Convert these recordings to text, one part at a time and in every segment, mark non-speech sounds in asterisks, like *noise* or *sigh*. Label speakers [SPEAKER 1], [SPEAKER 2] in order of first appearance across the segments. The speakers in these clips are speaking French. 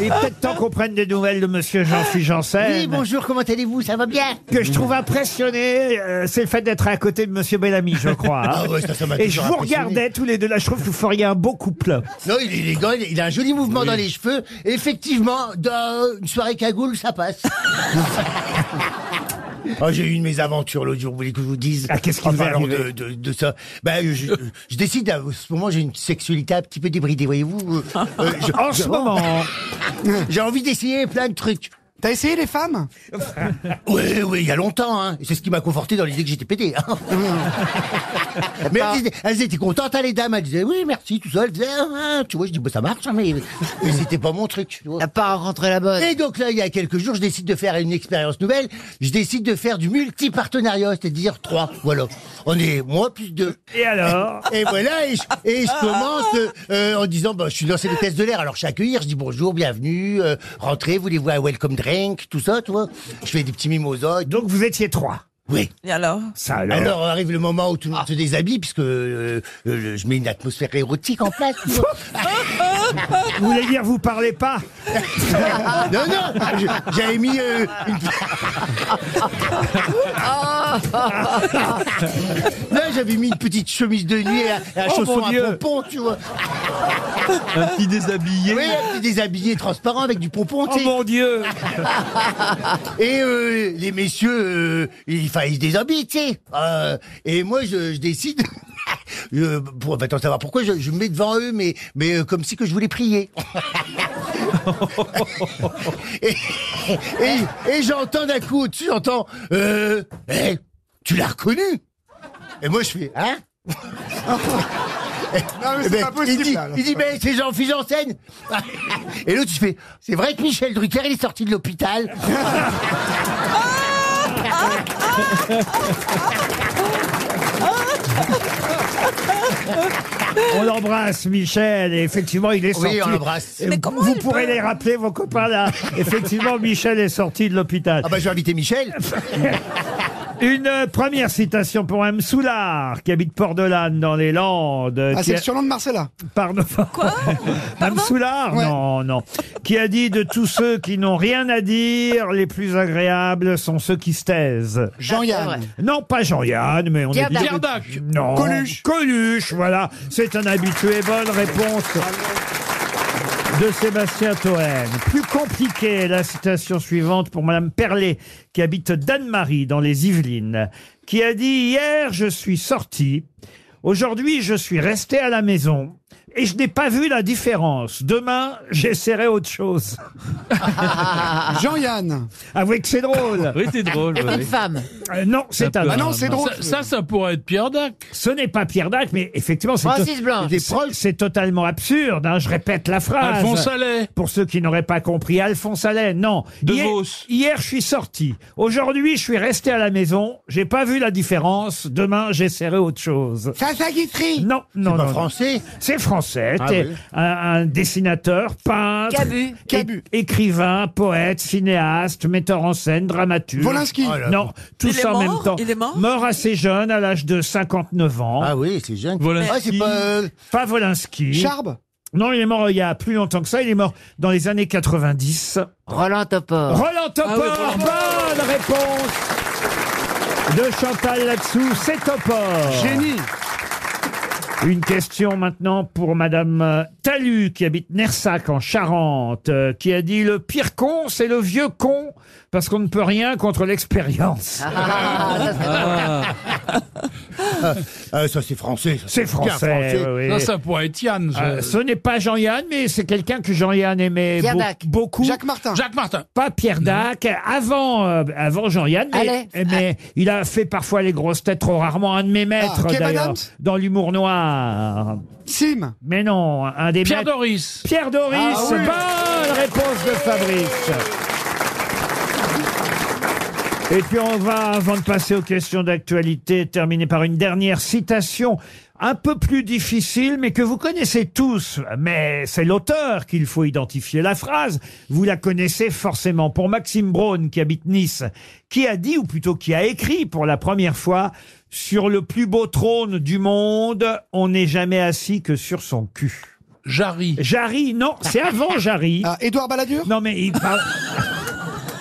[SPEAKER 1] Il est peut-être temps qu'on prenne des nouvelles de Monsieur Jean-Philippe Janssen.
[SPEAKER 2] Oui, bonjour, comment allez-vous Ça va bien
[SPEAKER 1] que je trouve impressionné, euh, c'est le fait d'être à côté de Monsieur Bellamy, je crois. hein.
[SPEAKER 3] *laughs* Ah ouais, ça, ça m'a
[SPEAKER 1] Et je
[SPEAKER 3] toujours
[SPEAKER 1] vous
[SPEAKER 3] impressionné.
[SPEAKER 1] regardais tous les deux là, je trouve que vous feriez un beau couple.
[SPEAKER 2] Non, il est élégant, il il a un joli mouvement dans les cheveux. Effectivement, dans une soirée cagoule, ça
[SPEAKER 1] *laughs*
[SPEAKER 2] passe.
[SPEAKER 3] Ah, j'ai eu une mes aventures l'autre jour, vous voulez que je vous dise
[SPEAKER 1] Ah, qu'est-ce qui
[SPEAKER 3] En
[SPEAKER 1] vous est
[SPEAKER 3] parlant de,
[SPEAKER 1] arrivé
[SPEAKER 3] de, de ça. Ben, je, je- je décide, à ce moment, j'ai une sexualité un petit peu
[SPEAKER 1] *laughs*
[SPEAKER 3] débridée, voyez-vous. Euh, euh, je-
[SPEAKER 1] En ce moment,
[SPEAKER 3] *laughs* J'ai envie d'essayer plein
[SPEAKER 1] *laughs*
[SPEAKER 3] de trucs.
[SPEAKER 4] T'as essayé les femmes
[SPEAKER 3] Oui, oui, il y a longtemps. Hein. C'est ce qui m'a conforté dans l'idée que j'étais pédé. hein.
[SPEAKER 1] *laughs*
[SPEAKER 3] *laughs* mais elles, étaient- elles étaient contentes, hein, les dames. Elles disaient oui, merci, tout ça. Elles disaient, ah, ah. tu vois, je dis, bah, ça marche, hein, mais, mais c'était pas mon truc. tu vois.
[SPEAKER 2] T'as pas rencontré la bonne.
[SPEAKER 3] Et donc là, il y a quelques jours, je décide de faire une expérience nouvelle. Je décide de faire du multi-partenariat, c'est-à-dire trois. Voilà. On est moi plus deux.
[SPEAKER 1] et alors
[SPEAKER 3] *laughs* Et voilà, et je, et je commence euh, euh, en disant, bah, je suis lancé les tests de l'air. Alors je suis accueillir, je dis bonjour, bienvenue, euh, rentrez, voulez-vous un welcome drink, tout ça, tu vois. Je fais des petits mimosas.
[SPEAKER 1] Donc vous étiez trois.
[SPEAKER 3] Oui.
[SPEAKER 5] Et alors
[SPEAKER 1] Ça Ah, alors. Ah.
[SPEAKER 3] Alors arrive le moment où tout le monde se déshabille, puisque euh, euh, je mets une atmosphère érotique
[SPEAKER 1] *laughs*
[SPEAKER 3] en place. *laughs* tu vois.
[SPEAKER 1] Vous voulez dire vous parlez pas
[SPEAKER 3] non, non, je- j'avais mis euh, une...
[SPEAKER 4] Ah,
[SPEAKER 3] Là, j'avais mis une petite chemise de nuit et un, et un
[SPEAKER 1] Oh,
[SPEAKER 3] chausson
[SPEAKER 1] mon
[SPEAKER 3] à
[SPEAKER 1] Dieu.
[SPEAKER 3] pompon, tu vois.
[SPEAKER 6] Un petit déshabillé.
[SPEAKER 3] Oui, un petit déshabillé transparent avec du pompon,
[SPEAKER 1] Oh
[SPEAKER 3] tu sais.
[SPEAKER 1] mon Dieu
[SPEAKER 3] *laughs* Et euh, les messieurs, euh, ils, 'fin, ils se déshabillent, tu sais. Euh, et moi, je, je décide... *laughs* Euh, pour, attends, savoir pourquoi je, je me mets devant eux, mais, mais euh, comme si que je voulais prier. *laughs* et et, et j'entends d'un coup au-dessus, j'entends euh, Hey, tu l'as reconnu Et moi je fais Hein
[SPEAKER 2] Ah,
[SPEAKER 4] Non, mais
[SPEAKER 3] Eh ben,
[SPEAKER 4] c'est pas possible.
[SPEAKER 3] il dit,
[SPEAKER 4] là.
[SPEAKER 3] il dit,
[SPEAKER 4] *laughs*
[SPEAKER 3] mais c'est Jean-Philippe Janssen *laughs* Et l'autre, tu fais, c'est vrai que Michel Drucker, il est sorti
[SPEAKER 2] *laughs*
[SPEAKER 3] de l'hôpital
[SPEAKER 1] On l'embrasse, Michel. Et effectivement, il est sorti.
[SPEAKER 3] Oui, on l'embrasse.
[SPEAKER 1] Et
[SPEAKER 5] Mais
[SPEAKER 1] vous-
[SPEAKER 5] comment
[SPEAKER 1] vous
[SPEAKER 5] elle
[SPEAKER 1] pourrez
[SPEAKER 5] peut
[SPEAKER 1] les rappeler, vos
[SPEAKER 5] *laughs*
[SPEAKER 1] copains là. Effectivement, Michel est sorti de l'hôpital.
[SPEAKER 3] Ah bah je vais inviter Michel
[SPEAKER 1] *laughs* Une euh, première citation pour M. Soulard, qui habite Port-de-Lanne dans les Landes.
[SPEAKER 4] Ah,
[SPEAKER 1] qui
[SPEAKER 4] c'est
[SPEAKER 1] a-
[SPEAKER 4] le surnom de Marcella.
[SPEAKER 1] Euh, Pardon. *laughs*
[SPEAKER 5] Quoi
[SPEAKER 1] Mme Soulard
[SPEAKER 4] Ouais.
[SPEAKER 1] Non, non. Qui a dit de tous ceux qui n'ont rien à dire, les plus agréables sont ceux qui se taisent.
[SPEAKER 5] Ah,
[SPEAKER 4] Jean-Yann.
[SPEAKER 1] Non, pas Jean-Yann, mais on a
[SPEAKER 2] Pierre
[SPEAKER 1] dit...
[SPEAKER 2] Dac.
[SPEAKER 6] Pierre Dac.
[SPEAKER 1] Non.
[SPEAKER 4] Coluche.
[SPEAKER 1] Coluche, voilà. C'est un habitué. Bonne réponse de Sébastien Toen. Plus compliquée la citation suivante pour Madame Perlet, qui habite Danemarie, dans les Yvelines, qui a dit « Hier, je suis sorti. Aujourd'hui, je suis resté à la maison. Et je n'ai pas vu la différence. Demain, j'essaierai autre chose.
[SPEAKER 4] *laughs* Jean-Yann.
[SPEAKER 1] Avouez Ah que c'est drôle.
[SPEAKER 6] Oui, c'est drôle. ouais.
[SPEAKER 2] Une femme.
[SPEAKER 1] Euh, non, c'est un
[SPEAKER 6] peut-
[SPEAKER 4] Ah
[SPEAKER 1] homme.
[SPEAKER 4] non, c'est drôle.
[SPEAKER 6] Ça, ça, ça pourrait être Pierre Dac.
[SPEAKER 1] Ce n'est pas Pierre Dac, mais effectivement, c'est...
[SPEAKER 2] Francis Blanche.
[SPEAKER 1] C'est- C'est totalement absurde, hein, je répète la phrase.
[SPEAKER 6] Alphonse Allais.
[SPEAKER 1] Pour ceux qui n'auraient pas compris, Alphonse Allais, non.
[SPEAKER 6] De
[SPEAKER 1] hier,
[SPEAKER 6] Vos.
[SPEAKER 1] hier, je suis sorti. Aujourd'hui, je suis resté à la maison. J'ai pas vu la différence. Demain, j'essaierai autre chose.
[SPEAKER 4] Ça, ça
[SPEAKER 1] Non, non,
[SPEAKER 3] Pas
[SPEAKER 1] non. non.
[SPEAKER 3] français
[SPEAKER 1] C'est français.
[SPEAKER 3] Ah
[SPEAKER 1] T'es
[SPEAKER 3] oui.
[SPEAKER 1] un, un dessinateur, peintre,
[SPEAKER 2] Cabu.
[SPEAKER 1] é-
[SPEAKER 4] Cabu.
[SPEAKER 1] écrivain, poète, cinéaste, metteur en scène, dramaturge.
[SPEAKER 4] Volinsky.
[SPEAKER 3] Oh là là.
[SPEAKER 1] Non, tout
[SPEAKER 5] Il
[SPEAKER 1] ça
[SPEAKER 5] est
[SPEAKER 1] en même
[SPEAKER 5] mort
[SPEAKER 1] temps.
[SPEAKER 5] Il est mort
[SPEAKER 1] assez jeune, à l'âge de 59 ans.
[SPEAKER 3] Ah oui, c'est jeune.
[SPEAKER 6] Voilà.
[SPEAKER 3] Ah, c'est pas... euh,
[SPEAKER 1] Pas Volinsky.
[SPEAKER 4] Charbe.
[SPEAKER 1] Non, il est mort euh, il y a plus longtemps que ça. Il est mort dans les années 90.
[SPEAKER 2] Roland Topor.
[SPEAKER 1] Roland Topor,
[SPEAKER 6] Ah oui,
[SPEAKER 1] bonne réponse de Chantal là-dessous. C'est Topor.
[SPEAKER 4] Génie.
[SPEAKER 1] Une question maintenant pour Madame euh, Talu, qui habite Nersac en Charente, euh, qui a dit le pire con, c'est le vieux con, parce qu'on ne peut rien contre l'expérience. Ah,
[SPEAKER 3] euh, ça c'est français. ça,
[SPEAKER 1] C'est
[SPEAKER 3] bien
[SPEAKER 1] français. oui, oui.
[SPEAKER 6] Ça, ça pourrait être Yann. ça.
[SPEAKER 1] Euh, ce n'est pas Jean-Yann, mais c'est quelqu'un que Jean-Yann aimait
[SPEAKER 2] Pierre
[SPEAKER 1] beau-
[SPEAKER 2] Dac.
[SPEAKER 1] beaucoup.
[SPEAKER 4] Jacques Martin.
[SPEAKER 6] Jacques Martin.
[SPEAKER 1] pas Pierre Dac, avant, euh, avant Jean-Yann, mais, eh,
[SPEAKER 2] Allais.
[SPEAKER 1] mais il a fait parfois les grosses têtes trop rarement, un de mes maîtres
[SPEAKER 4] Kev
[SPEAKER 1] d'ailleurs,
[SPEAKER 4] Adams
[SPEAKER 1] dans l'humour noir.
[SPEAKER 4] Sim.
[SPEAKER 1] Mais non, un des
[SPEAKER 6] Pierre
[SPEAKER 1] maîtres.
[SPEAKER 6] Doris.
[SPEAKER 1] Pierre Doris,
[SPEAKER 7] Ah
[SPEAKER 1] bonne réponse de Fabrice. Et puis on va, avant de passer aux questions d'actualité, terminer par une dernière citation un peu plus difficile, mais que vous connaissez tous. Mais c'est l'auteur qu'il faut identifier. La phrase, vous la connaissez forcément. Pour Maxime Braun, qui habite Nice, qui a dit, ou plutôt qui a écrit pour la première fois, sur le plus beau trône du monde, on n'est jamais assis que sur son cul.
[SPEAKER 6] Jarry.
[SPEAKER 1] Jarry, non, c'est avant Jarry.
[SPEAKER 4] Ah, Édouard Balladur
[SPEAKER 1] Non, mais il parle.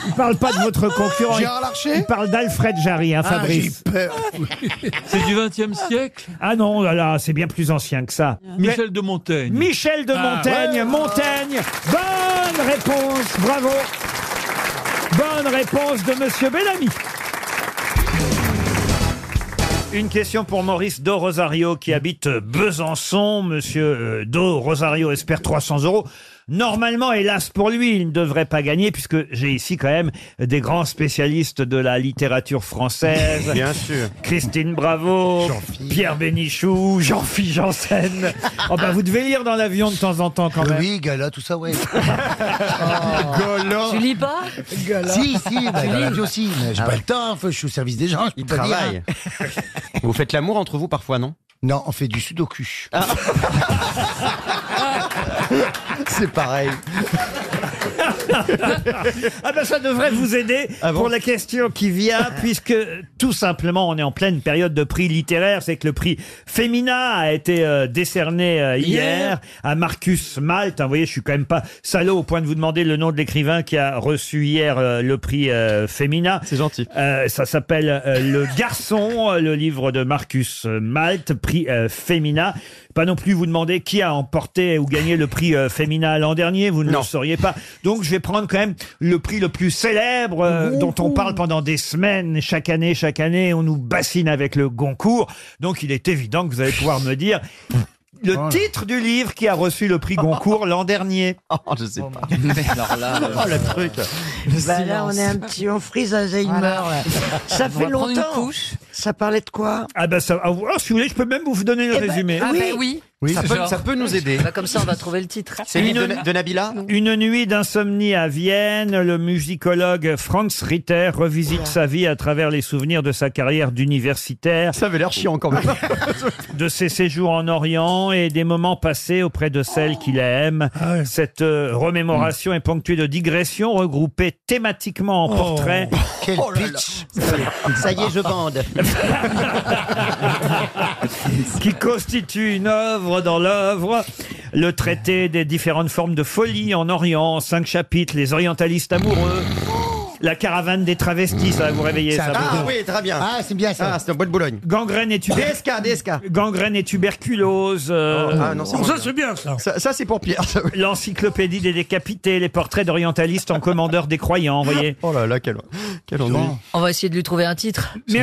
[SPEAKER 1] il parle pas de votre concurrent. il-
[SPEAKER 4] Gérard Larcher
[SPEAKER 1] Il parle d'Alfred Jarry, hein,
[SPEAKER 2] Ah, j'ai
[SPEAKER 1] Fabrice.
[SPEAKER 2] peur.
[SPEAKER 5] *laughs* C'est du XXe siècle
[SPEAKER 1] Ah, non, là, là, c'est bien plus ancien que ça.
[SPEAKER 7] Ah.
[SPEAKER 5] Michel de Montaigne.
[SPEAKER 1] Michel de
[SPEAKER 6] Ah,
[SPEAKER 1] Montaigne, Montaigne. Bonne réponse, bravo. Bonne réponse de Monsieur Bellamy. Une question pour Maurice Do Rosario qui habite Besançon. Monsieur euh, Do Rosario espère 300 euros. Normalement, hélas pour lui, il ne devrait pas gagner puisque j'ai ici quand même des grands spécialistes de la littérature française.
[SPEAKER 8] Bien sûr.
[SPEAKER 1] Christine Bravo, Pierre Bénichou, Jean-Philippe *laughs* Janssen. oh bah vous devez lire dans l'avion de temps en temps quand même.
[SPEAKER 2] Oui, gala, tout
[SPEAKER 1] *laughs*
[SPEAKER 2] ça, ouais.
[SPEAKER 9] Tu lis pas
[SPEAKER 2] Oh, si,
[SPEAKER 3] Ah,
[SPEAKER 2] si, bah, dans l'avion aussi. mais J'ai pas le temps, faut- je suis au service des gens. je peux
[SPEAKER 8] Il
[SPEAKER 2] pas dire.
[SPEAKER 8] travaille. hein. vous faites l'amour entre vous parfois, non Ah.
[SPEAKER 2] Non, on fait du sudoku.
[SPEAKER 3] C'est pareil.
[SPEAKER 1] *laughs* Ah ben ça devrait vous aider
[SPEAKER 2] Ah
[SPEAKER 1] pour la question qui
[SPEAKER 2] *laughs*
[SPEAKER 1] vient, puisque tout simplement on est en pleine période de prix littéraire. C'est que le prix Femina a été euh, décerné euh, hier, à Marcus Malte. Hein, Vous voyez, je suis quand même pas salaud au point de vous demander le nom de l'écrivain qui a reçu hier euh, le prix euh, Femina.
[SPEAKER 8] C'est gentil.
[SPEAKER 1] Euh, ça s'appelle euh, Le Garçon, euh, le livre de Marcus euh, Malte, prix euh, Femina. Pas non plus vous demander qui a emporté ou gagné le prix euh, Femina l'an dernier, vous ne
[SPEAKER 8] Non.
[SPEAKER 1] le sauriez pas. Donc je vais prendre quand même le prix le plus célèbre euh, dont on parle pendant des semaines, chaque année, chaque année, on nous bassine avec le Goncourt. Donc il est évident que vous allez pouvoir me dire le titre du livre qui a reçu le prix Goncourt l'an dernier.
[SPEAKER 8] *laughs* Oh, je sais pas. *laughs* Oh,
[SPEAKER 9] euh, Bah là, on est un petit, on frise Alzheimer. là. Ça fait longtemps. Ça parlait de quoi
[SPEAKER 1] Ah ben ça, ah, si vous voulez, je peux même vous donner le résumé.
[SPEAKER 9] Ah ben oui.
[SPEAKER 8] ça, peut, ça peut nous aider.
[SPEAKER 9] Bah, comme ça, on va trouver le titre.
[SPEAKER 8] C'est l'île de, de Nabila
[SPEAKER 1] Une nuit d'insomnie à Vienne, le musicologue Franz Ritter revisite sa vie à travers les souvenirs de sa carrière d'universitaire,
[SPEAKER 8] Ça avait l'air chiant quand même.
[SPEAKER 1] *laughs* de ses séjours en Orient et des moments passés auprès de
[SPEAKER 8] Oh.
[SPEAKER 1] celle qu'il aime.
[SPEAKER 8] Ah
[SPEAKER 1] Cette euh, remémoration est ponctuée de digressions regroupées thématiquement
[SPEAKER 8] Oh.
[SPEAKER 1] en portraits. Oh
[SPEAKER 2] Quel pitch
[SPEAKER 3] Ça y est, je bande.
[SPEAKER 1] qui constitue une œuvre dans l'œuvre. Le traité des différentes formes de folie en Orient, cinq chapitres, les orientalistes amoureux, la caravane des travestis, ça va vous réveiller. Ça,
[SPEAKER 8] Ah oui, très bien.
[SPEAKER 3] Ah, c'est bien ça.
[SPEAKER 8] Ah, c'est un bois de Boulogne.
[SPEAKER 1] Gangrène et, tuber-
[SPEAKER 8] DSK, DSK.
[SPEAKER 1] gangrène et tuberculose, euh,
[SPEAKER 8] Ah non, c'est moins bien.
[SPEAKER 6] bien Oh, ça.
[SPEAKER 8] ça, ça, c'est pour Pierre. ça, oui.
[SPEAKER 1] l'encyclopédie des décapités, les portraits d'orientalistes en commandeur des croyants, vous voyez.
[SPEAKER 8] Oh là là, quel, quel ennui.
[SPEAKER 9] On va essayer de lui trouver un titre.
[SPEAKER 1] Mais,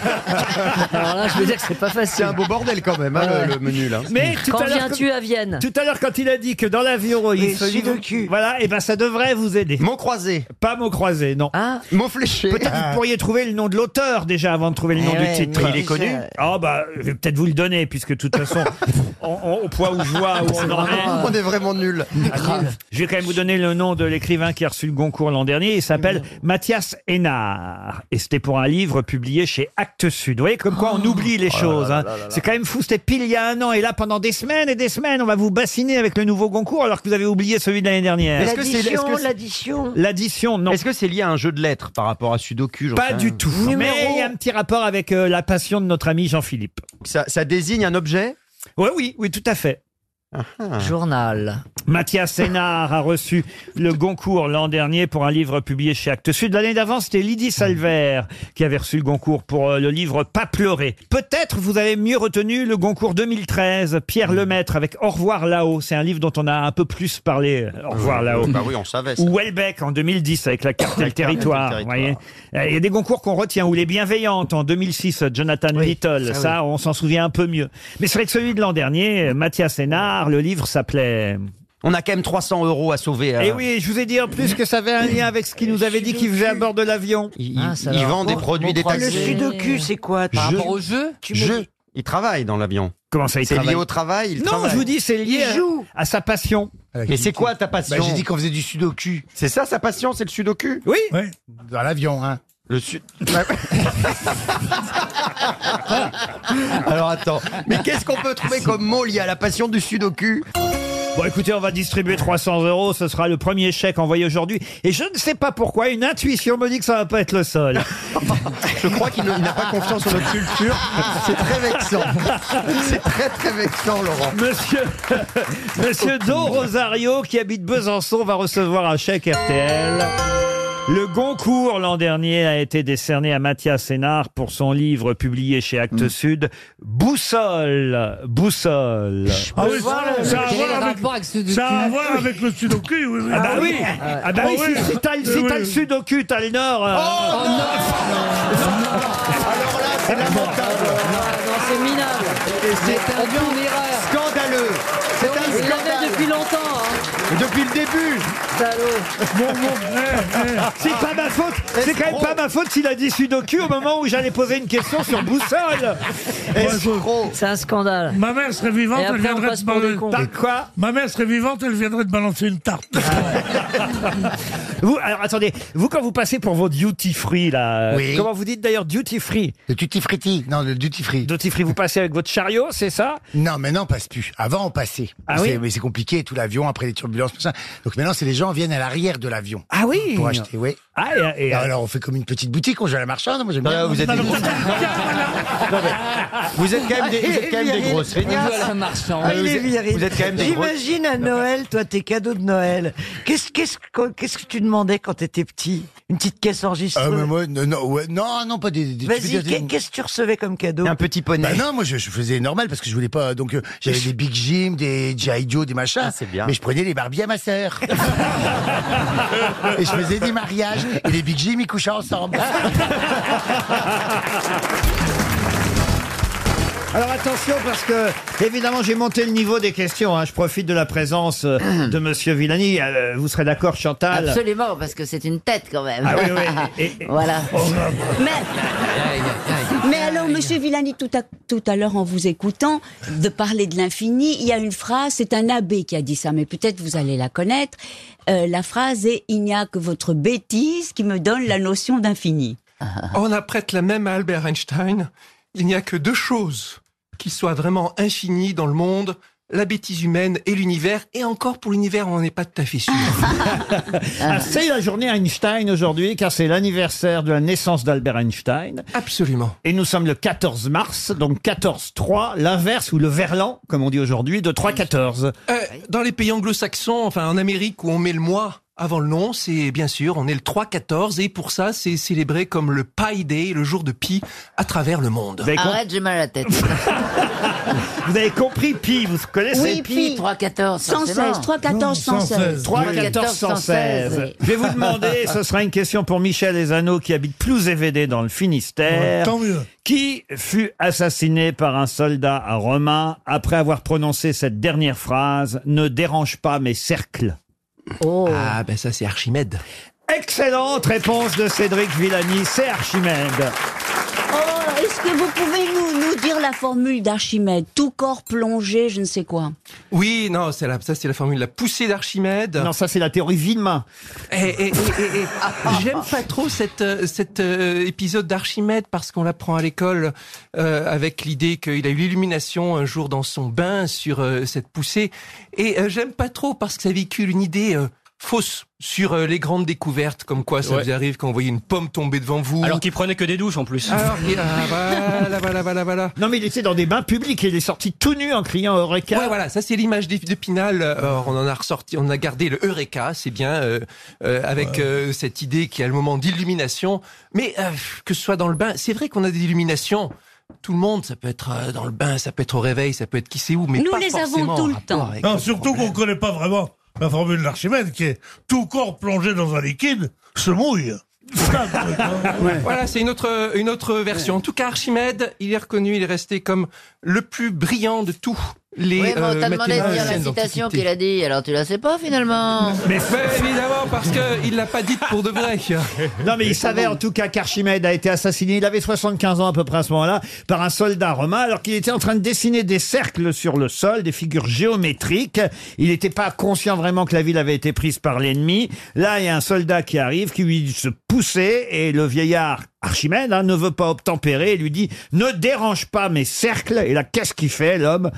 [SPEAKER 9] *laughs* Alors là, je veux dire que c'est pas
[SPEAKER 8] C'est
[SPEAKER 9] facile.
[SPEAKER 8] un beau bordel quand même, hein,
[SPEAKER 9] Ouais,
[SPEAKER 8] le, le menu là.
[SPEAKER 1] mais tout
[SPEAKER 9] Quand
[SPEAKER 1] à l'heure,
[SPEAKER 9] viens-tu à Vienne
[SPEAKER 1] tout à l'heure, quand il a dit que dans l'avion, il se livre- Voilà, et ben ça devrait vous aider.
[SPEAKER 8] Mot croisé,
[SPEAKER 1] Pas mot croisé, non.
[SPEAKER 9] Ah,
[SPEAKER 8] mot fléché. Ah.
[SPEAKER 1] Peut-être vous pourriez trouver le nom de l'auteur déjà avant de trouver le nom
[SPEAKER 9] Eh ouais,
[SPEAKER 1] du titre.
[SPEAKER 9] mais Il est connu ça-
[SPEAKER 1] Ah bah, je vais peut-être vous le donner puisque de toute
[SPEAKER 8] *laughs*
[SPEAKER 1] façon, on- on- au poids où je vois où on en est, Ah,
[SPEAKER 8] On est vraiment nuls.
[SPEAKER 1] je vais quand même vous donner le nom de l'écrivain qui a reçu le Goncourt l'an dernier. Il
[SPEAKER 8] Mm.
[SPEAKER 1] s'appelle Mathias Hénard et c'était pour un livre publié chez Actes Sud. Vous voyez comme quoi on
[SPEAKER 8] Oh.
[SPEAKER 1] oublie les choses. hein. C'est quand même fou. C'était pile il y a un an et là pendant des semaines et des semaines, on va vous bassiner avec le nouveau Goncourt alors que vous avez oublié celui de l'année dernière.
[SPEAKER 8] Est-ce que c'est- est-ce que
[SPEAKER 9] l'addition,
[SPEAKER 8] c'est-
[SPEAKER 9] l'addition.
[SPEAKER 1] L'addition, non.
[SPEAKER 8] Est-ce que c'est lié à un jeu de lettres par rapport à Sudoku j'en sais
[SPEAKER 1] Pas
[SPEAKER 8] rien.
[SPEAKER 1] du tout.
[SPEAKER 9] Numéro-
[SPEAKER 1] Mais il y a un petit rapport avec euh, la passion de notre ami Jean-Philippe.
[SPEAKER 8] Ça, ça désigne un objet
[SPEAKER 1] Oui, oui, oui, tout à fait.
[SPEAKER 9] Journal.
[SPEAKER 1] Mathias Sénard a reçu le Goncourt l'an dernier pour un livre publié chez Actes Sud. L'année d'avant, c'était Lydie Salver qui avait reçu le Goncourt pour euh, le livre Pas pleurer. Peut-être vous avez mieux retenu le Goncourt 2013, Pierre Lemaître avec Au revoir là-haut. C'est un livre dont on a un peu plus parlé. euh, Au revoir là-haut.
[SPEAKER 8] Bah oui, on savait ça.
[SPEAKER 1] Ou Welbeck en 2010 avec la
[SPEAKER 8] *coughs*
[SPEAKER 1] carte et le territoire.
[SPEAKER 8] territoire.
[SPEAKER 1] vous voyez. Euh, Il y a des concours qu'on retient, ou Les Bienveillantes en 2006, euh, Jonathan
[SPEAKER 8] ah
[SPEAKER 1] Little. Ça, on s'en souvient un peu mieux. Mais c'est vrai que celui de l'an dernier, euh, Mathias Sénard, le livre s'appelait. euh,
[SPEAKER 8] On a quand même 300 euros à sauver.
[SPEAKER 1] Eh
[SPEAKER 8] euh,
[SPEAKER 1] oui, je vous ai dit en plus que ça avait un lien avec ce qu'il nous avait dit qu'il faisait à bord de l'avion.
[SPEAKER 8] Ils,
[SPEAKER 9] Ah, ça
[SPEAKER 8] ils
[SPEAKER 9] va.
[SPEAKER 8] vendent des
[SPEAKER 9] Mon-
[SPEAKER 8] produits
[SPEAKER 9] mon croisé.
[SPEAKER 8] détaxés.
[SPEAKER 9] Le sudoku,
[SPEAKER 4] c'est quoi
[SPEAKER 8] Je-
[SPEAKER 5] au jeu
[SPEAKER 8] je- Ils travaillent dans l'avion.
[SPEAKER 1] Comment ça, il
[SPEAKER 8] C'est lié
[SPEAKER 1] travaille
[SPEAKER 8] au travail. Ils
[SPEAKER 1] Non,
[SPEAKER 8] travaillent.
[SPEAKER 1] je vous dis, c'est lié
[SPEAKER 9] Il
[SPEAKER 1] à-
[SPEAKER 9] joue.
[SPEAKER 1] à sa passion.
[SPEAKER 8] Mais c'est quoi ta passion
[SPEAKER 2] Bah, J'ai dit qu'on faisait du sudoku
[SPEAKER 8] C'est ça sa passion, c'est le sudoku
[SPEAKER 1] Oui,
[SPEAKER 2] dans l'avion, hein.
[SPEAKER 6] *laughs*
[SPEAKER 8] Le sud. *laughs* Alors attends, mais qu'est-ce qu'on peut trouver comme mot lié à la passion du sudoku
[SPEAKER 1] Bon, écoutez, on va distribuer 300 euros. Ce sera le premier chèque envoyé aujourd'hui. Et je ne sais pas pourquoi, une intuition me dit que ça va pas être le seul.
[SPEAKER 8] *laughs* Je crois qu'il ne- il n'a pas confiance en notre culture.
[SPEAKER 3] C'est très vexant. C'est très très vexant, Laurent.
[SPEAKER 1] Monsieur, Monsieur Do Rosario, qui habite Besançon, va recevoir un chèque RTL. Le Goncourt l'an dernier a été décerné à Mathias Sénard pour son livre publié chez Actes
[SPEAKER 3] Mm.
[SPEAKER 1] Sud, Boussole, Boussole.
[SPEAKER 6] Ah oui, ça a à
[SPEAKER 4] Quel est le
[SPEAKER 6] voir avec,
[SPEAKER 4] rapport avec ce de
[SPEAKER 6] ça a à
[SPEAKER 4] cul
[SPEAKER 6] voir avec le sudoku, oui, oui.
[SPEAKER 1] Ah bah oui, ah bah oui,
[SPEAKER 6] Ah oui.
[SPEAKER 1] si, si t'as le- si
[SPEAKER 6] Oui,
[SPEAKER 1] t'as le
[SPEAKER 6] oui. Oh,
[SPEAKER 1] sud au cul, t'as le nord. euh,
[SPEAKER 3] Alors là, c'est lamentable.
[SPEAKER 4] Ah non, c'est minable.
[SPEAKER 3] Et c'est
[SPEAKER 4] C'est un coup d'erreur.
[SPEAKER 3] scandaleux. C'est un
[SPEAKER 4] Il l'avait
[SPEAKER 3] scandale.
[SPEAKER 4] depuis longtemps. hein.
[SPEAKER 3] Depuis le début.
[SPEAKER 1] C'est pas ma faute. C'est quand même pas ma faute s'il a dit sudoku au moment où j'allais poser une question sur boussole.
[SPEAKER 3] Escroc.
[SPEAKER 4] C'est un scandale.
[SPEAKER 6] Ma mère serait vivante,
[SPEAKER 4] Et après,
[SPEAKER 6] elle
[SPEAKER 4] on
[SPEAKER 6] viendrait
[SPEAKER 4] passe
[SPEAKER 6] te
[SPEAKER 4] pour
[SPEAKER 6] balancer
[SPEAKER 4] des
[SPEAKER 6] une
[SPEAKER 4] cons.
[SPEAKER 1] T'as
[SPEAKER 6] tarte.
[SPEAKER 1] quoi
[SPEAKER 6] Ma mère serait vivante, elle viendrait te balancer une tarte.
[SPEAKER 1] Vous, alors attendez, vous quand vous passez pour vos duty free là, euh,
[SPEAKER 3] Oui.
[SPEAKER 1] comment vous dites d'ailleurs duty free
[SPEAKER 3] Le tutti fritti. Non, le duty free.
[SPEAKER 1] Duty free, vous passez avec votre chariot, c'est ça
[SPEAKER 3] Non, maintenant on passe plus. Avant on passait.
[SPEAKER 1] Ah
[SPEAKER 3] C'est-
[SPEAKER 1] oui
[SPEAKER 3] mais c'est compliqué, tout l'avion, après les turbulences, tout ça. Donc maintenant, c'est les gens viennent à l'arrière de l'avion
[SPEAKER 1] Ah oui.
[SPEAKER 3] pour acheter. Oui.
[SPEAKER 1] Ah et, et-
[SPEAKER 3] Et alors on fait comme une petite boutique, on joue à la marchande. Moi j'aime
[SPEAKER 8] Non,
[SPEAKER 3] bien.
[SPEAKER 8] Bah, vous, êtes des, vous êtes quand même des, vous êtes quand même des grosses
[SPEAKER 4] On joue
[SPEAKER 8] feignasses.
[SPEAKER 4] à la marchande.
[SPEAKER 9] Ah, il
[SPEAKER 8] vous
[SPEAKER 9] est
[SPEAKER 8] êtes-
[SPEAKER 9] viril.
[SPEAKER 8] vous êtes quand même des grosses-
[SPEAKER 9] J'imagine à Noël, toi, tes cadeaux de Noël. Qu'est-ce qu'est-ce que- qu'est-ce que tu demandais quand t'étais petit Une petite caisse enregistrée
[SPEAKER 3] Ah, mais moi, non, non, ouais, non, non, pas des. des tu veux
[SPEAKER 9] Vas-y,
[SPEAKER 3] dire des-
[SPEAKER 9] qu'est- qu'est-ce que tu recevais comme cadeau
[SPEAKER 8] *laughs* Un petit
[SPEAKER 3] Bah
[SPEAKER 8] poney.
[SPEAKER 3] non, moi je, je faisais normal parce que je voulais pas. Donc euh, j'avais des Big Jim, des G.I. Joe, des machins.
[SPEAKER 8] Ah, c'est bien.
[SPEAKER 3] Mais je prenais les Barbie à ma
[SPEAKER 8] *laughs*
[SPEAKER 3] sœur. et je faisais des mariages. Et les Big Jim, ils couchaient ensemble.
[SPEAKER 1] alors attention parce que évidemment j'ai monté le niveau des questions. hein. Je profite de la présence euh, de Monsieur Villani. Euh, vous serez d'accord, Chantal
[SPEAKER 4] Absolument, parce que c'est une tête quand même.
[SPEAKER 1] Ah oui,
[SPEAKER 4] *laughs*
[SPEAKER 1] oui. Et- et-
[SPEAKER 4] Voilà.
[SPEAKER 10] Mais, mais alors, Monsieur Villani, tout à, tout à l'heure, en vous écoutant, de parler de l'infini, il y a une phrase, c'est un abbé qui a dit ça, mais peut-être vous allez la connaître. Euh, la phrase est « Il n'y a que votre bêtise qui me donne la notion d'infini
[SPEAKER 11] Ah. On apprête la même à Albert Einstein. Il n'y a que deux choses qui soient vraiment infinies dans le monde la bêtise humaine et l'univers. Et encore, pour l'univers, on n'en est pas tout à fait sûr.
[SPEAKER 1] Ah, c'est la journée Einstein aujourd'hui, car c'est l'anniversaire de la naissance d'Albert Einstein.
[SPEAKER 11] Absolument.
[SPEAKER 1] Et nous sommes le 14 mars, donc 14-3, l'inverse ou le verlan, comme on dit aujourd'hui, *laughs* de 3-14.
[SPEAKER 11] Euh, dans les pays anglo-saxons, enfin en Amérique, où on met le mois avant le nom, c'est bien sûr, on est le 3-14, et pour ça, c'est célébré comme le Pi Day, le jour de Pi, à travers le monde.
[SPEAKER 1] Vous avez, com-
[SPEAKER 4] Arrête, j'ai mal
[SPEAKER 1] *laughs*
[SPEAKER 4] à la tête.
[SPEAKER 1] vous avez compris, Pi, vous connaissez
[SPEAKER 10] Oui,
[SPEAKER 4] Puis
[SPEAKER 10] puis,
[SPEAKER 4] 3-14.
[SPEAKER 10] 116, 3, 14, 116.
[SPEAKER 1] 3, 14, 116. Je vais vous demander, ce sera une question pour Michel Ezano qui habite Plouzévédé dans le Finistère.
[SPEAKER 6] Tant mieux.
[SPEAKER 1] Qui fut assassiné par un soldat romain après avoir prononcé cette dernière phrase Ne dérange pas mes cercles
[SPEAKER 4] Oh.
[SPEAKER 11] Ah, ben ça, c'est Archimède.
[SPEAKER 1] Excellente réponse de Cédric Villani, c'est Archimède.
[SPEAKER 10] Oh, est-ce que vous pouvez nous, nous dire la formule d'Archimède Tout corps plongé, je ne sais quoi.
[SPEAKER 11] Oui, non, c'est la- ça, c'est la formule, la poussée d'Archimède.
[SPEAKER 1] Non, ça c'est la théorie Villemain.
[SPEAKER 11] Eh, eh, eh, eh,
[SPEAKER 1] *laughs*
[SPEAKER 11] eh, J'aime pas trop cet euh, cet, euh, épisode d'Archimède parce qu'on l'apprend à l'école euh, avec l'idée qu'il a eu l'illumination un jour dans son bain sur euh, cette poussée. Et euh, j'aime pas trop parce que ça véhicule une idée euh, fausse sur euh, les grandes découvertes, comme quoi ça
[SPEAKER 6] Ouais.
[SPEAKER 11] vous arrive quand vous voyez une pomme tomber devant vous.
[SPEAKER 6] qu'il prenait que des douches en plus.
[SPEAKER 11] Alors qu'il- ah, voilà, voilà, voilà, voilà.
[SPEAKER 1] Non, mais il était dans des bains publics et il est sorti tout nu en criant Eureka.
[SPEAKER 11] Ouais, voilà, ça c'est l'image d'E- d'Épinal. Alors, on en a ressorti, on a gardé le Eureka, c'est bien, euh, euh, avec euh, cette idée qui a le moment d'illumination. Mais euh, que ce soit dans le bain, c'est vrai qu'on a des illuminations. Tout le monde, ça peut être euh, dans le bain, ça peut être au réveil, ça peut être qui sait où, mais
[SPEAKER 10] Nous
[SPEAKER 11] pas
[SPEAKER 10] les avons
[SPEAKER 11] forcément
[SPEAKER 10] tout
[SPEAKER 11] en
[SPEAKER 10] le
[SPEAKER 11] rapport
[SPEAKER 10] temps.
[SPEAKER 11] avec
[SPEAKER 6] Non,
[SPEAKER 11] le
[SPEAKER 6] surtout
[SPEAKER 11] problème.
[SPEAKER 6] qu'on connaît pas vraiment la formule d'Archimède qui est tout corps plongé dans un liquide se mouille. Ça, le truc,
[SPEAKER 1] Ah,
[SPEAKER 6] hein.
[SPEAKER 11] Voilà, c'est une autre, une autre version. En tout cas, Archimède, il est reconnu, il est resté comme le plus brillant de tous les
[SPEAKER 4] Oui, mais on
[SPEAKER 11] euh,
[SPEAKER 4] t'a demandé de dire la
[SPEAKER 11] mathématiciens
[SPEAKER 4] citation
[SPEAKER 11] d'Antiquité.
[SPEAKER 4] qu'il a dit, alors tu la sais pas finalement.
[SPEAKER 11] Mais évidemment, parce qu'il l'a pas dite pour de vrai.
[SPEAKER 1] Non, mais il savait en tout cas qu'Archimède a été assassiné. Il avait 75 ans à peu près à ce moment-là par un soldat romain alors qu'il était en train de dessiner des cercles sur le sol, des figures géométriques. Il n'était pas conscient vraiment que la ville avait été prise par l'ennemi. Là, il y a un soldat qui arrive qui lui dit de se pousser et le vieillard Archimède hein, ne veut pas obtempérer et lui dit ne dérange pas mes cercles. Et là, qu'est-ce qu'il fait l'homme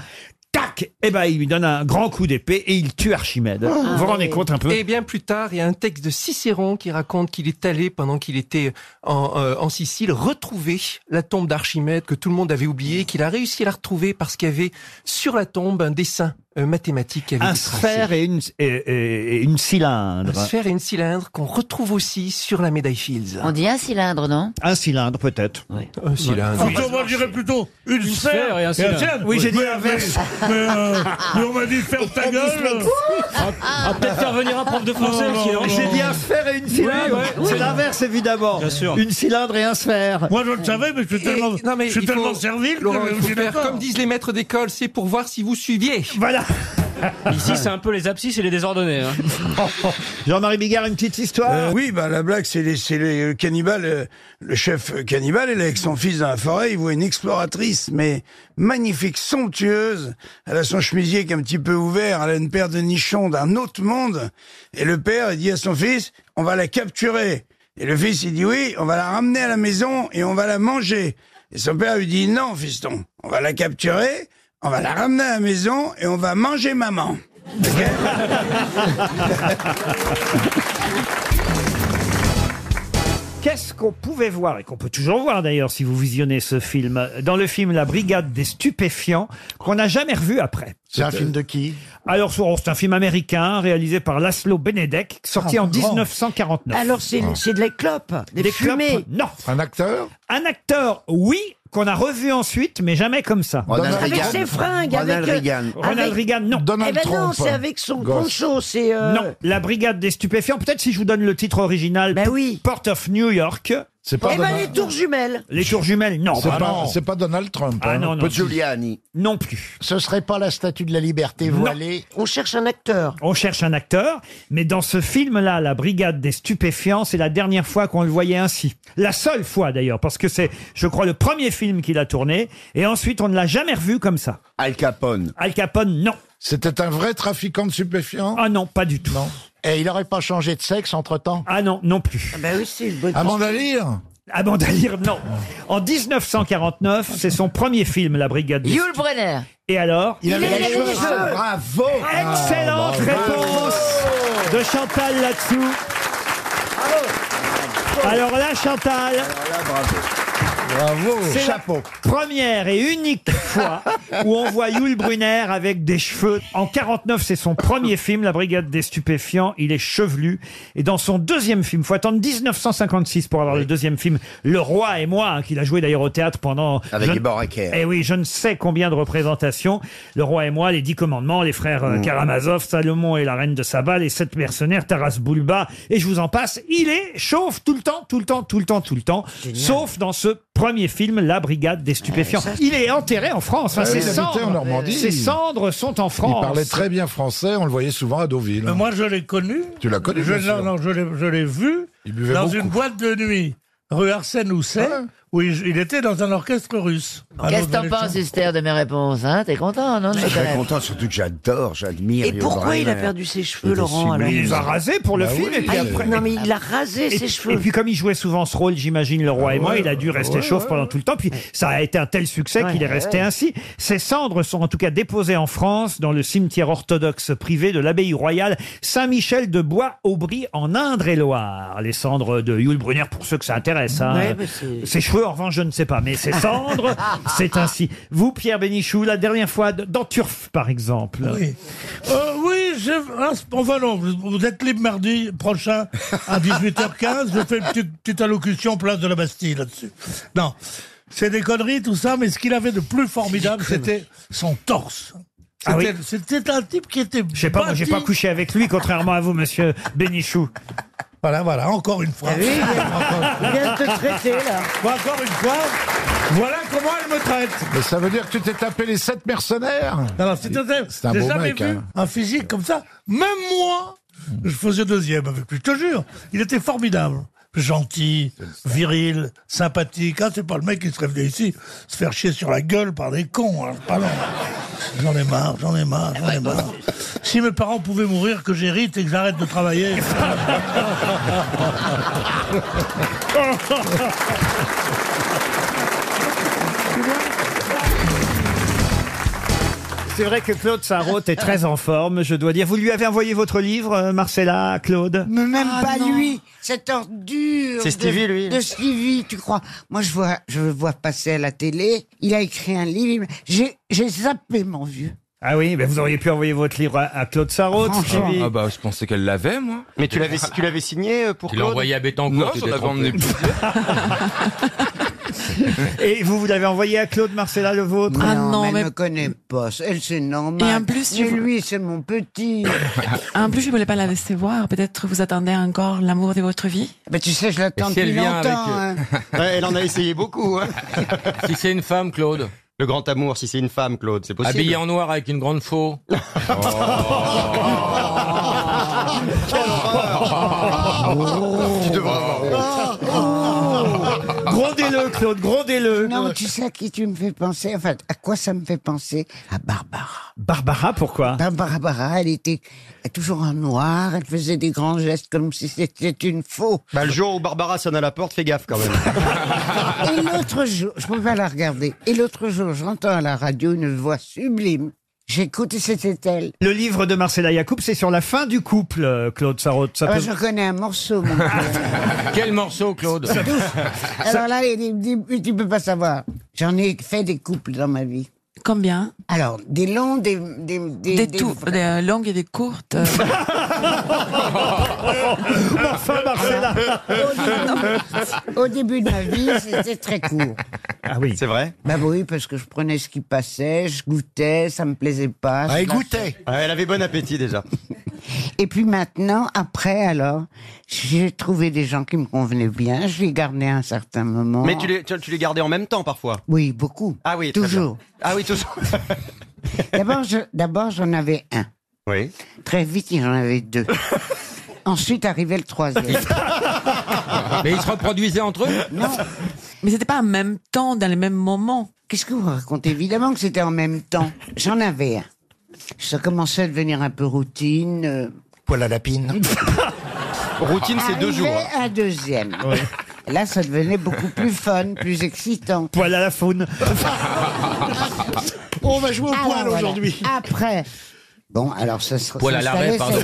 [SPEAKER 1] Tac Et ben, il lui donne un grand coup d'épée et il tue
[SPEAKER 11] Ah.
[SPEAKER 1] Archimède. vous vous rendez compte un peu
[SPEAKER 11] Eh bien, plus tard, il y a un texte de Cicéron qui raconte qu'il est allé, pendant qu'il était en, euh, en Sicile, retrouver la tombe d'Archimède que tout le monde avait oubliée, qu'il a réussi à la retrouver parce qu'il y avait sur la tombe un dessin euh, mathématique qui avait
[SPEAKER 1] Un
[SPEAKER 11] été tracé.
[SPEAKER 1] sphère et une, et- et- et une cylindre.
[SPEAKER 11] Un sphère et une cylindre qu'on retrouve aussi sur la médaille Fields.
[SPEAKER 4] On dit un cylindre, non
[SPEAKER 1] Un cylindre, peut-être.
[SPEAKER 11] Un cylindre.
[SPEAKER 6] Plutôt, moi, je dirais plutôt une, sphère, et un
[SPEAKER 1] cylindre.
[SPEAKER 6] cylindre.
[SPEAKER 1] Oui, j'ai dit
[SPEAKER 6] Mais-
[SPEAKER 1] l'inverse.
[SPEAKER 6] Mais, mais, euh, mais on m'a dit ferme ta gueule. Ah,
[SPEAKER 1] Ah,
[SPEAKER 8] On va peut-être faire venir un prof de français hein.
[SPEAKER 6] Non,
[SPEAKER 8] qui
[SPEAKER 6] non,
[SPEAKER 8] est
[SPEAKER 1] hein. J'ai dit un sphère et une cylindre.
[SPEAKER 8] ouais,
[SPEAKER 1] C'est
[SPEAKER 8] oui.
[SPEAKER 1] l'inverse, évidemment.
[SPEAKER 8] Bien sûr.
[SPEAKER 1] Oh, Une cylindre et un sphère.
[SPEAKER 6] Moi, je le savais, mais je suis
[SPEAKER 11] Et-
[SPEAKER 6] tellement,
[SPEAKER 11] non, mais
[SPEAKER 6] je suis
[SPEAKER 11] il faut-
[SPEAKER 6] tellement servile que
[SPEAKER 11] Laurent,
[SPEAKER 6] je
[SPEAKER 11] il
[SPEAKER 6] me
[SPEAKER 11] faut
[SPEAKER 6] suis
[SPEAKER 11] faire
[SPEAKER 6] d'accord.
[SPEAKER 11] comme disent les maîtres d'école, c'est pour voir si vous suiviez.
[SPEAKER 1] Voilà.
[SPEAKER 8] *laughs* Ici, c'est un peu les abscisses et les désordonnés. hein.
[SPEAKER 1] *laughs* Jean-Marie Bigard, une petite histoire
[SPEAKER 12] Euh, oui, bah, la blague, c'est les, c'est les- le cannibale, euh, le chef cannibale, il est avec son fils dans la forêt, il voit une exploratrice, mais magnifique, somptueuse. Elle a son chemisier qui est un petit peu ouvert, elle a une paire de nichons d'un autre monde. Et le père, il dit à son fils, on va la capturer. Et le fils, il dit oui, on va la ramener à la maison et on va la manger. Et son père lui dit non, fiston, on va la capturer, on va la ramener à la maison et on va manger maman.
[SPEAKER 1] Qu'est-ce qu'on pouvait voir, et qu'on peut toujours voir d'ailleurs si vous visionnez ce film, dans le film La Brigade des Stupéfiants, qu'on n'a jamais revu après
[SPEAKER 3] C'est un film de qui
[SPEAKER 1] Alors, oh, c'est un film américain réalisé par Laszlo Benedek, sorti
[SPEAKER 3] Ah,
[SPEAKER 1] en 1949.
[SPEAKER 9] Alors, c'est c'est de la clope, des,
[SPEAKER 1] Des clopes
[SPEAKER 9] fumées.
[SPEAKER 1] Non.
[SPEAKER 13] Un acteur
[SPEAKER 1] Un acteur, oui, qu'on a revu ensuite, mais jamais comme ça.
[SPEAKER 9] Avec ses fringues,
[SPEAKER 2] Ronald
[SPEAKER 9] avec... euh,
[SPEAKER 2] Reagan.
[SPEAKER 1] Ronald
[SPEAKER 9] avec-
[SPEAKER 1] Reagan, non.
[SPEAKER 9] Eh ben non, c'est avec son poncho, c'est... euh,
[SPEAKER 1] Non, La Brigade des Stupéfiants, peut-être si je vous donne le titre original,
[SPEAKER 9] Ben oui.
[SPEAKER 1] Port of New York.
[SPEAKER 13] C'est
[SPEAKER 9] Eh ben les tours jumelles.
[SPEAKER 1] Les Tours Jumelles, non.
[SPEAKER 13] C'est
[SPEAKER 1] bah
[SPEAKER 13] pas,
[SPEAKER 1] non.
[SPEAKER 13] c'est pas Donald Trump.
[SPEAKER 1] Ah
[SPEAKER 13] hein.
[SPEAKER 1] non, non.
[SPEAKER 3] Giuliani.
[SPEAKER 1] Non plus.
[SPEAKER 2] Ce serait pas la statue de la liberté
[SPEAKER 1] Non.
[SPEAKER 2] voilée
[SPEAKER 9] On cherche un acteur.
[SPEAKER 1] On cherche un acteur, mais dans ce film-là, La Brigade des Stupéfiants, c'est la dernière fois qu'on le voyait ainsi. La seule fois d'ailleurs, parce que c'est, je crois, le premier film qu'il a tourné, et ensuite on ne l'a jamais revu comme ça.
[SPEAKER 13] Al Capone.
[SPEAKER 1] Al Capone, non.
[SPEAKER 13] C'était un vrai trafiquant de stupéfiants
[SPEAKER 1] Ah non, pas du tout.
[SPEAKER 13] Non.
[SPEAKER 2] Et il aurait pas changé de sexe entre-temps
[SPEAKER 1] Ah non, non plus.
[SPEAKER 9] Ah ben oui, c'est une bonne...
[SPEAKER 13] À
[SPEAKER 2] hein.
[SPEAKER 13] Mandalire
[SPEAKER 1] À Bandalire, Ah non. En 1949, c'est son premier film, La Brigade des
[SPEAKER 4] Yul Brenner.
[SPEAKER 1] Et alors
[SPEAKER 4] Il avait les cheveux.
[SPEAKER 2] Bravo
[SPEAKER 1] Excellente
[SPEAKER 4] Ah,
[SPEAKER 1] réponse de Chantal là-dessous. Alors là, Chantal,
[SPEAKER 13] Bravo
[SPEAKER 1] c'est la première et unique fois où on voit Yul Brunner avec des cheveux. En 49, c'est son premier film, La Brigade des Stupéfiants. Il est chevelu. Et dans son deuxième film, faut attendre 1956 pour avoir le deuxième film, Le Roi et moi, hein, qu'il a joué d'ailleurs au théâtre pendant...
[SPEAKER 3] Avec
[SPEAKER 1] je-
[SPEAKER 3] les barraquaires.
[SPEAKER 1] eh oui, je ne sais combien de représentations. Le roi et moi, les dix commandements, les frères euh, Karamazov, Salomon et la reine de Saba, les sept mercenaires, Taras Bulba, et je vous en passe. Il est chauve tout le temps, tout le temps, tout le temps, tout le temps. Sauf dans ce premier film, La Brigade des Stupéfiants. Il est enterré en France. hein,
[SPEAKER 13] Ouais,
[SPEAKER 1] ses,
[SPEAKER 13] il habitait
[SPEAKER 1] cendres,
[SPEAKER 13] en Normandie.
[SPEAKER 1] ses cendres sont en
[SPEAKER 13] Il
[SPEAKER 1] France. Euh,
[SPEAKER 13] parlait très bien français, on le voyait souvent à Deauville.
[SPEAKER 6] Mais moi, je l'ai connu.
[SPEAKER 13] Tu la connais,
[SPEAKER 6] je,
[SPEAKER 13] bien sûr.
[SPEAKER 6] Non, non, je l'ai, je l'ai vu
[SPEAKER 13] Il buvait
[SPEAKER 6] dans
[SPEAKER 13] beaucoup.
[SPEAKER 6] une boîte de nuit, rue Arsène Housset,
[SPEAKER 13] Ah ouais.
[SPEAKER 6] où il, il était dans un orchestre russe.
[SPEAKER 4] Qu'est-ce
[SPEAKER 6] Alors,
[SPEAKER 4] que t'en
[SPEAKER 6] je
[SPEAKER 4] penses,
[SPEAKER 6] l'ai-
[SPEAKER 4] Esther, de mes réponses hein T'es content, non de
[SPEAKER 8] Je
[SPEAKER 4] me
[SPEAKER 8] suis très
[SPEAKER 4] connaître
[SPEAKER 8] content, surtout que j'adore, j'admire.
[SPEAKER 9] Et
[SPEAKER 8] Yul
[SPEAKER 9] pourquoi il a
[SPEAKER 8] Brynner.
[SPEAKER 9] perdu ses
[SPEAKER 8] Il
[SPEAKER 9] cheveux,
[SPEAKER 8] est
[SPEAKER 9] Laurent alors
[SPEAKER 1] Il les a rasés pour le
[SPEAKER 13] Bah
[SPEAKER 1] film
[SPEAKER 13] oui.
[SPEAKER 1] et puis
[SPEAKER 13] Ah,
[SPEAKER 1] après.
[SPEAKER 9] Non mais il a rasé
[SPEAKER 1] Et,
[SPEAKER 9] ses
[SPEAKER 1] et
[SPEAKER 9] cheveux.
[SPEAKER 1] puis comme il jouait souvent ce rôle, j'imagine, le roi et moi,
[SPEAKER 13] ouais,
[SPEAKER 1] il a dû rester
[SPEAKER 13] ouais,
[SPEAKER 1] chauve
[SPEAKER 13] ouais.
[SPEAKER 1] pendant tout le temps. Puis ça a été un tel succès qu'il est resté ainsi. Ses cendres sont en tout cas déposées en France dans le cimetière orthodoxe privé de l'abbaye royale Saint-Michel de Bois-Aubry en Indre-et-Loire. Les cendres de Yul Brunner pour ceux que ça intéresse. hein.
[SPEAKER 9] Ouais, mais c'est-
[SPEAKER 1] ses cheveux, en revanche, je ne sais pas, mais
[SPEAKER 9] *laughs*
[SPEAKER 1] ses cendres, c'est ainsi. Vous, Pierre Bénichou, la dernière fois d- dans Turf, par exemple.
[SPEAKER 6] Oui. Euh, oui, je- ah, c'est- enfin non, vous, vous êtes libre mardi prochain à 18h15. Je fais une petite, petite allocution place de la Bastille là-dessus. Non, c'est des conneries tout ça, mais ce qu'il avait de plus formidable, c'était son torse.
[SPEAKER 1] Ah oui.
[SPEAKER 6] C'était c'était un type qui était.
[SPEAKER 1] Je sais pas, moi, j'ai pas
[SPEAKER 6] bâti-
[SPEAKER 1] couché avec lui, contrairement à vous, monsieur Bénichou.
[SPEAKER 6] Voilà, voilà, encore une
[SPEAKER 13] Ah
[SPEAKER 9] Ah
[SPEAKER 6] *laughs* fois.
[SPEAKER 9] Il vient de te traiter là.
[SPEAKER 6] Encore une fois, voilà comment elle me traite.
[SPEAKER 13] Mais ça veut dire que tu t'es tapé les sept mercenaires
[SPEAKER 6] Non, non, c'est un,
[SPEAKER 13] C'est un
[SPEAKER 6] j'ai
[SPEAKER 13] beau
[SPEAKER 6] jamais
[SPEAKER 13] mec,
[SPEAKER 6] vu
[SPEAKER 13] hein.
[SPEAKER 6] un physique comme ça. Même moi, je faisais deuxième avec lui, je te jure. Il était formidable. Gentil, viril, sympathique. Ah, c'est pas le mec qui serait venu ici se faire chier sur la gueule par des cons. hein, pas non. J'en ai marre, j'en ai marre, j'en ai marre. Si mes parents pouvaient mourir, que j'hérite et que j'arrête de
[SPEAKER 13] *laughs*
[SPEAKER 6] travailler.
[SPEAKER 1] C'est vrai que Claude Sarraute est très en forme, je dois dire. Vous lui avez envoyé votre livre, euh, Marcella, Claude
[SPEAKER 14] Mais même
[SPEAKER 1] Ah,
[SPEAKER 14] pas
[SPEAKER 1] non.
[SPEAKER 14] lui, cette ordure.
[SPEAKER 1] C'est
[SPEAKER 14] de-
[SPEAKER 1] Stevie, lui.
[SPEAKER 14] De Stevie, tu crois Moi, je vois, je le vois passer à la télé. Il a écrit un livre. J'ai, j'ai zappé mon vieux.
[SPEAKER 1] Ah oui, mais vous auriez pu envoyer votre livre à, à Claude Sarraute, Stevie.
[SPEAKER 15] Ah bah, je pensais qu'elle l'avait, moi.
[SPEAKER 16] Mais tu l'avais, tu l'avais signé euh, pour
[SPEAKER 15] Tu l'as
[SPEAKER 16] Claude
[SPEAKER 15] envoyé à Bettencourt,
[SPEAKER 16] Non,
[SPEAKER 15] tu
[SPEAKER 16] j'en
[SPEAKER 15] t'es
[SPEAKER 16] avais
[SPEAKER 15] trompé.
[SPEAKER 16] emmené plus.
[SPEAKER 1] *laughs* Et vous, vous l'avez envoyé à Claude Marcella, le vôtre
[SPEAKER 14] Ah non, mais elle me connaît pas. Elle, c'est normal.
[SPEAKER 17] Et en plus,
[SPEAKER 14] mais
[SPEAKER 17] je-
[SPEAKER 14] lui, c'est mon petit.
[SPEAKER 17] Ah, En plus, je ne voulais pas la décevoir. Peut-être vous attendez encore l'amour de
[SPEAKER 1] *laughs*
[SPEAKER 17] votre vie.
[SPEAKER 14] Mais tu sais, je
[SPEAKER 16] Et
[SPEAKER 14] l'attends
[SPEAKER 16] si elle
[SPEAKER 14] depuis
[SPEAKER 16] vient avec. euh,
[SPEAKER 14] longtemps. hein.
[SPEAKER 16] Ouais, elle en a essayé beaucoup. hein.
[SPEAKER 15] *laughs* Si c'est une femme, Claude.
[SPEAKER 16] Le grand amour, si c'est une femme, Claude, c'est possible.
[SPEAKER 15] Habillée en noir avec une grande faux.
[SPEAKER 4] Oh.
[SPEAKER 16] Tu devrais avoir honte.
[SPEAKER 14] hein.
[SPEAKER 1] Grondez-le, Claude, grondez-le.
[SPEAKER 14] Non, mais tu sais à qui tu me fais penser Enfin, à quoi ça me fait penser À Barbara.
[SPEAKER 1] Barbara, pourquoi
[SPEAKER 14] Barbara, Barbara, elle était toujours en noir, elle faisait des grands gestes comme si c'était une faux.
[SPEAKER 16] Bah, le jour où Barbara sonne à la porte, fais gaffe quand même.
[SPEAKER 14] *laughs* Et l'autre jour, je pouvais la regarder, et l'autre jour, j'entends à la radio une voix sublime. J'écoute et c'était elle.
[SPEAKER 1] Le livre de Marcella Yacoub, c'est sur la fin du couple, euh, Claude Sarraute. Ça
[SPEAKER 14] Ah,
[SPEAKER 16] bah,
[SPEAKER 1] peut-
[SPEAKER 14] Je reconnais un morceau, mon
[SPEAKER 1] *laughs*
[SPEAKER 15] Quel morceau, Claude
[SPEAKER 14] *laughs* Alors là, il me dit, tu peux pas savoir. J'en ai fait des couples dans ma vie.
[SPEAKER 17] Combien
[SPEAKER 14] Alors, des longs, des... Des, des,
[SPEAKER 17] Des
[SPEAKER 14] des
[SPEAKER 17] tout-
[SPEAKER 14] vrais.
[SPEAKER 17] des, euh, longues et
[SPEAKER 14] *laughs*
[SPEAKER 17] des courtes.
[SPEAKER 1] enfin, Marcella
[SPEAKER 14] *laughs*
[SPEAKER 4] Oh,
[SPEAKER 14] Au début de ma vie, c'était très court.
[SPEAKER 1] Ah oui.
[SPEAKER 16] C'est vrai
[SPEAKER 14] Bah oui, parce que je prenais ce qui passait, je goûtais, ça me plaisait pas. je lâchais.
[SPEAKER 16] Ah, Elle avait bon appétit déjà.
[SPEAKER 14] Et puis maintenant, après, alors, j'ai trouvé des gens qui me convenaient bien, je les gardais à un certain moment.
[SPEAKER 16] Mais tu les, tu, tu les gardais en même temps parfois.
[SPEAKER 14] Oui, beaucoup.
[SPEAKER 16] Ah oui, très
[SPEAKER 14] Toujours.
[SPEAKER 16] bien. Ah oui, toujours.
[SPEAKER 14] *laughs* D'abord, je- d'abord, j'en avais un.
[SPEAKER 16] Oui.
[SPEAKER 14] Très vite, j'en
[SPEAKER 16] *laughs*
[SPEAKER 14] avais deux. Ensuite arrivait le
[SPEAKER 16] Ah,
[SPEAKER 14] troisième.
[SPEAKER 15] Mais ils se reproduisaient entre eux
[SPEAKER 14] Non.
[SPEAKER 17] Mais c'était pas en même temps, dans les mêmes moments.
[SPEAKER 14] Qu'est-ce que vous racontez Évidemment que c'était en même temps. J'en avais un. Ça commençait à devenir un peu routine. euh,
[SPEAKER 2] Poil à
[SPEAKER 14] *laughs*
[SPEAKER 2] lapine.
[SPEAKER 16] Routine, c'est deux jours. hein.
[SPEAKER 14] Arrivait Un deuxième. Là, ça devenait beaucoup plus fun, plus excitant.
[SPEAKER 1] Poil à la faune.
[SPEAKER 14] On va jouer au
[SPEAKER 2] poil aujourd'hui.
[SPEAKER 14] Ah, Après. Bon, alors ça serait.
[SPEAKER 15] Poil à l'arrêt, pardon.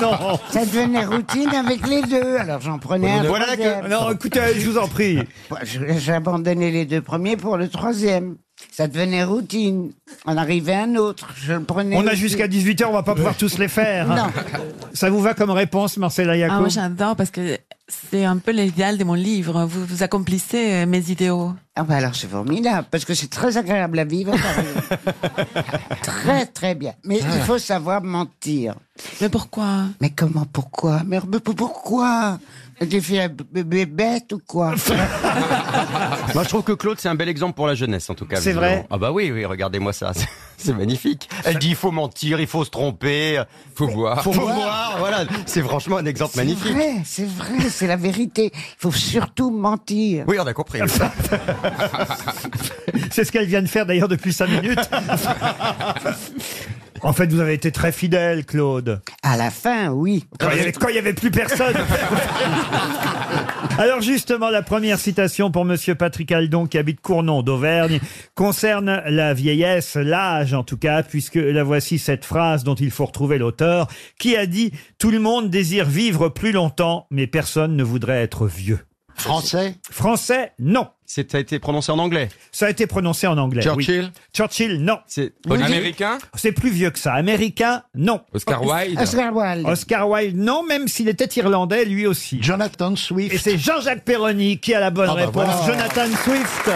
[SPEAKER 14] non. Ça devenait routine avec les deux. Alors j'en prenais un.
[SPEAKER 15] Voilà la
[SPEAKER 14] troisième.
[SPEAKER 15] queue. Non, écoutez, je vous en prie.
[SPEAKER 14] Je- J'ai abandonné les deux premiers pour le troisième. Ça devenait routine. On arrivait un autre. Je le prenais.
[SPEAKER 1] *laughs* On a
[SPEAKER 14] aussi.
[SPEAKER 1] jusqu'à 18h, on va pas pouvoir tous les faire. hein. Ça vous va comme réponse, Marcella
[SPEAKER 17] Ah,
[SPEAKER 1] Yacoub
[SPEAKER 17] moi, j'adore parce que c'est un peu l'idéal de mon livre. Vous, vous accomplissez euh, mes idéaux.
[SPEAKER 14] Ah bah alors c'est formidable, parce que c'est très agréable à vivre. par exemple. très très bien. Mais il faut savoir mentir.
[SPEAKER 17] Mais pourquoi
[SPEAKER 14] Mais comment, pourquoi Mais mais pour- pourquoi J'ai fait un b- b- bête ou quoi
[SPEAKER 15] Ah.
[SPEAKER 16] Moi, je trouve que Claude, c'est un bel exemple pour la jeunesse, en tout cas.
[SPEAKER 14] C'est
[SPEAKER 16] visiblement.
[SPEAKER 14] vrai
[SPEAKER 16] Ah bah oui, oui, regardez-moi ça. *laughs* C'est- C'est magnifique. Elle dit, il faut mentir, il faut se tromper. Faut voir. Faut,
[SPEAKER 14] Faut
[SPEAKER 16] voir.
[SPEAKER 14] voir.
[SPEAKER 16] voilà. C'est franchement un exemple
[SPEAKER 14] C'est
[SPEAKER 16] *laughs* magnifique.
[SPEAKER 14] vrai, c'est vrai, c'est la vérité. Il faut surtout mentir.
[SPEAKER 16] Oui, on a
[SPEAKER 14] *laughs*
[SPEAKER 16] compris.
[SPEAKER 1] *laughs* C'est ce qu'elle vient de faire d'ailleurs depuis 5
[SPEAKER 14] *laughs*
[SPEAKER 1] minutes. en fait, vous avez été très fidèle, Claude.
[SPEAKER 14] À la fin, oui.
[SPEAKER 1] Quand il y avait- quand il n'y avait plus personne. Alors justement, la première citation pour Monsieur Patrick Aldon, qui habite Cournon d'Auvergne, concerne la vieillesse, l'âge en tout cas, puisque la voici cette phrase dont il faut retrouver l'auteur, qui a dit « Tout le monde désire vivre plus longtemps, mais personne ne voudrait être vieux ».
[SPEAKER 16] Français
[SPEAKER 1] Français, non.
[SPEAKER 16] Ça a été prononcé en anglais
[SPEAKER 1] Ça a été prononcé en anglais, oui.
[SPEAKER 15] Churchill
[SPEAKER 1] Churchill, non.
[SPEAKER 16] C'est
[SPEAKER 15] Américain
[SPEAKER 1] C'est plus vieux que ça. Américain, non.
[SPEAKER 15] Oscar Wilde
[SPEAKER 14] Oscar Wilde.
[SPEAKER 1] Oscar Wilde, non, même s'il était irlandais, lui aussi.
[SPEAKER 2] Jonathan Swift.
[SPEAKER 1] Et c'est Jean-Jacques Perroni qui a la bonne
[SPEAKER 2] Ah bah
[SPEAKER 1] réponse.
[SPEAKER 2] voilà.
[SPEAKER 1] Jonathan Swift.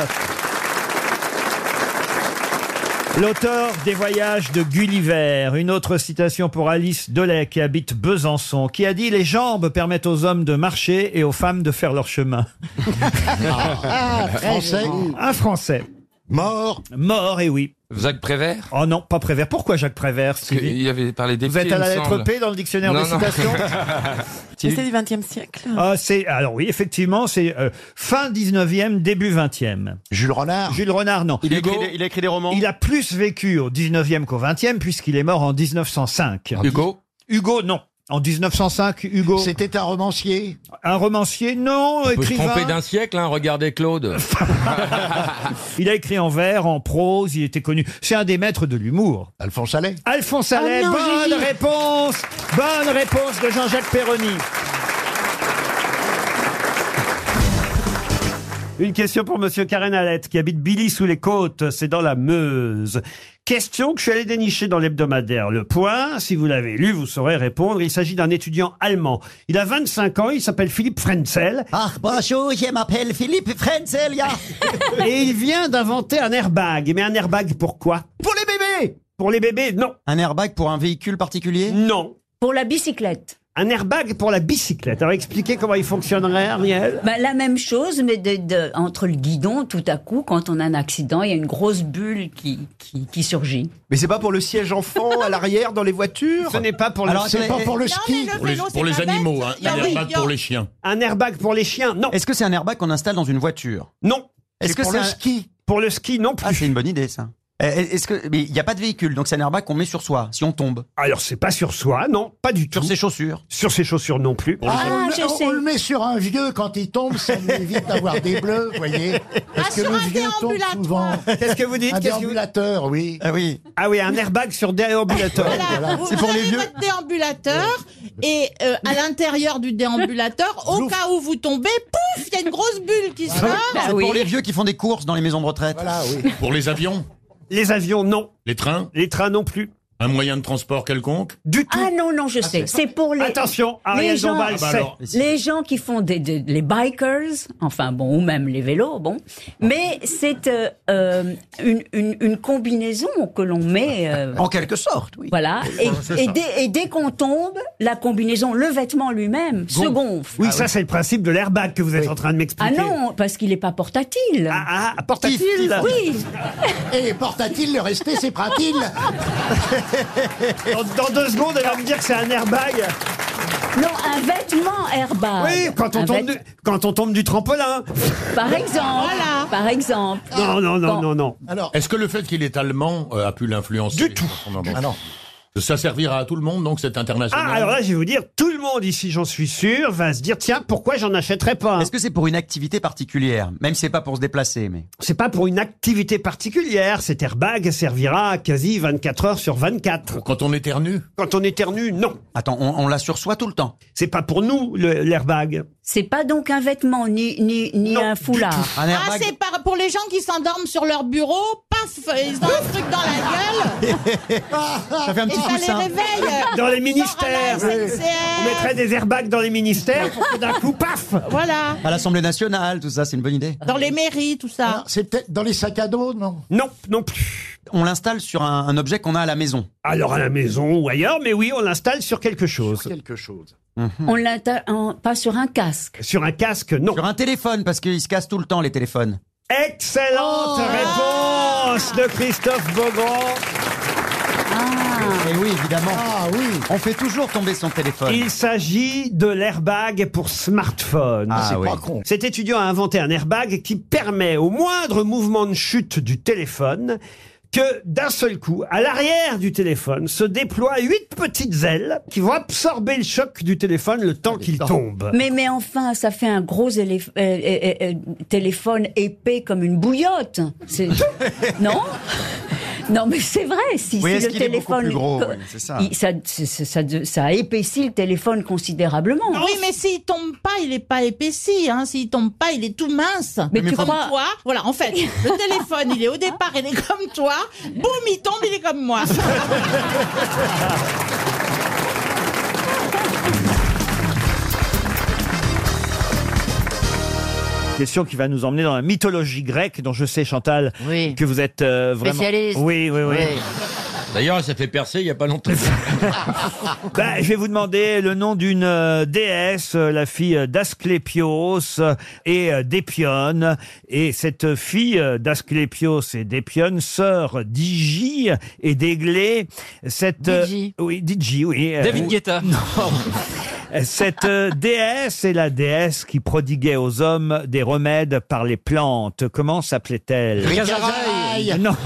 [SPEAKER 1] L'auteur des voyages de Gulliver, une autre citation pour Alice Delay qui habite Besançon, qui a dit Les jambes permettent aux hommes de marcher et aux femmes de faire leur chemin.
[SPEAKER 14] Ah, très
[SPEAKER 1] Français.
[SPEAKER 14] joli.
[SPEAKER 1] Un Français. Mort. Mort, et oui.
[SPEAKER 15] Jacques Prévert
[SPEAKER 1] Oh non, pas Prévert. Pourquoi Jacques Prévert
[SPEAKER 15] Parce
[SPEAKER 1] Stevie
[SPEAKER 15] qu'il avait parlé des
[SPEAKER 1] Vous êtes à la lettre P dans le dictionnaire
[SPEAKER 15] Non,
[SPEAKER 1] des
[SPEAKER 15] non.
[SPEAKER 1] *laughs* citations
[SPEAKER 17] Mais C'est du XXe siècle.
[SPEAKER 1] Ah, c'est alors oui, effectivement, c'est euh, fin 19e, début 20e. Jules Renard. Jules Renard, non.
[SPEAKER 16] Il a, écrit des, il a écrit des romans
[SPEAKER 1] Il a plus vécu au 19e qu'au 20e puisqu'il est mort en 1905.
[SPEAKER 15] Hugo
[SPEAKER 1] Hugo, non.
[SPEAKER 3] En 1905, Hugo.
[SPEAKER 17] C'était un romancier
[SPEAKER 3] Un romancier, non,
[SPEAKER 15] peut se
[SPEAKER 3] écrivain.
[SPEAKER 15] tromper d'un siècle, hein, regardez Claude.
[SPEAKER 3] Il a écrit en vers, en prose, il était connu. C'est un des maîtres de l'humour.
[SPEAKER 17] Alphonse Allais
[SPEAKER 3] Alphonse Allais,
[SPEAKER 14] Oh
[SPEAKER 17] Ah non,
[SPEAKER 3] bonne
[SPEAKER 17] Gigi.
[SPEAKER 3] réponse Bonne réponse de Jean-Jacques Perroni.
[SPEAKER 1] Une question pour Monsieur Karen Alette, qui habite Billy sous les côtes, c'est dans la Meuse. Question que je suis allé dénicher dans l'hebdomadaire Le Point. Si vous l'avez lu, vous saurez répondre. Il s'agit d'un étudiant allemand. Il a 25 ans, il s'appelle Philippe Frenzel.
[SPEAKER 17] Ah, bonjour, je m'appelle Philippe Frenzel, ya.
[SPEAKER 1] *laughs* Et il vient d'inventer un airbag. Mais un airbag pourquoi
[SPEAKER 17] Pour les bébés
[SPEAKER 1] Pour les bébés, non.
[SPEAKER 17] Un airbag pour un véhicule particulier
[SPEAKER 1] Non.
[SPEAKER 10] Pour la bicyclette.
[SPEAKER 1] Un airbag pour la bicyclette. Alors expliquez comment il fonctionnerait, Ariel.
[SPEAKER 10] Bah, la même chose, mais de- de- entre le guidon, tout à coup, quand on a un accident, il y a une grosse bulle qui, qui, qui surgit.
[SPEAKER 17] Mais c'est pas pour le siège enfant à l'arrière dans les voitures
[SPEAKER 1] Ce n'est pas pour le
[SPEAKER 17] Alors, c'est
[SPEAKER 1] siège-
[SPEAKER 17] pas pour le
[SPEAKER 1] Non,
[SPEAKER 17] ski.
[SPEAKER 1] mais le Pour les- vélo, pour c'est les pas bête. animaux, hein. Il y a Un oui, airbag il y a- pour les chiens. Un airbag pour les chiens, non.
[SPEAKER 17] Est-ce que c'est un airbag qu'on installe dans une voiture
[SPEAKER 1] Non.
[SPEAKER 17] Est-ce que
[SPEAKER 1] pour
[SPEAKER 17] c'est
[SPEAKER 1] le
[SPEAKER 17] un-
[SPEAKER 1] ski Pour le ski, non plus.
[SPEAKER 17] Ah, c'est une bonne idée, ça. Euh, Est-ce que mais il n'y a pas de véhicule, donc c'est un airbag qu'on met sur soi si on tombe.
[SPEAKER 1] Alors c'est pas sur soi, non, pas du tout.
[SPEAKER 17] Sur ses chaussures.
[SPEAKER 1] Sur ses chaussures non plus.
[SPEAKER 17] Ah,
[SPEAKER 7] on, le- on- on le met sur un vieux quand il tombe, ça lui évite d'avoir des bleus, vous
[SPEAKER 17] *laughs*
[SPEAKER 7] voyez. Parce Ah, que le vieux tombe souvent.
[SPEAKER 1] Qu'est-ce que vous dites
[SPEAKER 7] Un
[SPEAKER 1] Qu'est-ce que vous-
[SPEAKER 7] déambulateur, oui.
[SPEAKER 17] Ah oui.
[SPEAKER 1] Ah oui, un airbag sur déambulateur.
[SPEAKER 4] Vous, vous avez votre déambulateur et euh, à l'intérieur du déambulateur, au cas où vous tombez, pouf, il y a une grosse bulle
[SPEAKER 1] Bah
[SPEAKER 4] qui sort.
[SPEAKER 17] c'est pour les vieux qui font des courses dans les maisons de retraite.
[SPEAKER 13] Pour les avions
[SPEAKER 1] Les avions, non.
[SPEAKER 13] Les trains
[SPEAKER 1] Les trains, non plus.
[SPEAKER 13] Un moyen de transport quelconque
[SPEAKER 1] Du
[SPEAKER 10] tout. Ah non, non, je sais. C'est pour les.
[SPEAKER 1] Attention, Ariel
[SPEAKER 10] les gens,
[SPEAKER 1] Dombal Ah bah sait. alors.
[SPEAKER 10] les gens qui font des, des- les bikers, enfin bon, ou même les vélos, bon. Mais c'est euh, euh, une, une, une combinaison que l'on met. euh,
[SPEAKER 17] En quelque sorte, oui.
[SPEAKER 10] Voilà. Et,
[SPEAKER 17] C'est
[SPEAKER 10] et
[SPEAKER 17] ça.
[SPEAKER 10] dès, et dès qu'on tombe, la combinaison, le vêtement lui-même, se gonfle.
[SPEAKER 1] Oui,
[SPEAKER 17] Ah
[SPEAKER 1] ça c'est le principe de l'airbag que vous êtes en train de
[SPEAKER 10] Ah
[SPEAKER 1] m'expliquer.
[SPEAKER 10] non, parce qu'il n'est pas portatile.
[SPEAKER 1] Ah, ah, portatile
[SPEAKER 4] *laughs*
[SPEAKER 10] Oui.
[SPEAKER 7] Et portatile, le rester, c'est pratique.
[SPEAKER 1] *laughs* Dans, dans deux secondes, elle va me dire que c'est un airbag.
[SPEAKER 10] Non, un vêtement airbag.
[SPEAKER 1] Oui, quand on,
[SPEAKER 10] Ah, ben, Un
[SPEAKER 1] tombe
[SPEAKER 10] vêt-
[SPEAKER 1] du, quand on tombe du trampolin.
[SPEAKER 10] Par exemple. Par exemple.
[SPEAKER 17] Ah,
[SPEAKER 13] Non, non, non,
[SPEAKER 10] Bon.
[SPEAKER 13] non,
[SPEAKER 1] non.
[SPEAKER 13] Est-ce que le fait qu'il est allemand euh, a pu l'influencer Du tout.
[SPEAKER 17] Ah
[SPEAKER 13] Ça servira à tout le monde, donc c'est international.
[SPEAKER 1] *laughs* Ah, alors là, je vais vous dire, tout le monde ici, j'en suis sûr, va se dire tiens, pourquoi j'en achèterais pas hein. un
[SPEAKER 17] Est-ce que c'est pour une activité particulière Même si c'est pas pour se déplacer, mais.
[SPEAKER 1] C'est pas pour une activité particulière. Cet airbag servira à quasi 24 heures sur 24.
[SPEAKER 13] Quand on éternue
[SPEAKER 1] Quand on éternue, non.
[SPEAKER 17] Attends, on, on l'a sur soi tout le temps.
[SPEAKER 1] C'est pas pour nous, le- l'airbag.
[SPEAKER 10] C'est pas donc un vêtement ni, ni, ni un foulard.
[SPEAKER 4] Ah, c'est par- pour les gens qui s'endorment sur leur bureau, paf, ils ont un truc dans la gueule.
[SPEAKER 1] Ça fait un petit hein.
[SPEAKER 4] et ça
[SPEAKER 1] coussin.
[SPEAKER 4] les réveille.
[SPEAKER 1] Dans les
[SPEAKER 4] Ils sont
[SPEAKER 1] ministères.
[SPEAKER 4] à la SNCF.
[SPEAKER 1] On mettrait des airbags dans les ministères pour que d'un coup, paf
[SPEAKER 4] Voilà.
[SPEAKER 17] À l'Assemblée nationale, tout ça, c'est une bonne idée.
[SPEAKER 4] Dans les mairies, tout ça.
[SPEAKER 7] Ah, C'est peut-être dans les sacs à dos, non
[SPEAKER 1] Non, non plus. Ah,
[SPEAKER 17] On l'installe sur un, un objet qu'on a à la maison.
[SPEAKER 1] Alors à la maison ou ailleurs, mais oui, on l'installe sur quelque chose. Sur
[SPEAKER 17] quelque chose.
[SPEAKER 10] On l'intègre en- pas sur un casque.
[SPEAKER 1] Sur un casque, non.
[SPEAKER 17] Sur un téléphone, parce qu'ils se cassent tout le temps, les téléphones.
[SPEAKER 1] Excellente
[SPEAKER 17] Ah.
[SPEAKER 1] réponse de Christophe Beaugrand.
[SPEAKER 17] Et Ah. Eh oui, évidemment. On fait toujours tomber son téléphone.
[SPEAKER 1] Il s'agit de l'airbag pour smartphone.
[SPEAKER 17] Ah, c'est oui. pas con.
[SPEAKER 1] Cet étudiant a inventé un airbag qui permet au moindre mouvement de chute du téléphone que d'un seul coup, à l'arrière du téléphone, se déploient huit petites ailes qui vont absorber le choc du téléphone le
[SPEAKER 17] Ah,
[SPEAKER 1] temps qu'il tombe.
[SPEAKER 10] Mais, mais enfin, ça fait un gros éléph- euh, euh, euh, téléphone épais comme une bouillotte.
[SPEAKER 17] *laughs*
[SPEAKER 10] C'est- non Non, mais c'est vrai. Si,
[SPEAKER 17] Oui,
[SPEAKER 10] si
[SPEAKER 17] est-ce
[SPEAKER 10] le
[SPEAKER 17] qu'il est beaucoup
[SPEAKER 10] téléphone.
[SPEAKER 17] plus gros
[SPEAKER 10] co-
[SPEAKER 17] Oui, c'est ça.
[SPEAKER 10] il- ça, c'est- c'est- ça de- ça épaissit le téléphone considérablement.
[SPEAKER 4] Oui, mais s'il tombe pas, il est pas épaissi. Hein. S'il tombe pas, il est tout mince.
[SPEAKER 10] Mais Mais tu
[SPEAKER 4] comme
[SPEAKER 10] crois-
[SPEAKER 4] toi. Voilà, en fait, le
[SPEAKER 18] *laughs*
[SPEAKER 4] téléphone, il est au départ, il est comme toi. Boum, il tombe, il est comme moi.
[SPEAKER 3] Question qui va nous emmener dans la mythologie grecque, dont je sais, Chantal, que vous êtes euh, vraiment...
[SPEAKER 19] Spécialiste.
[SPEAKER 3] Oui, oui, oui.
[SPEAKER 19] Oui.
[SPEAKER 13] D'ailleurs, elle s'est fait percer il n'y a pas longtemps.
[SPEAKER 3] Bah, je vais vous demander le nom d'une euh, déesse, euh, la fille euh, d'Asclépios euh, et euh, d'Épione. Et cette fille euh, d'Asclépios et d'Épione, sœur d'Igie et d'Églé, cette... euh, Oui, d'Igie, oui. euh,
[SPEAKER 20] David
[SPEAKER 3] oui. *laughs*
[SPEAKER 20] Guetta.
[SPEAKER 3] Cette euh, déesse est la déesse qui prodiguait aux hommes des remèdes par les plantes. Comment s'appelait-elle
[SPEAKER 20] Ricazaraï.
[SPEAKER 3] Non.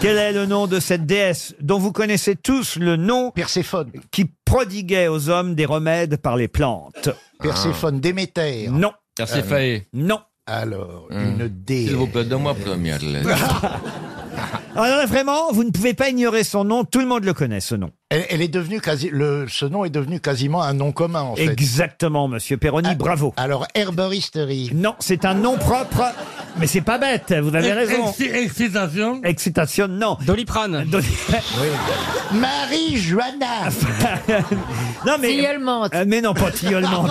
[SPEAKER 1] Quel est le nom de cette déesse dont vous connaissez tous le nom
[SPEAKER 3] Perséphone.
[SPEAKER 1] Qui prodiguait aux hommes des remèdes par les plantes.
[SPEAKER 3] Perséphone,
[SPEAKER 1] Déméter. Non.
[SPEAKER 7] Ah,
[SPEAKER 15] Perséphée.
[SPEAKER 1] Non.
[SPEAKER 3] Alors,
[SPEAKER 8] Hmm.
[SPEAKER 15] une
[SPEAKER 3] D.
[SPEAKER 15] S'il vous plaît, donne-moi première lettre.
[SPEAKER 1] Euh, Alors là, vraiment, vous ne pouvez pas ignorer son nom. Tout le monde le connaît, ce nom.
[SPEAKER 3] *laughs* Elle, elle est devenue quasi, le, ce nom est devenu quasiment un nom commun en fait. Ah,
[SPEAKER 1] Exactement, monsieur Perroni, bravo.
[SPEAKER 3] Alors, herboristerie.
[SPEAKER 1] Non, c'est un nom propre, mais c'est pas bête, vous avez raison.
[SPEAKER 6] Excitation.
[SPEAKER 1] Excitation, non. *laughs* Doliprane.
[SPEAKER 3] Marie Joanna.
[SPEAKER 1] *laughs* non, mais. Euh, mais non, pas tilleulement.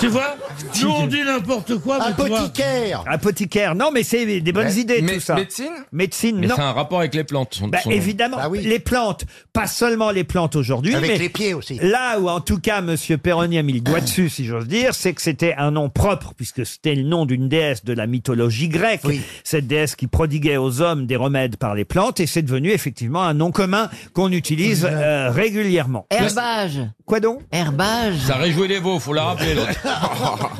[SPEAKER 6] Tu vois Nous, on dit n'importe quoi. mais tu vois-
[SPEAKER 1] Apothicaire. Non, mais c'est des bonnes
[SPEAKER 15] Ouais.
[SPEAKER 1] idées,
[SPEAKER 15] Mé-
[SPEAKER 1] tout ça.
[SPEAKER 15] médecine
[SPEAKER 1] Médecine,
[SPEAKER 15] Mais
[SPEAKER 1] non.
[SPEAKER 15] c'est un rapport avec les plantes. son-
[SPEAKER 1] Bah,
[SPEAKER 15] son nom.
[SPEAKER 1] évidemment, les plantes, pas seulement les plantes aujourd'hui,
[SPEAKER 15] Avec
[SPEAKER 1] mais
[SPEAKER 15] les pieds aussi.
[SPEAKER 1] Là où en tout cas Monsieur Perroni a mis le doigt dessus, si j'ose dire, c'est que c'était un nom propre puisque c'était le nom d'une déesse de la mythologie grecque, cette déesse qui prodiguait aux hommes des remèdes par les plantes, et c'est devenu effectivement un nom commun qu'on utilise euh, régulièrement.
[SPEAKER 4] Herbage.
[SPEAKER 1] Quoi donc
[SPEAKER 4] Herbage.
[SPEAKER 15] Ça réjouit les veaux, faut la rappeler. l'autre.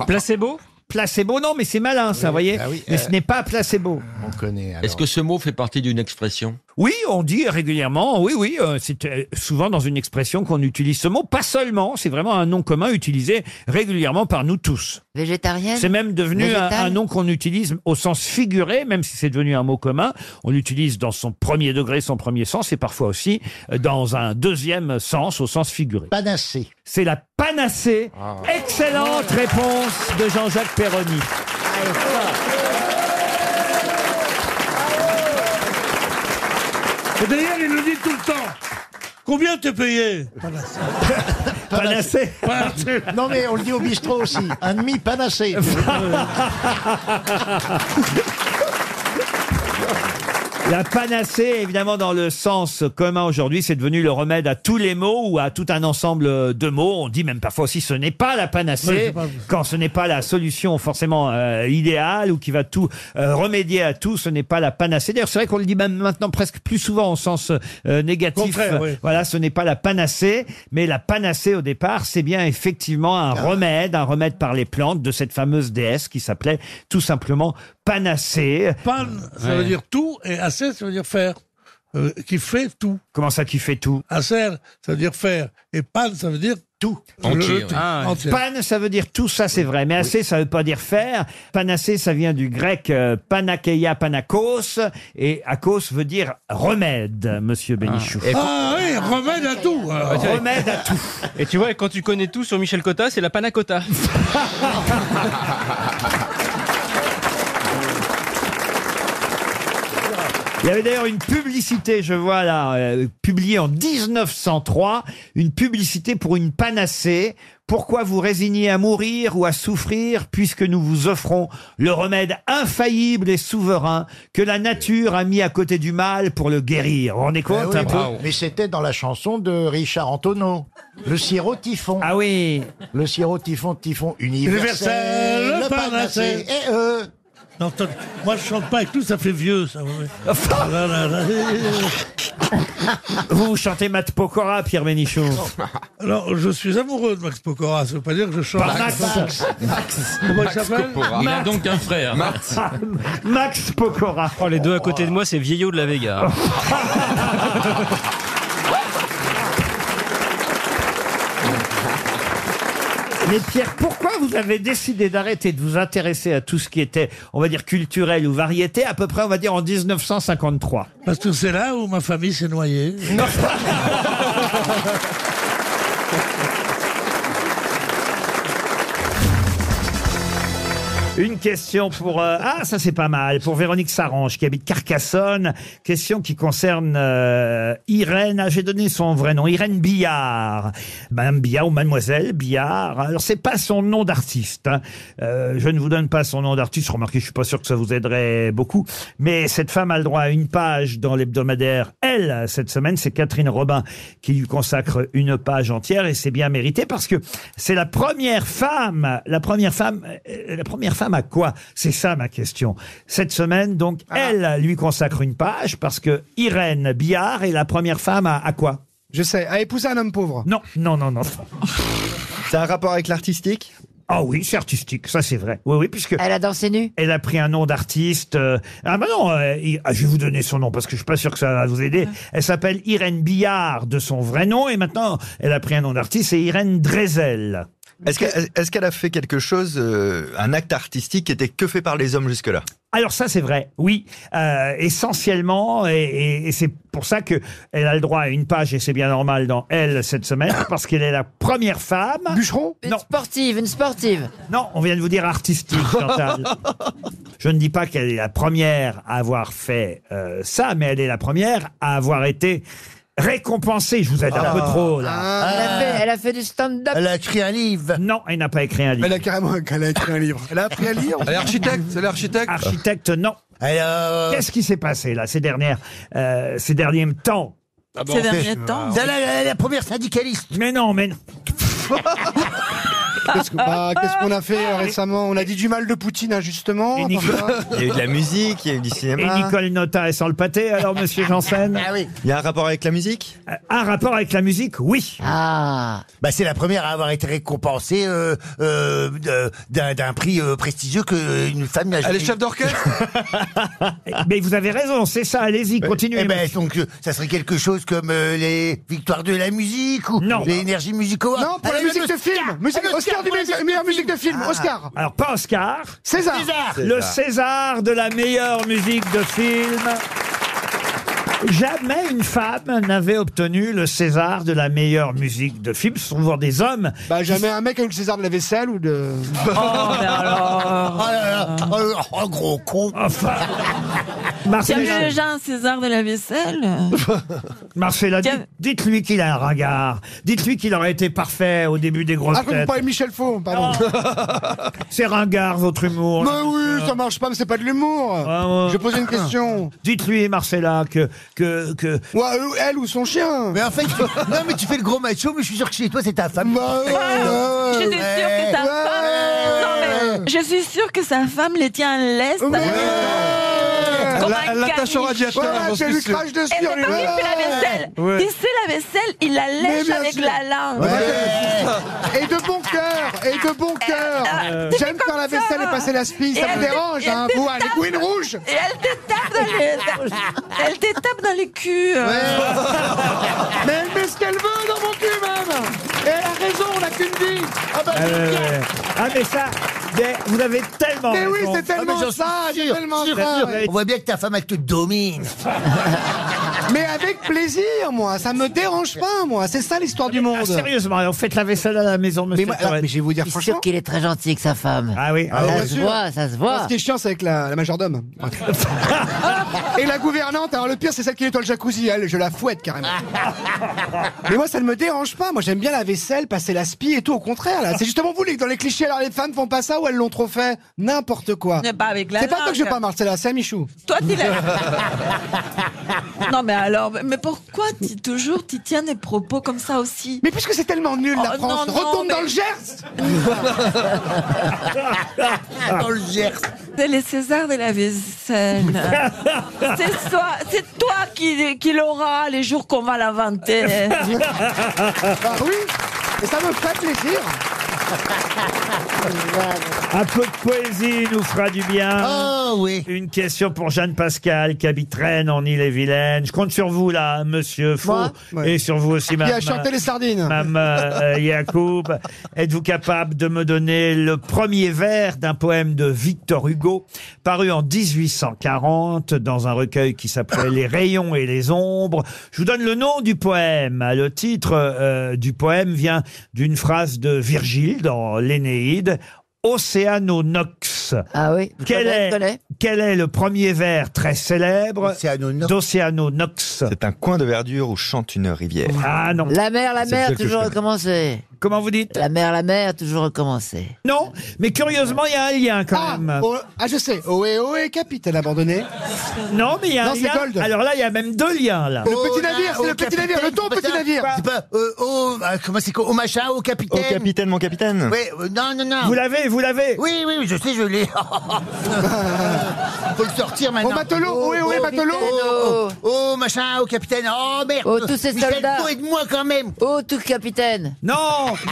[SPEAKER 1] Placebo. Ah. bah Placebo, non, mais c'est malin, ça, vous voyez. mais ce n'est pas placebo.
[SPEAKER 3] On connaît.
[SPEAKER 15] Est-ce que ce mot fait partie d'une expression
[SPEAKER 1] Oui, on dit régulièrement, oui, oui, euh, c'est euh, souvent dans une expression qu'on utilise ce mot, pas seulement, c'est vraiment un nom commun utilisé régulièrement par nous tous.
[SPEAKER 4] Végétarienne.
[SPEAKER 1] C'est même devenu un,
[SPEAKER 4] Végétale
[SPEAKER 1] un nom qu'on utilise au sens figuré, même si c'est devenu un mot commun. On l'utilise dans son premier degré, son premier sens, et parfois aussi euh, dans un deuxième sens, au sens figuré.
[SPEAKER 3] Panacée.
[SPEAKER 1] C'est la panacée. Excellente réponse de Jean-Jacques Perroni.
[SPEAKER 6] Et d'ailleurs, il le dit tout le temps. Combien t'es payé
[SPEAKER 1] Panacée.
[SPEAKER 6] Panacée.
[SPEAKER 3] *laughs* non mais on le dit au bistrot aussi. Un demi
[SPEAKER 6] *laughs*
[SPEAKER 3] panacée.
[SPEAKER 1] La panacée, évidemment, dans le sens commun aujourd'hui, c'est devenu le remède à tous les maux ou à tout un ensemble de maux. On dit même parfois aussi ce n'est pas la
[SPEAKER 6] Oui,
[SPEAKER 1] panacée,
[SPEAKER 6] c'est pas-
[SPEAKER 1] quand ce n'est pas la solution forcément euh, idéale ou qui va tout euh, remédier à tout, ce n'est pas la panacée. D'ailleurs, c'est vrai qu'on le dit même maintenant presque plus souvent en sens euh, négatif.
[SPEAKER 6] Contraire, oui.
[SPEAKER 1] Voilà, ce n'est pas la panacée, mais la panacée au départ, c'est bien effectivement
[SPEAKER 6] Ah.
[SPEAKER 1] un remède, un remède par les plantes de cette fameuse déesse qui s'appelait tout simplement panacée.
[SPEAKER 6] Pan, ça veut dire tout, et assez, ça veut dire faire. Euh, qui fait tout.
[SPEAKER 1] Comment ça, qui fait tout
[SPEAKER 6] Assez, ça veut dire faire. Et pan, ça veut dire tout.
[SPEAKER 1] Entier,
[SPEAKER 6] Le
[SPEAKER 1] ouais.
[SPEAKER 6] tout, entier.
[SPEAKER 1] Pan, ça veut dire tout ça, c'est vrai. Mais assez, ça veut pas dire faire. Panacée, ça vient du grec euh, panakeia, panakos. Et akos veut dire remède, monsieur Bénichou.
[SPEAKER 6] Ah oui, remède à tout. alors.
[SPEAKER 1] Remède à tout.
[SPEAKER 8] Ah, *laughs* Et tu vois, quand tu connais tout sur Michel Cotta, c'est
[SPEAKER 1] *laughs*
[SPEAKER 8] la panacota.
[SPEAKER 1] Il y avait d'ailleurs une publicité, je vois là, euh, publiée en 1903, une publicité pour une panacée. Pourquoi vous résigner à mourir ou à souffrir puisque nous vous offrons le remède infaillible et souverain que la nature a mis à côté du mal pour le guérir On est
[SPEAKER 3] Ben
[SPEAKER 6] Eh
[SPEAKER 1] compte
[SPEAKER 3] oui,
[SPEAKER 1] un peu
[SPEAKER 3] mais- Mais c'était dans la chanson de Richard Antonio. Le sirop typhon.
[SPEAKER 1] Ah oui.
[SPEAKER 3] Le sirop typhon, typhon universel.
[SPEAKER 6] Universel,
[SPEAKER 3] le panacée. Et euh, eux.
[SPEAKER 6] Non, attends, moi je chante pas avec tout, ça fait vieux, ça. ouais.
[SPEAKER 3] *laughs*
[SPEAKER 6] Ah là là là.
[SPEAKER 1] Vous, vous chantez Mat Pokora, Pierre Bénichou.
[SPEAKER 6] *laughs* Alors, je suis amoureux de Max Pokora, ça veut pas dire que je chante.
[SPEAKER 1] Par Max. Max.
[SPEAKER 6] Comment il s'appelle
[SPEAKER 15] Il a donc un frère.
[SPEAKER 1] Max Pokora.
[SPEAKER 8] Oh, les deux à côté de moi, c'est vieillot de
[SPEAKER 1] *laughs*
[SPEAKER 8] la Vega.
[SPEAKER 1] Mais Pierre, pourquoi vous avez décidé d'arrêter de vous intéresser à tout ce qui était, on va dire, culturel ou variété, à peu près, on va dire, en 1953
[SPEAKER 6] Parce que c'est là où ma famille s'est noyée. *laughs*
[SPEAKER 1] Une question pour... euh, ah, ça c'est pas mal, pour Véronique Sarange qui habite Carcassonne. Question qui concerne euh, Irène, ah, j'ai donné son vrai nom, Irène Billard. Madame Billard ou Mademoiselle Billard. Alors c'est pas son nom d'artiste. hein. Euh, je ne vous donne pas son nom d'artiste, remarquez, je suis pas sûr que ça vous aiderait beaucoup. Mais cette femme a le droit à une page dans l'hebdomadaire Elle, cette semaine, c'est Catherine Robin qui lui consacre une page entière et c'est bien mérité parce que c'est la première femme, la première femme, euh, la première femme à quoi C'est ça ma question. Cette semaine, donc,
[SPEAKER 21] Ah.
[SPEAKER 1] elle lui consacre une page parce que Irène Billard est la première femme à, à quoi
[SPEAKER 21] Je sais, à épouser un homme pauvre. *laughs*
[SPEAKER 1] Non, non, non, non.
[SPEAKER 21] C'est un rapport avec l'artistique
[SPEAKER 1] Ah oui, c'est artistique, ça c'est vrai. Oui, oui, puisque. Elle
[SPEAKER 18] a dansé nue
[SPEAKER 1] Elle a pris un nom d'artiste. euh, Ah bah non, euh, il- ah, je vais vous donner son nom parce que je suis pas sûr que ça va vous aider. Elle s'appelle Irène Billard de son vrai nom et maintenant elle a pris un nom d'artiste, c'est Irène Drezel.
[SPEAKER 17] Est-ce qu'elle est-ce qu'elle a fait quelque chose, euh, un acte artistique qui était que fait par les hommes jusque-là
[SPEAKER 1] Alors ça c'est vrai, oui, Euh, essentiellement, et, et- et c'est pour ça que elle a le droit à une page et c'est bien normal dans Elle cette semaine *coughs* parce qu'elle est la première femme. Bûcheron
[SPEAKER 18] Une sportive, une sportive.
[SPEAKER 1] Non, on vient de vous dire *laughs* artistique, Chantal. Je ne dis pas qu'elle est la première à avoir fait euh, ça, mais elle est la première à avoir été récompensée. Je vous aide un peu trop là.
[SPEAKER 18] Elle, a fait, elle a fait du stand-up.
[SPEAKER 1] Ah. a écrit un livre. Non, elle n'a pas écrit un livre. Elle a carrément écrit un livre. Elle a appris à lire.
[SPEAKER 17] Elle est architecte,
[SPEAKER 1] Elle est architecte. Architecte, non. Qu'est-ce qui s'est passé là ces dernières, euh, ces derniers temps
[SPEAKER 17] Ah bon, Ces derniers c'est- temps
[SPEAKER 3] C'est la- la-
[SPEAKER 1] première syndicaliste. Mais non, mais non.
[SPEAKER 7] Qu'est-ce que- bah, qu'est-ce qu'on a fait euh, récemment On a dit du mal de Poutine injustement.
[SPEAKER 1] Et Nicolas-
[SPEAKER 7] parfois.
[SPEAKER 17] Il y a eu de la musique, il y a eu du cinéma.
[SPEAKER 1] Et Nicole Nota est sans le pâté, alors, monsieur Janssen
[SPEAKER 7] Ah
[SPEAKER 1] Euh,
[SPEAKER 17] Il y a un rapport avec la musique
[SPEAKER 1] Un rapport avec la musique, oui.
[SPEAKER 18] Ah.
[SPEAKER 3] Bah, c'est la première à avoir été récompensée euh, euh, de- d'un d'un prix euh, prestigieux qu'une femme n'a jamais
[SPEAKER 17] Elle est chef d'orchestre
[SPEAKER 1] Mais vous avez raison, c'est ça, allez-y, continuez.
[SPEAKER 3] Eh ben, donc, euh, ça serait quelque chose comme euh, les victoires de la musique ou les énergies Eh, musicaux.
[SPEAKER 7] Non, pour la musique de film. Musique- Oscar du meilleur- meilleure musique de film. Oscar.
[SPEAKER 1] Alors, pas Oscar.
[SPEAKER 7] César.
[SPEAKER 1] Le César de la meilleure musique de film. Jamais une femme n'avait obtenu le César de la meilleure musique de film. Ce sont souvent des hommes.
[SPEAKER 7] Bah, jamais un mec a eu le César de la vaisselle ou de.
[SPEAKER 1] Oh, mais alors.
[SPEAKER 3] Ah
[SPEAKER 7] Oh là là. Oh là là. Oh, gros con. *laughs*
[SPEAKER 1] Enfin.
[SPEAKER 4] Tu as
[SPEAKER 1] Marcella,
[SPEAKER 4] vu déjà un César de la vaisselle
[SPEAKER 1] *laughs* Marcella, dites- dites-lui qu'il a un regard. Dites-lui qu'il aurait été parfait au début des grosses
[SPEAKER 7] Ah, comme
[SPEAKER 1] têtes.
[SPEAKER 7] pas Michel Faux, pardon.
[SPEAKER 1] Ah, C'est ringard, votre humour.
[SPEAKER 7] Mais
[SPEAKER 1] là,
[SPEAKER 7] oui,
[SPEAKER 1] monsieur.
[SPEAKER 7] ça marche pas, mais c'est pas de l'humour.
[SPEAKER 1] Ah ouais.
[SPEAKER 7] Je posais une question.
[SPEAKER 1] Dites-lui, Marcella, que. que, que...
[SPEAKER 7] Ouais, euh, elle ou son chien.
[SPEAKER 3] Mais en fait, tu- non, mais tu fais le gros macho, mais je suis sûr que chez toi, c'est ta femme. Eh,
[SPEAKER 4] J'étais sûre que sa femme. Non, mais je suis sûre que sa femme les tient à l'est. Comme un
[SPEAKER 7] Elle l'attache au
[SPEAKER 4] caniche.
[SPEAKER 7] radiateur, Ouais, j'en suis elle lui sûr. crache dessus,
[SPEAKER 4] Et c'est
[SPEAKER 7] lui.
[SPEAKER 4] comme il fait la vaisselle.
[SPEAKER 7] Ouais.
[SPEAKER 4] Il sait la vaisselle, il la
[SPEAKER 7] Mais
[SPEAKER 4] lèche
[SPEAKER 7] bien
[SPEAKER 4] avec
[SPEAKER 7] sûr.
[SPEAKER 4] la lame.
[SPEAKER 7] Et de bon cœur, et de
[SPEAKER 4] Euh,
[SPEAKER 7] bon cœur. J'aime faire la vaisselle et passer la spie,
[SPEAKER 4] Et
[SPEAKER 7] ça
[SPEAKER 4] elle
[SPEAKER 7] me
[SPEAKER 4] dé-
[SPEAKER 7] dérange,
[SPEAKER 4] et
[SPEAKER 7] hein,
[SPEAKER 4] elle
[SPEAKER 7] vous,
[SPEAKER 4] te
[SPEAKER 7] avec
[SPEAKER 4] tape-
[SPEAKER 7] Queen Rouge.
[SPEAKER 4] Et elle te tape dans les, elle te tape dans les culs.
[SPEAKER 7] Mais elle met ce qu'elle veut dans mon cul, même. Et elle a raison, on n'a qu'une vie. Ah bah,
[SPEAKER 1] Ah, ouais, ouais, ouais. Ah, mais ça, mais vous avez tellement.
[SPEAKER 7] oh,
[SPEAKER 3] Eh
[SPEAKER 7] Mais oui,
[SPEAKER 1] raison.
[SPEAKER 7] c'est tellement
[SPEAKER 1] Ah, mais j'en suis
[SPEAKER 7] ça, c'est
[SPEAKER 1] sûr,
[SPEAKER 7] tellement
[SPEAKER 1] sûr,
[SPEAKER 7] ça,
[SPEAKER 1] sûr.
[SPEAKER 7] ouais.
[SPEAKER 3] On voit bien que ta femme, elle te domine.
[SPEAKER 7] Mais avec plaisir, moi, ça me dérange pas, moi. C'est ça l'histoire du monde.
[SPEAKER 1] Ah, sérieusement, on fait la vaisselle à la maison, monsieur.
[SPEAKER 7] moi-
[SPEAKER 1] Tourette.
[SPEAKER 7] alors, mais je vais vous dire
[SPEAKER 18] Je suis
[SPEAKER 7] franchement.
[SPEAKER 18] sûr qu'il est très gentil avec sa femme.
[SPEAKER 1] Ah oui.
[SPEAKER 7] Ah, bien
[SPEAKER 18] ça se
[SPEAKER 7] sûr.
[SPEAKER 18] voit, ça se voit.
[SPEAKER 1] *laughs*
[SPEAKER 7] Ce qui est chiant, c'est avec la, la majordome. Et la gouvernante, alors le pire, c'est celle qui nettoie le jacuzzi, elle, je la fouette carrément. Mais moi, ça ne me dérange pas. Moi, j'aime bien la vaisselle, passer la spie et tout, au contraire, là. C'est justement vous, les, dans les clichés, alors les femmes font pas ça ou elles l'ont trop fait. N'importe quoi.
[SPEAKER 4] Mais pas avec la
[SPEAKER 7] C'est pas toi
[SPEAKER 4] langue.
[SPEAKER 7] que je parle, Marcella, c'est à Michou.
[SPEAKER 4] Toi, tu Non, mais alors, mais pourquoi tu, toujours tu tiens des propos comme ça aussi Oh,
[SPEAKER 7] Mais puisque c'est tellement nul
[SPEAKER 4] la
[SPEAKER 7] France, retourne dans le
[SPEAKER 1] *laughs*
[SPEAKER 4] Gers
[SPEAKER 7] Dans le Gers.
[SPEAKER 4] C'est les Césars de
[SPEAKER 1] *laughs*
[SPEAKER 4] la vaisselle. c'est toi, c'est toi qui, qui l'aura les jours qu'on va l'inventer.
[SPEAKER 1] *laughs*
[SPEAKER 7] Ah oui, et ça me fait plaisir.
[SPEAKER 1] Un peu de poésie nous fera du bien.
[SPEAKER 7] Ah,
[SPEAKER 3] oui.
[SPEAKER 1] Une question pour Jeanne Pascal qui habite Rennes en Ille-et-Vilaine. Je compte sur vous là, monsieur Faux,
[SPEAKER 7] Moi Ouais.
[SPEAKER 1] et sur vous aussi,
[SPEAKER 7] Il
[SPEAKER 1] madame.
[SPEAKER 7] a chanté les sardines.
[SPEAKER 1] Madame euh, euh, Yacoub, êtes-vous capable de me donner le premier vers d'un poème de Victor Hugo, paru en 1840 dans un recueil qui s'appelait Les rayons et les ombres Je vous donne le nom du poème. Le titre euh, du poème vient d'une phrase de Virgile dans l'Énéide. Océanonox.
[SPEAKER 18] Ah oui. je
[SPEAKER 1] Quel
[SPEAKER 18] connais, je connais.
[SPEAKER 1] est, quel est le premier vers très célèbre d'Océanonox
[SPEAKER 17] C'est un coin de verdure où chante une rivière.
[SPEAKER 1] Ah non.
[SPEAKER 18] La mer, la
[SPEAKER 17] C'est
[SPEAKER 18] mer,
[SPEAKER 17] celle que
[SPEAKER 18] toujours
[SPEAKER 17] je connais.
[SPEAKER 18] recommencer.
[SPEAKER 1] Comment vous dites
[SPEAKER 18] La mer, la mer, toujours recommencer.
[SPEAKER 1] Non, mais curieusement, il y a un lien quand même.
[SPEAKER 7] Oh, ah, je sais. Ohé, ohé, capitaine abandonné.
[SPEAKER 1] Non, mais il y a
[SPEAKER 7] Non,
[SPEAKER 1] un
[SPEAKER 7] c'est
[SPEAKER 1] lien.
[SPEAKER 7] Gold.
[SPEAKER 1] Alors là, il y a même deux liens, là.
[SPEAKER 7] Le petit navire, c'est le petit navire, le ton petit navire.
[SPEAKER 3] C'est pas, euh, oh, ah, comment c'est quoi, au machin, au capitaine. Au
[SPEAKER 17] Oh, capitaine, mon capitaine.
[SPEAKER 3] Ouais, euh, non, non, non.
[SPEAKER 1] *laughs* Vous l'avez, vous l'avez.
[SPEAKER 3] Oui, oui, je sais, je l'ai.
[SPEAKER 2] Faut le sortir maintenant.
[SPEAKER 7] Au matelot, oui, oui, matelot.
[SPEAKER 2] Oh, oh, machin, au capitaine. Oh merde.
[SPEAKER 4] Oh, tous ces
[SPEAKER 2] Michel
[SPEAKER 4] soldats.
[SPEAKER 2] Faux, aide-moi quand même.
[SPEAKER 4] Oh, tout capitaine.
[SPEAKER 22] Non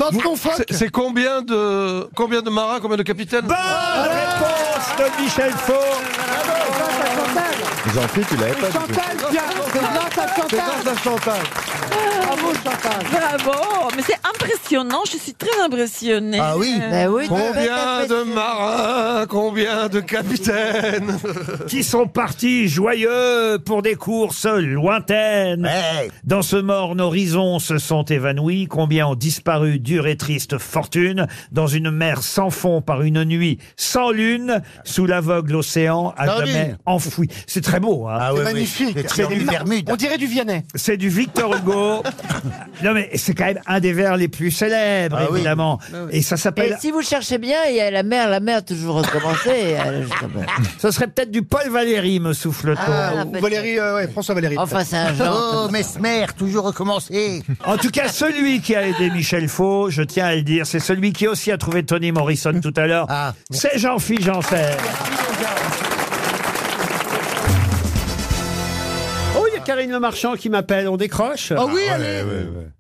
[SPEAKER 7] Dans ton foc
[SPEAKER 5] C'est- C'est combien de combien de marins, combien de capitaines
[SPEAKER 1] réponse de Michel Faux.
[SPEAKER 23] Jean-Pierre, tu l'avais pas du tout.
[SPEAKER 7] Chantal, tiens, c'est grâce à Chantal. Bravo, Chantal.
[SPEAKER 17] Bravo, mais c'est impressionnant, je suis très impressionnée.
[SPEAKER 23] Ah oui.
[SPEAKER 4] Euh, Bah
[SPEAKER 17] Ben oui,
[SPEAKER 5] Combien de marins, combien de capitaines
[SPEAKER 1] qui sont partis joyeux pour des courses lointaines. Dans ce morne horizon se sont évanouis, combien ont disparu dure et triste fortune, dans une mer sans fond par une nuit sans lune, sous l'aveugle océan à
[SPEAKER 2] Sans
[SPEAKER 1] jamais
[SPEAKER 2] lune.
[SPEAKER 1] enfoui. C'est très beau,
[SPEAKER 7] Ah
[SPEAKER 1] hein.
[SPEAKER 2] oui, oui.
[SPEAKER 7] Magnifique.
[SPEAKER 2] Le triangle
[SPEAKER 7] C'est des-
[SPEAKER 2] Bermude.
[SPEAKER 7] On dirait du Vianney.
[SPEAKER 1] C'est du Victor
[SPEAKER 7] *laughs*
[SPEAKER 1] Hugo. non mais c'est quand même un des vers les plus célèbres,
[SPEAKER 2] Ah oui.
[SPEAKER 1] évidemment. Et ça
[SPEAKER 4] Et
[SPEAKER 1] s'appelle...
[SPEAKER 4] si vous cherchez bien, il y a la mer, la mer toujours recommencer.
[SPEAKER 1] Ce serait peut-être du Paul Valéry, me souffle-t-on.
[SPEAKER 4] Ah,
[SPEAKER 7] Ou Valérie, euh, ouais, François Valérie.
[SPEAKER 4] Enfin, c'est un genre.
[SPEAKER 2] Oh, Mesmer, toujours
[SPEAKER 4] *laughs*
[SPEAKER 2] recommencer.
[SPEAKER 1] En tout cas, celui qui a aidé Michel Faux, je tiens à le dire, c'est celui qui aussi a trouvé Tony Morrison tout à l'heure.
[SPEAKER 2] Ah,
[SPEAKER 1] C'est Jean-Philippe Janssen. Oh, il y a Karine Le Marchand qui m'appelle. On décroche
[SPEAKER 7] Oh
[SPEAKER 2] Ah,
[SPEAKER 7] oui, allez.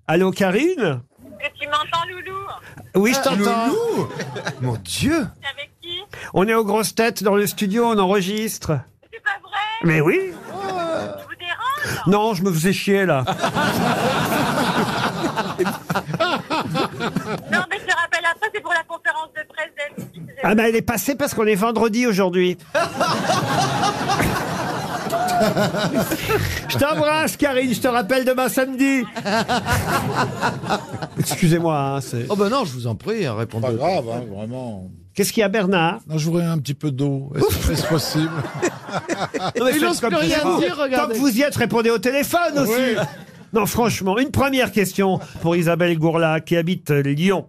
[SPEAKER 1] Allô, Karine
[SPEAKER 11] Que tu m'entends, Loulou
[SPEAKER 1] Oui, je t'entends.
[SPEAKER 7] Loulou
[SPEAKER 1] Euh, *laughs* Mon Dieu
[SPEAKER 11] T'es avec qui
[SPEAKER 1] On est aux grosses têtes dans le studio, on enregistre.
[SPEAKER 11] C'est pas vrai
[SPEAKER 1] Mais oui
[SPEAKER 11] Je vous dérange
[SPEAKER 1] Non, je me faisais chier, là.
[SPEAKER 11] *laughs* Non, mais je te rappelle après, c'est pour la conférence de presse d'Elvis.
[SPEAKER 1] Ah ben, elle est passée parce qu'on est vendredi *laughs* aujourd'hui. Je t'embrasse, Karine, je te rappelle demain *laughs* samedi. *laughs* Excusez-moi, hein, c'est...
[SPEAKER 7] bah
[SPEAKER 5] Oh ben non, je vous en prie, répondez.
[SPEAKER 13] Pas grave, hein, vraiment.
[SPEAKER 1] Qu'est-ce qu'il y a, Bernard
[SPEAKER 13] Non, je voudrais un petit peu d'eau. Est-ce est-ce possible
[SPEAKER 1] Non, mais faites comme ça. Tant que vous y êtes, répondez au téléphone aussi.
[SPEAKER 13] Oui.
[SPEAKER 1] Non, franchement, une première question pour Isabelle Gourla, qui habite Lyon.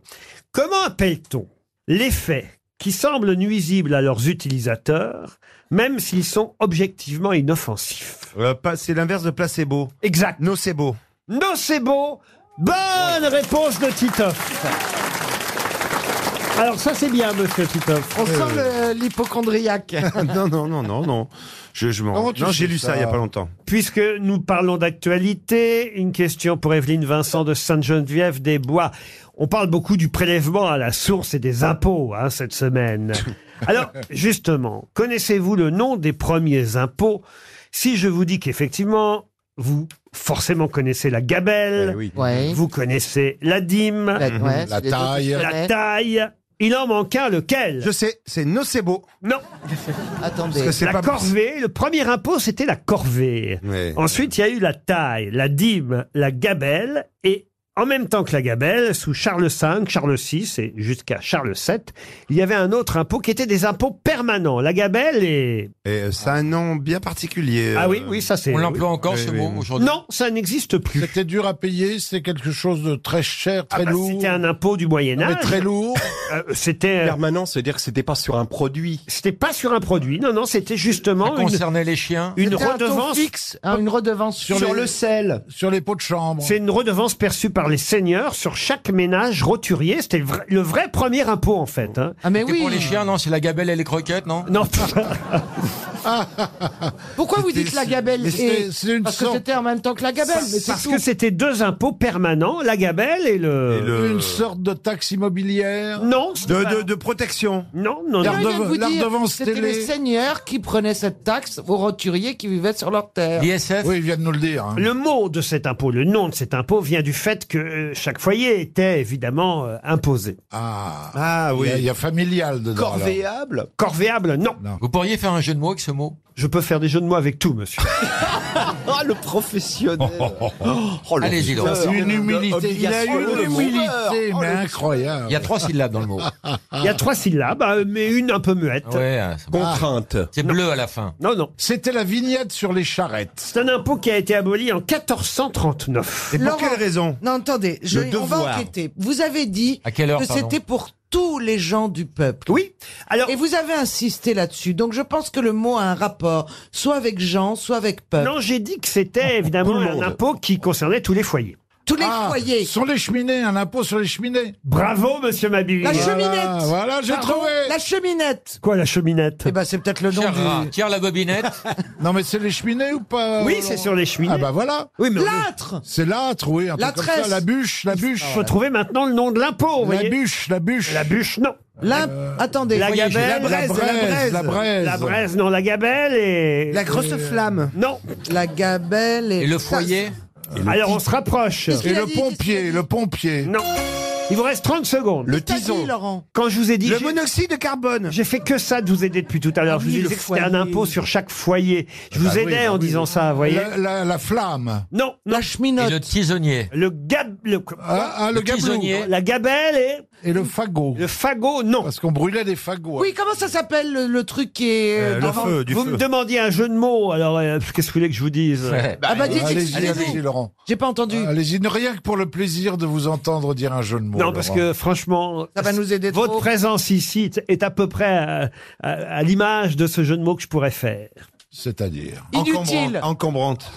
[SPEAKER 1] Comment appelle-t-on les faits qui semblent nuisibles à leurs utilisateurs, même s'ils sont objectivement inoffensifs
[SPEAKER 5] Euh, c'est l'inverse de placebo.
[SPEAKER 1] Exact.
[SPEAKER 5] Nocebo.
[SPEAKER 1] Nocebo. Bonne réponse de Titoff. Alors ça c'est bien, monsieur Titoff.
[SPEAKER 7] On
[SPEAKER 5] Ouais,
[SPEAKER 7] sent
[SPEAKER 5] ouais.
[SPEAKER 1] *laughs*
[SPEAKER 7] le- l'hypochondriaque.
[SPEAKER 5] *laughs* non, non, non, non, non. Je, je m'en-
[SPEAKER 7] Comment tu
[SPEAKER 5] Non, j'ai
[SPEAKER 7] sais
[SPEAKER 5] lu ça il n'y a
[SPEAKER 7] ça
[SPEAKER 5] pas longtemps.
[SPEAKER 1] Puisque nous parlons d'actualité, une question pour Evelyne Vincent de Sainte-Geneviève des Bois. On parle beaucoup du prélèvement à la source et des impôts hein,
[SPEAKER 5] *laughs*
[SPEAKER 1] cette semaine. Alors justement, connaissez-vous le nom des premiers impôts Si je vous dis qu'effectivement, vous forcément connaissez la
[SPEAKER 5] Eh
[SPEAKER 1] gabelle, vous connaissez la dîme,
[SPEAKER 4] La-
[SPEAKER 5] Mhm.
[SPEAKER 4] ouais, La c'est les deux que je taille. connais.
[SPEAKER 1] la taille. Il en manque un, lequel Je sais, c'est nocebo. Non.
[SPEAKER 4] Attendez.
[SPEAKER 1] la corvée, le premier impôt, c'était la corvée. Ensuite, il y a eu la taille, la dîme, la gabelle et en même temps que la gabelle, sous Charles V, Charles VI et jusqu'à Charles VII, il y avait un autre impôt qui était des impôts permanents. La gabelle et...
[SPEAKER 5] euh, c'est un nom bien particulier. euh,
[SPEAKER 1] Ah oui, oui, ça c'est...
[SPEAKER 15] On l'emploie
[SPEAKER 1] oui.
[SPEAKER 15] encore
[SPEAKER 5] Oui,
[SPEAKER 15] ce
[SPEAKER 5] oui,
[SPEAKER 15] mot
[SPEAKER 5] oui.
[SPEAKER 15] aujourd'hui
[SPEAKER 1] Non, ça n'existe plus.
[SPEAKER 13] C'était dur à payer, c'est quelque chose de très cher, très
[SPEAKER 1] Ah bah,
[SPEAKER 13] lourd.
[SPEAKER 1] C'était un impôt du Moyen Âge.
[SPEAKER 13] Mais
[SPEAKER 7] *laughs*
[SPEAKER 13] très lourd.
[SPEAKER 1] Euh, c'était
[SPEAKER 5] Permanent, c'est-à-dire que c'était pas sur un produit.
[SPEAKER 1] c'était pas sur un produit. Non, non, c'était justement
[SPEAKER 15] Ça
[SPEAKER 1] une,
[SPEAKER 15] concernait les chiens.
[SPEAKER 1] une
[SPEAKER 7] C'était un taux
[SPEAKER 1] redevance.
[SPEAKER 7] fixe, hein, une redevance sur, le
[SPEAKER 5] sel.
[SPEAKER 13] Sur les pots de chambre.
[SPEAKER 1] C'est une redevance perçue par les seigneurs sur chaque ménage roturier. C'était le, vrai- le vrai premier impôt, en fait. hein.
[SPEAKER 7] Ah mais
[SPEAKER 15] C'était pour les chiens, non C'est la gabelle et les croquettes, non
[SPEAKER 7] *laughs*
[SPEAKER 1] Non.
[SPEAKER 7] Pourquoi vous dites la gabelle
[SPEAKER 13] mais
[SPEAKER 7] et-
[SPEAKER 13] Ah. c'est- c'est une
[SPEAKER 7] Parce que
[SPEAKER 13] sorte-
[SPEAKER 7] c'était en même temps que la gabelle. Mais c'est
[SPEAKER 1] Parce
[SPEAKER 7] tout.
[SPEAKER 1] que c'était deux impôts permanents, la gabelle et le.
[SPEAKER 13] Une sorte de taxe immobilière.
[SPEAKER 1] Non, c'était
[SPEAKER 5] De,
[SPEAKER 1] pas-
[SPEAKER 5] de, de protection.
[SPEAKER 1] non, non,
[SPEAKER 7] Je
[SPEAKER 1] non.
[SPEAKER 13] Garde-
[SPEAKER 7] viens de vous
[SPEAKER 13] la
[SPEAKER 7] dire,
[SPEAKER 13] redevance
[SPEAKER 7] C'était
[SPEAKER 13] télé.
[SPEAKER 7] les seigneurs qui prenaient cette taxe aux roturiers qui vivaient sur leur terre.
[SPEAKER 15] L'ISF
[SPEAKER 13] Oui, il vient de nous le dire. hein.
[SPEAKER 1] Le mot de cet impôt, le nom de cet impôt vient du fait que euh, chaque foyer était évidemment euh, imposé.
[SPEAKER 13] Ah,
[SPEAKER 5] Ah
[SPEAKER 13] il y
[SPEAKER 5] oui.
[SPEAKER 13] a- il y, a familial dedans. alors.
[SPEAKER 5] Corvéable
[SPEAKER 1] Corvéable, non.
[SPEAKER 15] Vous pourriez faire un jeu de mots avec ce mot
[SPEAKER 1] Je peux faire des jeux de mots avec tout,
[SPEAKER 15] *laughs*
[SPEAKER 1] monsieur.
[SPEAKER 5] Ah, le professionnel
[SPEAKER 13] Oh,
[SPEAKER 15] Allez-y, donc.
[SPEAKER 13] Une humilité. Il a
[SPEAKER 5] Obligation
[SPEAKER 13] une
[SPEAKER 5] de
[SPEAKER 13] humilité, mais
[SPEAKER 15] Oh, Il y
[SPEAKER 13] incroyable.
[SPEAKER 15] a trois syllabes dans le mot.
[SPEAKER 1] Il y a trois syllabes, euh, mais une un peu
[SPEAKER 7] Ah
[SPEAKER 1] muette.
[SPEAKER 15] Ouais, ah, c'est bon.
[SPEAKER 5] Contrainte.
[SPEAKER 15] C'est bleu à la fin.
[SPEAKER 1] Non, non.
[SPEAKER 13] C'était la vignette sur les charrettes.
[SPEAKER 1] C'est un impôt qui a été aboli en 1439.
[SPEAKER 5] Et pour
[SPEAKER 24] Laurent,
[SPEAKER 5] quelle raison
[SPEAKER 24] Non, attendez, je-
[SPEAKER 5] Le
[SPEAKER 24] on va
[SPEAKER 5] devoir.
[SPEAKER 24] enquêter. Vous avez dit
[SPEAKER 15] À quelle heure,
[SPEAKER 24] que
[SPEAKER 15] pardon
[SPEAKER 24] c'était pour tous les gens du peuple.
[SPEAKER 1] Oui. Alors,
[SPEAKER 24] Et vous avez insisté là-dessus. Donc je pense que le mot a un rapport, soit avec gens, soit avec peuple. Oh,
[SPEAKER 1] non, j'ai dit que c'était évidemment
[SPEAKER 5] Tout le
[SPEAKER 1] un
[SPEAKER 5] monde.
[SPEAKER 1] impôt qui concernait tous les foyers.
[SPEAKER 25] Tous les
[SPEAKER 7] Ah,
[SPEAKER 25] foyers.
[SPEAKER 7] Sur les cheminées, un impôt sur les cheminées.
[SPEAKER 1] Bravo, monsieur Mabille.
[SPEAKER 25] La
[SPEAKER 1] Voilà,
[SPEAKER 25] cheminette.
[SPEAKER 7] voilà, j'ai
[SPEAKER 25] Pardon,
[SPEAKER 7] trouvé.
[SPEAKER 25] La cheminette.
[SPEAKER 1] Quoi, la cheminette
[SPEAKER 25] Eh ben, c'est peut-être le nom
[SPEAKER 15] Tire,
[SPEAKER 25] du.
[SPEAKER 15] la bobinette.
[SPEAKER 7] non, mais c'est les cheminées ou pas
[SPEAKER 1] Oui, c'est sur les cheminées.
[SPEAKER 7] Ah bah voilà.
[SPEAKER 1] Oui, mais on-
[SPEAKER 25] L'âtre.
[SPEAKER 7] C'est l'âtre, oui. Un peu
[SPEAKER 25] La
[SPEAKER 7] comme
[SPEAKER 25] tresse.
[SPEAKER 7] ça, la bûche, la bûche.
[SPEAKER 1] Il faut trouver maintenant le nom de l'impôt.
[SPEAKER 7] La bûche, la bûche. Euh,
[SPEAKER 1] La bûche, non.
[SPEAKER 25] La, attendez,
[SPEAKER 1] La
[SPEAKER 25] voyez, j'ai-
[SPEAKER 1] gabelle,
[SPEAKER 25] la braise, la braise.
[SPEAKER 1] la braise. La braise, non, la gabelle et.
[SPEAKER 25] La grosse
[SPEAKER 1] et, euh,
[SPEAKER 25] flamme.
[SPEAKER 1] Non.
[SPEAKER 25] La gabelle et.
[SPEAKER 1] Alors on se rapproche.
[SPEAKER 7] Et le pompier, le pompier.
[SPEAKER 1] Non. Il vous reste 30 secondes.
[SPEAKER 7] Le Qu'est-ce que t'as tison. dit, Laurent
[SPEAKER 1] Quand je vous ai dit.
[SPEAKER 25] Le
[SPEAKER 1] j'ai-
[SPEAKER 25] monoxyde de carbone.
[SPEAKER 1] J'ai fait que ça de vous aider depuis tout à l'heure.
[SPEAKER 25] Ah
[SPEAKER 1] je vous
[SPEAKER 25] oui,
[SPEAKER 1] ai
[SPEAKER 25] le
[SPEAKER 1] dit que c'était un
[SPEAKER 25] foyer.
[SPEAKER 1] impôt sur chaque foyer. Je vous
[SPEAKER 7] Bah oui,
[SPEAKER 1] aidais
[SPEAKER 7] bah
[SPEAKER 1] en
[SPEAKER 7] oui.
[SPEAKER 1] disant ça, vous voyez.
[SPEAKER 7] La, la- la flamme.
[SPEAKER 1] Non,
[SPEAKER 25] La cheminote.
[SPEAKER 15] Le tisonnier.
[SPEAKER 1] Le gab. Le,
[SPEAKER 7] Ah, ah, le,
[SPEAKER 15] Le
[SPEAKER 7] gablou.
[SPEAKER 15] tisonnier.
[SPEAKER 1] La gabelle et.
[SPEAKER 7] Et le fagot.
[SPEAKER 1] Le fagot, non.
[SPEAKER 7] Parce qu'on brûlait des fagots. hein.
[SPEAKER 25] Oui, comment ça s'appelle le, le truc qui est. euh, devant-
[SPEAKER 1] vous me demandiez un jeu de mots, alors euh, qu'est-ce que vous voulez que je vous dise
[SPEAKER 25] Ah *laughs* bah dites,
[SPEAKER 7] allez-y,
[SPEAKER 25] allez-y.
[SPEAKER 7] allez-y, Laurent.
[SPEAKER 25] J'ai pas entendu.
[SPEAKER 7] Ah, Allez-y, ne- rien que pour le plaisir de vous entendre dire un jeu de mots.
[SPEAKER 1] Non, parce
[SPEAKER 7] Laurent.
[SPEAKER 1] que franchement,
[SPEAKER 25] Ça va nous aider
[SPEAKER 1] votre
[SPEAKER 25] trop.
[SPEAKER 1] présence ici est- est à peu près à, à- à l'image de ce jeu de mots que je pourrais faire.
[SPEAKER 7] C'est-à-dire.
[SPEAKER 25] Inutile.
[SPEAKER 26] Encombrante.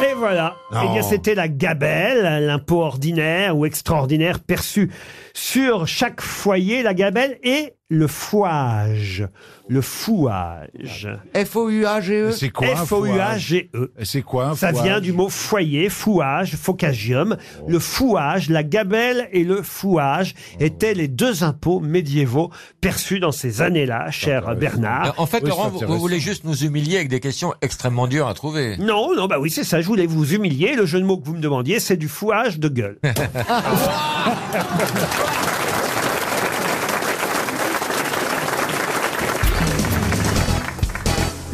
[SPEAKER 1] Et voilà.
[SPEAKER 26] Non.
[SPEAKER 1] Eh bien, c'était la gabelle, l'impôt ordinaire ou extraordinaire perçu sur chaque foyer, la gabelle et le fouage. Le fouage.
[SPEAKER 25] F-O-U-A-G-E.
[SPEAKER 7] C'est quoi un
[SPEAKER 1] E. F-O-U-A-G-E.
[SPEAKER 7] Et C'est quoi un
[SPEAKER 1] Ça
[SPEAKER 7] fouage
[SPEAKER 1] vient du mot foyer, fouage, focagium. Le fouage, la gabelle et le fouage étaient les deux impôts médiévaux perçus dans ces années-là, cher Euh, Bernard.
[SPEAKER 15] Euh, En fait,
[SPEAKER 1] Oui,
[SPEAKER 15] Laurent,
[SPEAKER 1] c'est
[SPEAKER 15] vous,
[SPEAKER 1] intéressant.
[SPEAKER 15] vous voulez juste nous humilier avec des questions extrêmement dures à trouver.
[SPEAKER 1] Non, non, bah oui, c'est ça, je voulais vous humilier. Le jeu de mots que vous me demandiez, c'est du fouage de
[SPEAKER 15] *laughs*
[SPEAKER 1] gueule.
[SPEAKER 3] Ah.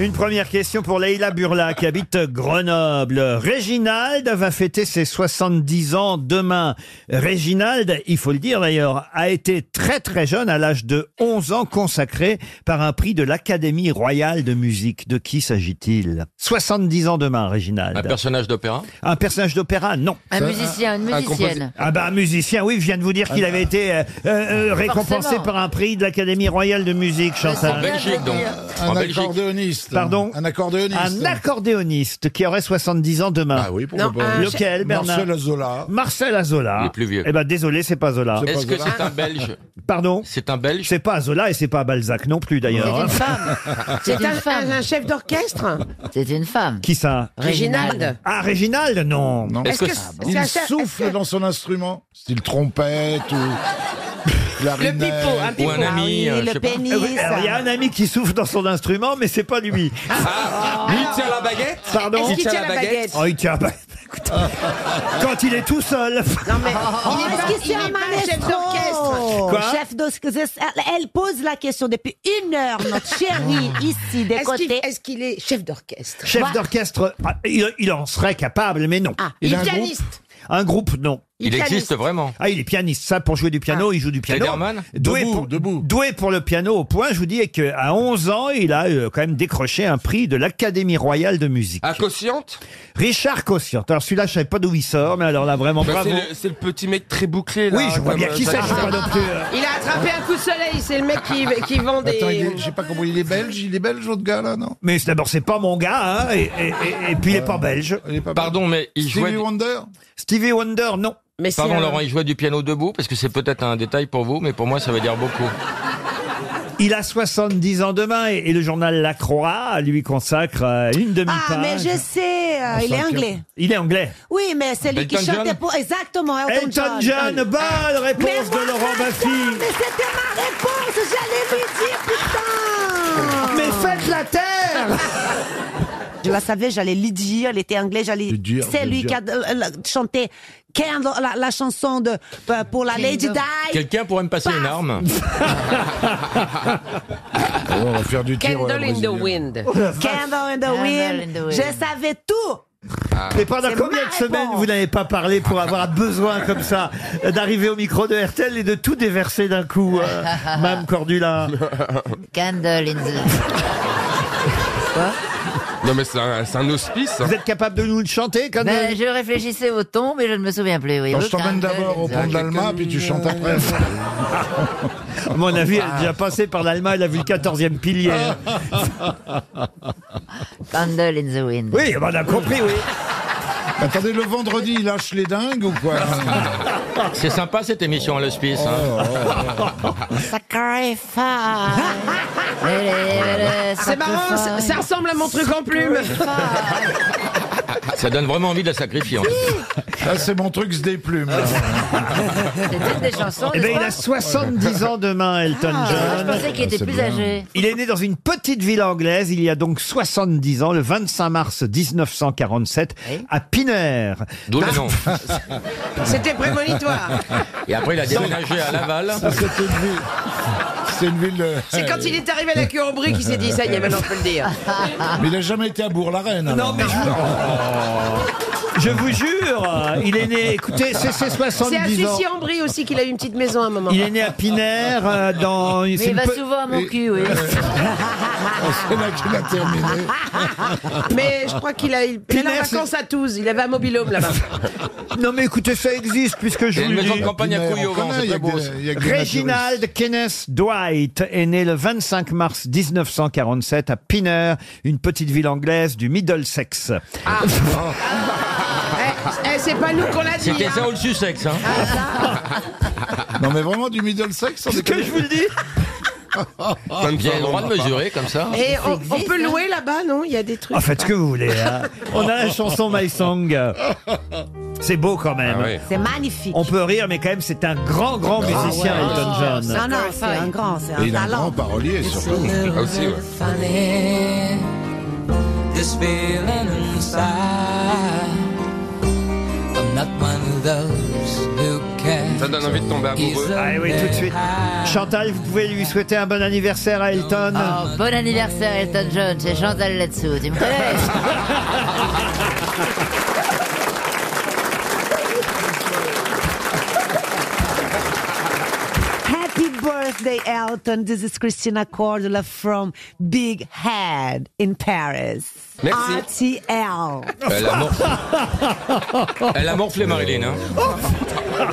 [SPEAKER 1] Une première question pour Leïla Burla qui habite Grenoble. Réginald va fêter ses 70 ans demain. Réginald, il faut le dire d'ailleurs, a été très très jeune à l'âge de 11 ans consacré par un prix de l'Académie royale de musique. De qui s'agit-il 70 ans demain, Réginald.
[SPEAKER 15] Un personnage d'opéra
[SPEAKER 1] Un personnage d'opéra, non.
[SPEAKER 4] Un musicien, une musicienne.
[SPEAKER 1] Ah bah un musicien, oui, je viens de vous dire
[SPEAKER 15] Ah,
[SPEAKER 1] qu'il avait été euh, euh, euh, récompensé
[SPEAKER 4] Forcément.
[SPEAKER 1] par un prix de l'Académie royale de musique,
[SPEAKER 15] En
[SPEAKER 1] Chantal.
[SPEAKER 15] Belgique, donc.
[SPEAKER 7] Un
[SPEAKER 15] En Belgique.
[SPEAKER 7] accordéoniste.
[SPEAKER 1] Pardon
[SPEAKER 7] Un accordéoniste.
[SPEAKER 1] Un accordéoniste qui aurait 70 ans demain.
[SPEAKER 7] Ah oui, pourquoi
[SPEAKER 4] Non,
[SPEAKER 7] pas
[SPEAKER 4] un-
[SPEAKER 1] Lequel, Bernard
[SPEAKER 7] Marcel Azola.
[SPEAKER 1] Marcel Azola.
[SPEAKER 15] Il est plus vieux.
[SPEAKER 1] Eh ben désolé, c'est pas Azola.
[SPEAKER 7] C'est pas
[SPEAKER 15] Est-ce que
[SPEAKER 7] Zola.
[SPEAKER 15] c'est un Belge
[SPEAKER 1] Pardon
[SPEAKER 15] C'est un Belge
[SPEAKER 1] C'est pas Azola et c'est pas Balzac non plus d'ailleurs. hein.
[SPEAKER 4] *laughs* C'est une femme.
[SPEAKER 13] un chef d'orchestre
[SPEAKER 4] C'est une femme.
[SPEAKER 1] *laughs* Qui ça
[SPEAKER 4] Réginald.
[SPEAKER 1] Ah, Réginald Non.
[SPEAKER 7] Non.
[SPEAKER 15] Est-ce que
[SPEAKER 7] Il
[SPEAKER 13] un chef-
[SPEAKER 7] souffle dans son instrument, style trompette ou clarinette.
[SPEAKER 15] ou un
[SPEAKER 25] Ah
[SPEAKER 15] ami, euh, je sais pas.
[SPEAKER 1] Euh, oui, alors, Il y a un ami qui souffle dans son instrument, mais c'est pas lui.
[SPEAKER 26] Lui, il tient la baguette
[SPEAKER 1] Pardon
[SPEAKER 26] Il tient la baguette
[SPEAKER 1] Oh, il tient. bah, écoute, quand il est tout seul.
[SPEAKER 13] Est-ce que c'est un maestro
[SPEAKER 1] Quoi
[SPEAKER 27] Chef d'orchestre, elle- elle pose la question depuis une heure, notre chérie, ici, des
[SPEAKER 13] Est-ce qu'il
[SPEAKER 27] côtés. Bah,
[SPEAKER 13] est-ce qu'il est chef d'orchestre
[SPEAKER 1] Ah. Chef
[SPEAKER 27] Voilà.
[SPEAKER 1] d'orchestre, ah, il, il en serait capable, mais non.
[SPEAKER 13] Il
[SPEAKER 1] a un groupe
[SPEAKER 13] Ah, pianiste.
[SPEAKER 1] Un groupe, non.
[SPEAKER 15] Il existe vraiment.
[SPEAKER 1] Ah, il est pianiste. Ça, pour jouer du piano,
[SPEAKER 13] Ah.
[SPEAKER 1] il joue du piano.
[SPEAKER 15] Lederman
[SPEAKER 1] doué,
[SPEAKER 7] Debout,
[SPEAKER 1] pour,
[SPEAKER 7] debout.
[SPEAKER 1] doué pour le piano au point, je vous dis et que à 11 ans, il a euh, quand même décroché un prix de l'Académie royale de
[SPEAKER 7] Ah,
[SPEAKER 1] musique.
[SPEAKER 26] Un quotient
[SPEAKER 1] Richard Cossiant. Alors celui-là, je savais pas d'où il sort, mais alors là, vraiment,
[SPEAKER 26] Bah,
[SPEAKER 1] bravo.
[SPEAKER 26] c'est le, c'est le petit mec très bouclé là.
[SPEAKER 1] Oui, je vois
[SPEAKER 26] comme,
[SPEAKER 1] bien
[SPEAKER 26] euh,
[SPEAKER 1] qui c'est, je
[SPEAKER 26] Jacques
[SPEAKER 1] sais pas non plus. euh,
[SPEAKER 13] Il a attrapé un coup de soleil, c'est le mec qui, qui vend des...
[SPEAKER 7] Attends, il est- j'ai pas compris, il est belge, il est belge, l'autre gars là, non Euh,
[SPEAKER 1] Mais c'est- d'abord, c'est pas mon gars, hein, et, et- et- et puis il est pas belge.
[SPEAKER 7] Il est pas
[SPEAKER 15] Pardon, mais il
[SPEAKER 7] belge. Stevie
[SPEAKER 15] jouait. du-
[SPEAKER 7] Wonder
[SPEAKER 1] Stevie Wonder, non.
[SPEAKER 13] Mais c'est
[SPEAKER 15] Pardon,
[SPEAKER 13] un-
[SPEAKER 15] Laurent, il jouait du piano debout parce que c'est peut-être un détail pour vous, mais pour moi, ça veut dire beaucoup.
[SPEAKER 1] Il a 70 ans demain et, et le journal La Croix lui consacre euh, une demi-page.
[SPEAKER 27] Ah, mais je sais, euh, il est anglais.
[SPEAKER 1] Il est anglais.
[SPEAKER 27] Oui, mais c'est lui qui
[SPEAKER 15] Elton
[SPEAKER 27] chantait
[SPEAKER 15] John
[SPEAKER 27] pour... Exactement, Elton,
[SPEAKER 1] Elton John, bonne
[SPEAKER 27] Mais
[SPEAKER 1] réponse de
[SPEAKER 27] voilà,
[SPEAKER 1] Laurent Baffy.
[SPEAKER 27] Ah. Mais c'était ma réponse, j'allais lui dire, putain
[SPEAKER 1] Mais faites la terre
[SPEAKER 27] *laughs* Je la savais, j'allais lui dire, il était anglais, j'allais...
[SPEAKER 7] Lui dire,
[SPEAKER 27] C'est
[SPEAKER 7] lui
[SPEAKER 27] lui qui a euh, euh, chanté Candle, la, la chanson de, euh, pour la Lady Di.
[SPEAKER 15] Quelqu'un pourrait me passer une arme
[SPEAKER 7] Oh, On va faire du tir. ouais,
[SPEAKER 13] Candle in the
[SPEAKER 7] brésilien.
[SPEAKER 13] wind.
[SPEAKER 27] Candle in the
[SPEAKER 4] in
[SPEAKER 27] Wind.
[SPEAKER 4] the Wind.
[SPEAKER 27] Je savais tout
[SPEAKER 7] Ah.
[SPEAKER 1] Mais pendant
[SPEAKER 27] C'est
[SPEAKER 1] combien
[SPEAKER 27] ma
[SPEAKER 1] de semaines
[SPEAKER 27] réponse.
[SPEAKER 1] vous n'avez pas parlé pour avoir besoin comme ça d'arriver au micro de RTL et de tout déverser d'un coup, euh,
[SPEAKER 27] *laughs*
[SPEAKER 1] Mme Cordula
[SPEAKER 4] Candle in the...
[SPEAKER 26] Non, mais c'est un, c'est un hospice. hein.
[SPEAKER 1] Vous êtes capable de nous le chanter quand même
[SPEAKER 4] Ben, je réfléchissais au ton, mais je ne me souviens plus. Oui,
[SPEAKER 7] Attends,
[SPEAKER 4] oui,
[SPEAKER 7] je t'emmène
[SPEAKER 4] Candle
[SPEAKER 7] d'abord
[SPEAKER 4] in
[SPEAKER 7] au
[SPEAKER 4] the-
[SPEAKER 7] pont de l'Alma, Ah, puis tu chantes après.
[SPEAKER 1] À mon avis, elle est déjà passée par l'Allemagne, elle a vu le 14e
[SPEAKER 7] *laughs*
[SPEAKER 1] pilier.
[SPEAKER 4] Candle in the wind.
[SPEAKER 1] Oui, ben, on a compris, oui.
[SPEAKER 13] Attendez, le vendredi, il lâche les dingues ou quoi
[SPEAKER 15] C'est sympa cette émission à l'hospice. hein.
[SPEAKER 4] Sacré
[SPEAKER 28] *laughs*
[SPEAKER 4] femme. C'est
[SPEAKER 28] marrant, ça- ça ressemble à mon truc en plume.
[SPEAKER 15] Ça donne vraiment envie de la sacrifier.
[SPEAKER 13] Là, c'est mon truc, se déplume.
[SPEAKER 4] Peut-être des chansons.
[SPEAKER 1] Eh ben,
[SPEAKER 4] n'est-ce
[SPEAKER 1] il
[SPEAKER 4] pas
[SPEAKER 1] a 70 ans demain, Elton
[SPEAKER 4] Ah,
[SPEAKER 1] John.
[SPEAKER 4] je pensais qu'il était Ah, c'est plus bien. âgé.
[SPEAKER 1] Il est né dans une petite ville anglaise, il y a donc 70 ans, le 25 mars 1947, à Pinner.
[SPEAKER 15] D'où le
[SPEAKER 1] *laughs*
[SPEAKER 15] nom.
[SPEAKER 28] C'était prémonitoire.
[SPEAKER 15] Et après, il a déménagé à Laval.
[SPEAKER 13] Ça, c'est une ville. C'est une ville. euh,
[SPEAKER 28] C'est quand il est arrivé à la cure au brick qu'il s'est dit ça y est, maintenant je peux le
[SPEAKER 4] *laughs*
[SPEAKER 28] dire.
[SPEAKER 4] Ah.
[SPEAKER 13] Mais il n'a jamais été à Bourg-la-Reine.
[SPEAKER 1] Non,
[SPEAKER 13] alors.
[SPEAKER 1] mais Je vous jure, il est né, écoutez, c'est ses
[SPEAKER 28] C'est à
[SPEAKER 1] 70 ans.
[SPEAKER 28] Sucy-en-Brie aussi qu'il a eu une petite maison à un moment.
[SPEAKER 1] Il est né à Pinner, euh, dans...
[SPEAKER 4] Mais
[SPEAKER 1] c'est
[SPEAKER 4] il
[SPEAKER 1] une
[SPEAKER 4] va
[SPEAKER 1] pe-
[SPEAKER 4] souvent à mon cul, oui.
[SPEAKER 13] C'est là qu'il a terminé.
[SPEAKER 28] Mais je crois qu'il a il, il est allé en
[SPEAKER 1] Pinner, c'est-
[SPEAKER 28] vacances à Toulouse. Il avait un mobilhome là-bas.
[SPEAKER 1] *laughs* Non mais écoutez, ça existe puisque je
[SPEAKER 15] Il y a
[SPEAKER 1] vous
[SPEAKER 15] une
[SPEAKER 1] le
[SPEAKER 15] maison
[SPEAKER 1] dis.
[SPEAKER 15] de campagne à
[SPEAKER 13] Pinner,
[SPEAKER 15] couilles
[SPEAKER 13] on
[SPEAKER 15] au vent,
[SPEAKER 13] connaît,
[SPEAKER 15] c'est
[SPEAKER 13] il y a
[SPEAKER 15] très beau.
[SPEAKER 13] que des-
[SPEAKER 15] ça.
[SPEAKER 13] il y a que des
[SPEAKER 1] Reginald Kenneth Dwight est né le 25 mars 1947 à Pinner, une petite ville anglaise du Middlesex.
[SPEAKER 15] Ah.
[SPEAKER 28] eh, eh, c'est pas nous qu'on l'a dit.
[SPEAKER 15] C'était
[SPEAKER 28] hein.
[SPEAKER 15] ça ou le Sussex. Hein.
[SPEAKER 13] Non, mais vraiment du Middlesex, on est
[SPEAKER 1] Que je vous le dis
[SPEAKER 15] *laughs* Vous avez le droit de mesurer comme ça.
[SPEAKER 28] Et on,
[SPEAKER 4] existe, hein.
[SPEAKER 28] on peut louer là-bas, non Il y a des trucs.
[SPEAKER 1] En Oh, Ah, faites ce que vous voulez.
[SPEAKER 28] *laughs*
[SPEAKER 1] hein. On a la chanson My Song. C'est beau quand même.
[SPEAKER 15] Ah
[SPEAKER 27] C'est magnifique. Ah
[SPEAKER 1] On peut rire, mais quand même, c'est un grand, grand musicien,
[SPEAKER 27] ouais.
[SPEAKER 1] Elton John.
[SPEAKER 27] Non, non, c'est un grand, c'est
[SPEAKER 13] Et
[SPEAKER 27] un
[SPEAKER 13] il a un grand
[SPEAKER 27] talent.
[SPEAKER 13] parolier, surtout.
[SPEAKER 15] Ah, aussi, ouais.
[SPEAKER 7] funny this feeling inside I'm not one of those who can
[SPEAKER 15] Ça donne envie de tomber amoureux.
[SPEAKER 1] Ah oui, tout de suite. Chantal, vous pouvez lui souhaiter un bon anniversaire à Elton.
[SPEAKER 4] Oh, bon anniversaire, Elton John. C'est Chantal là-dessous. Tu me connais
[SPEAKER 28] *laughs*
[SPEAKER 27] Happy birthday, Elton. This is Christina Cordula from Big Head in Paris.
[SPEAKER 15] Merci. Euh,
[SPEAKER 27] RTL.
[SPEAKER 15] Elle a morflé,
[SPEAKER 27] Oh.
[SPEAKER 15] Elle a morflé Marilyn. hein.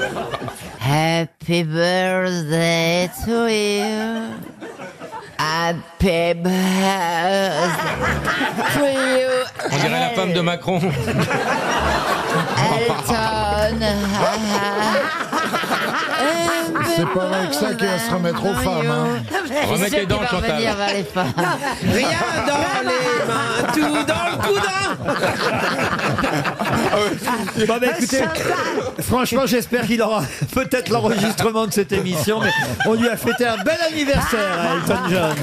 [SPEAKER 4] Happy birthday to you. Happy birthday to
[SPEAKER 1] *laughs*
[SPEAKER 4] you.
[SPEAKER 15] On dirait la femme de
[SPEAKER 27] *laughs*
[SPEAKER 15] Macron.
[SPEAKER 4] Elton. *laughs*
[SPEAKER 13] C'est pas avec ça qu'il va se remettre aux femmes. hein.
[SPEAKER 15] Remettez
[SPEAKER 4] les
[SPEAKER 15] les dents,
[SPEAKER 4] va
[SPEAKER 15] Chantal.
[SPEAKER 4] revenir vers les femmes.
[SPEAKER 28] Rien dans les mains, tout dans le coudin.
[SPEAKER 1] Bon, bah, écoutez, franchement, j'espère qu'il aura *laughs* peut-être l'enregistrement de cette émission, mais on lui a fêté un bel anniversaire à Elton John.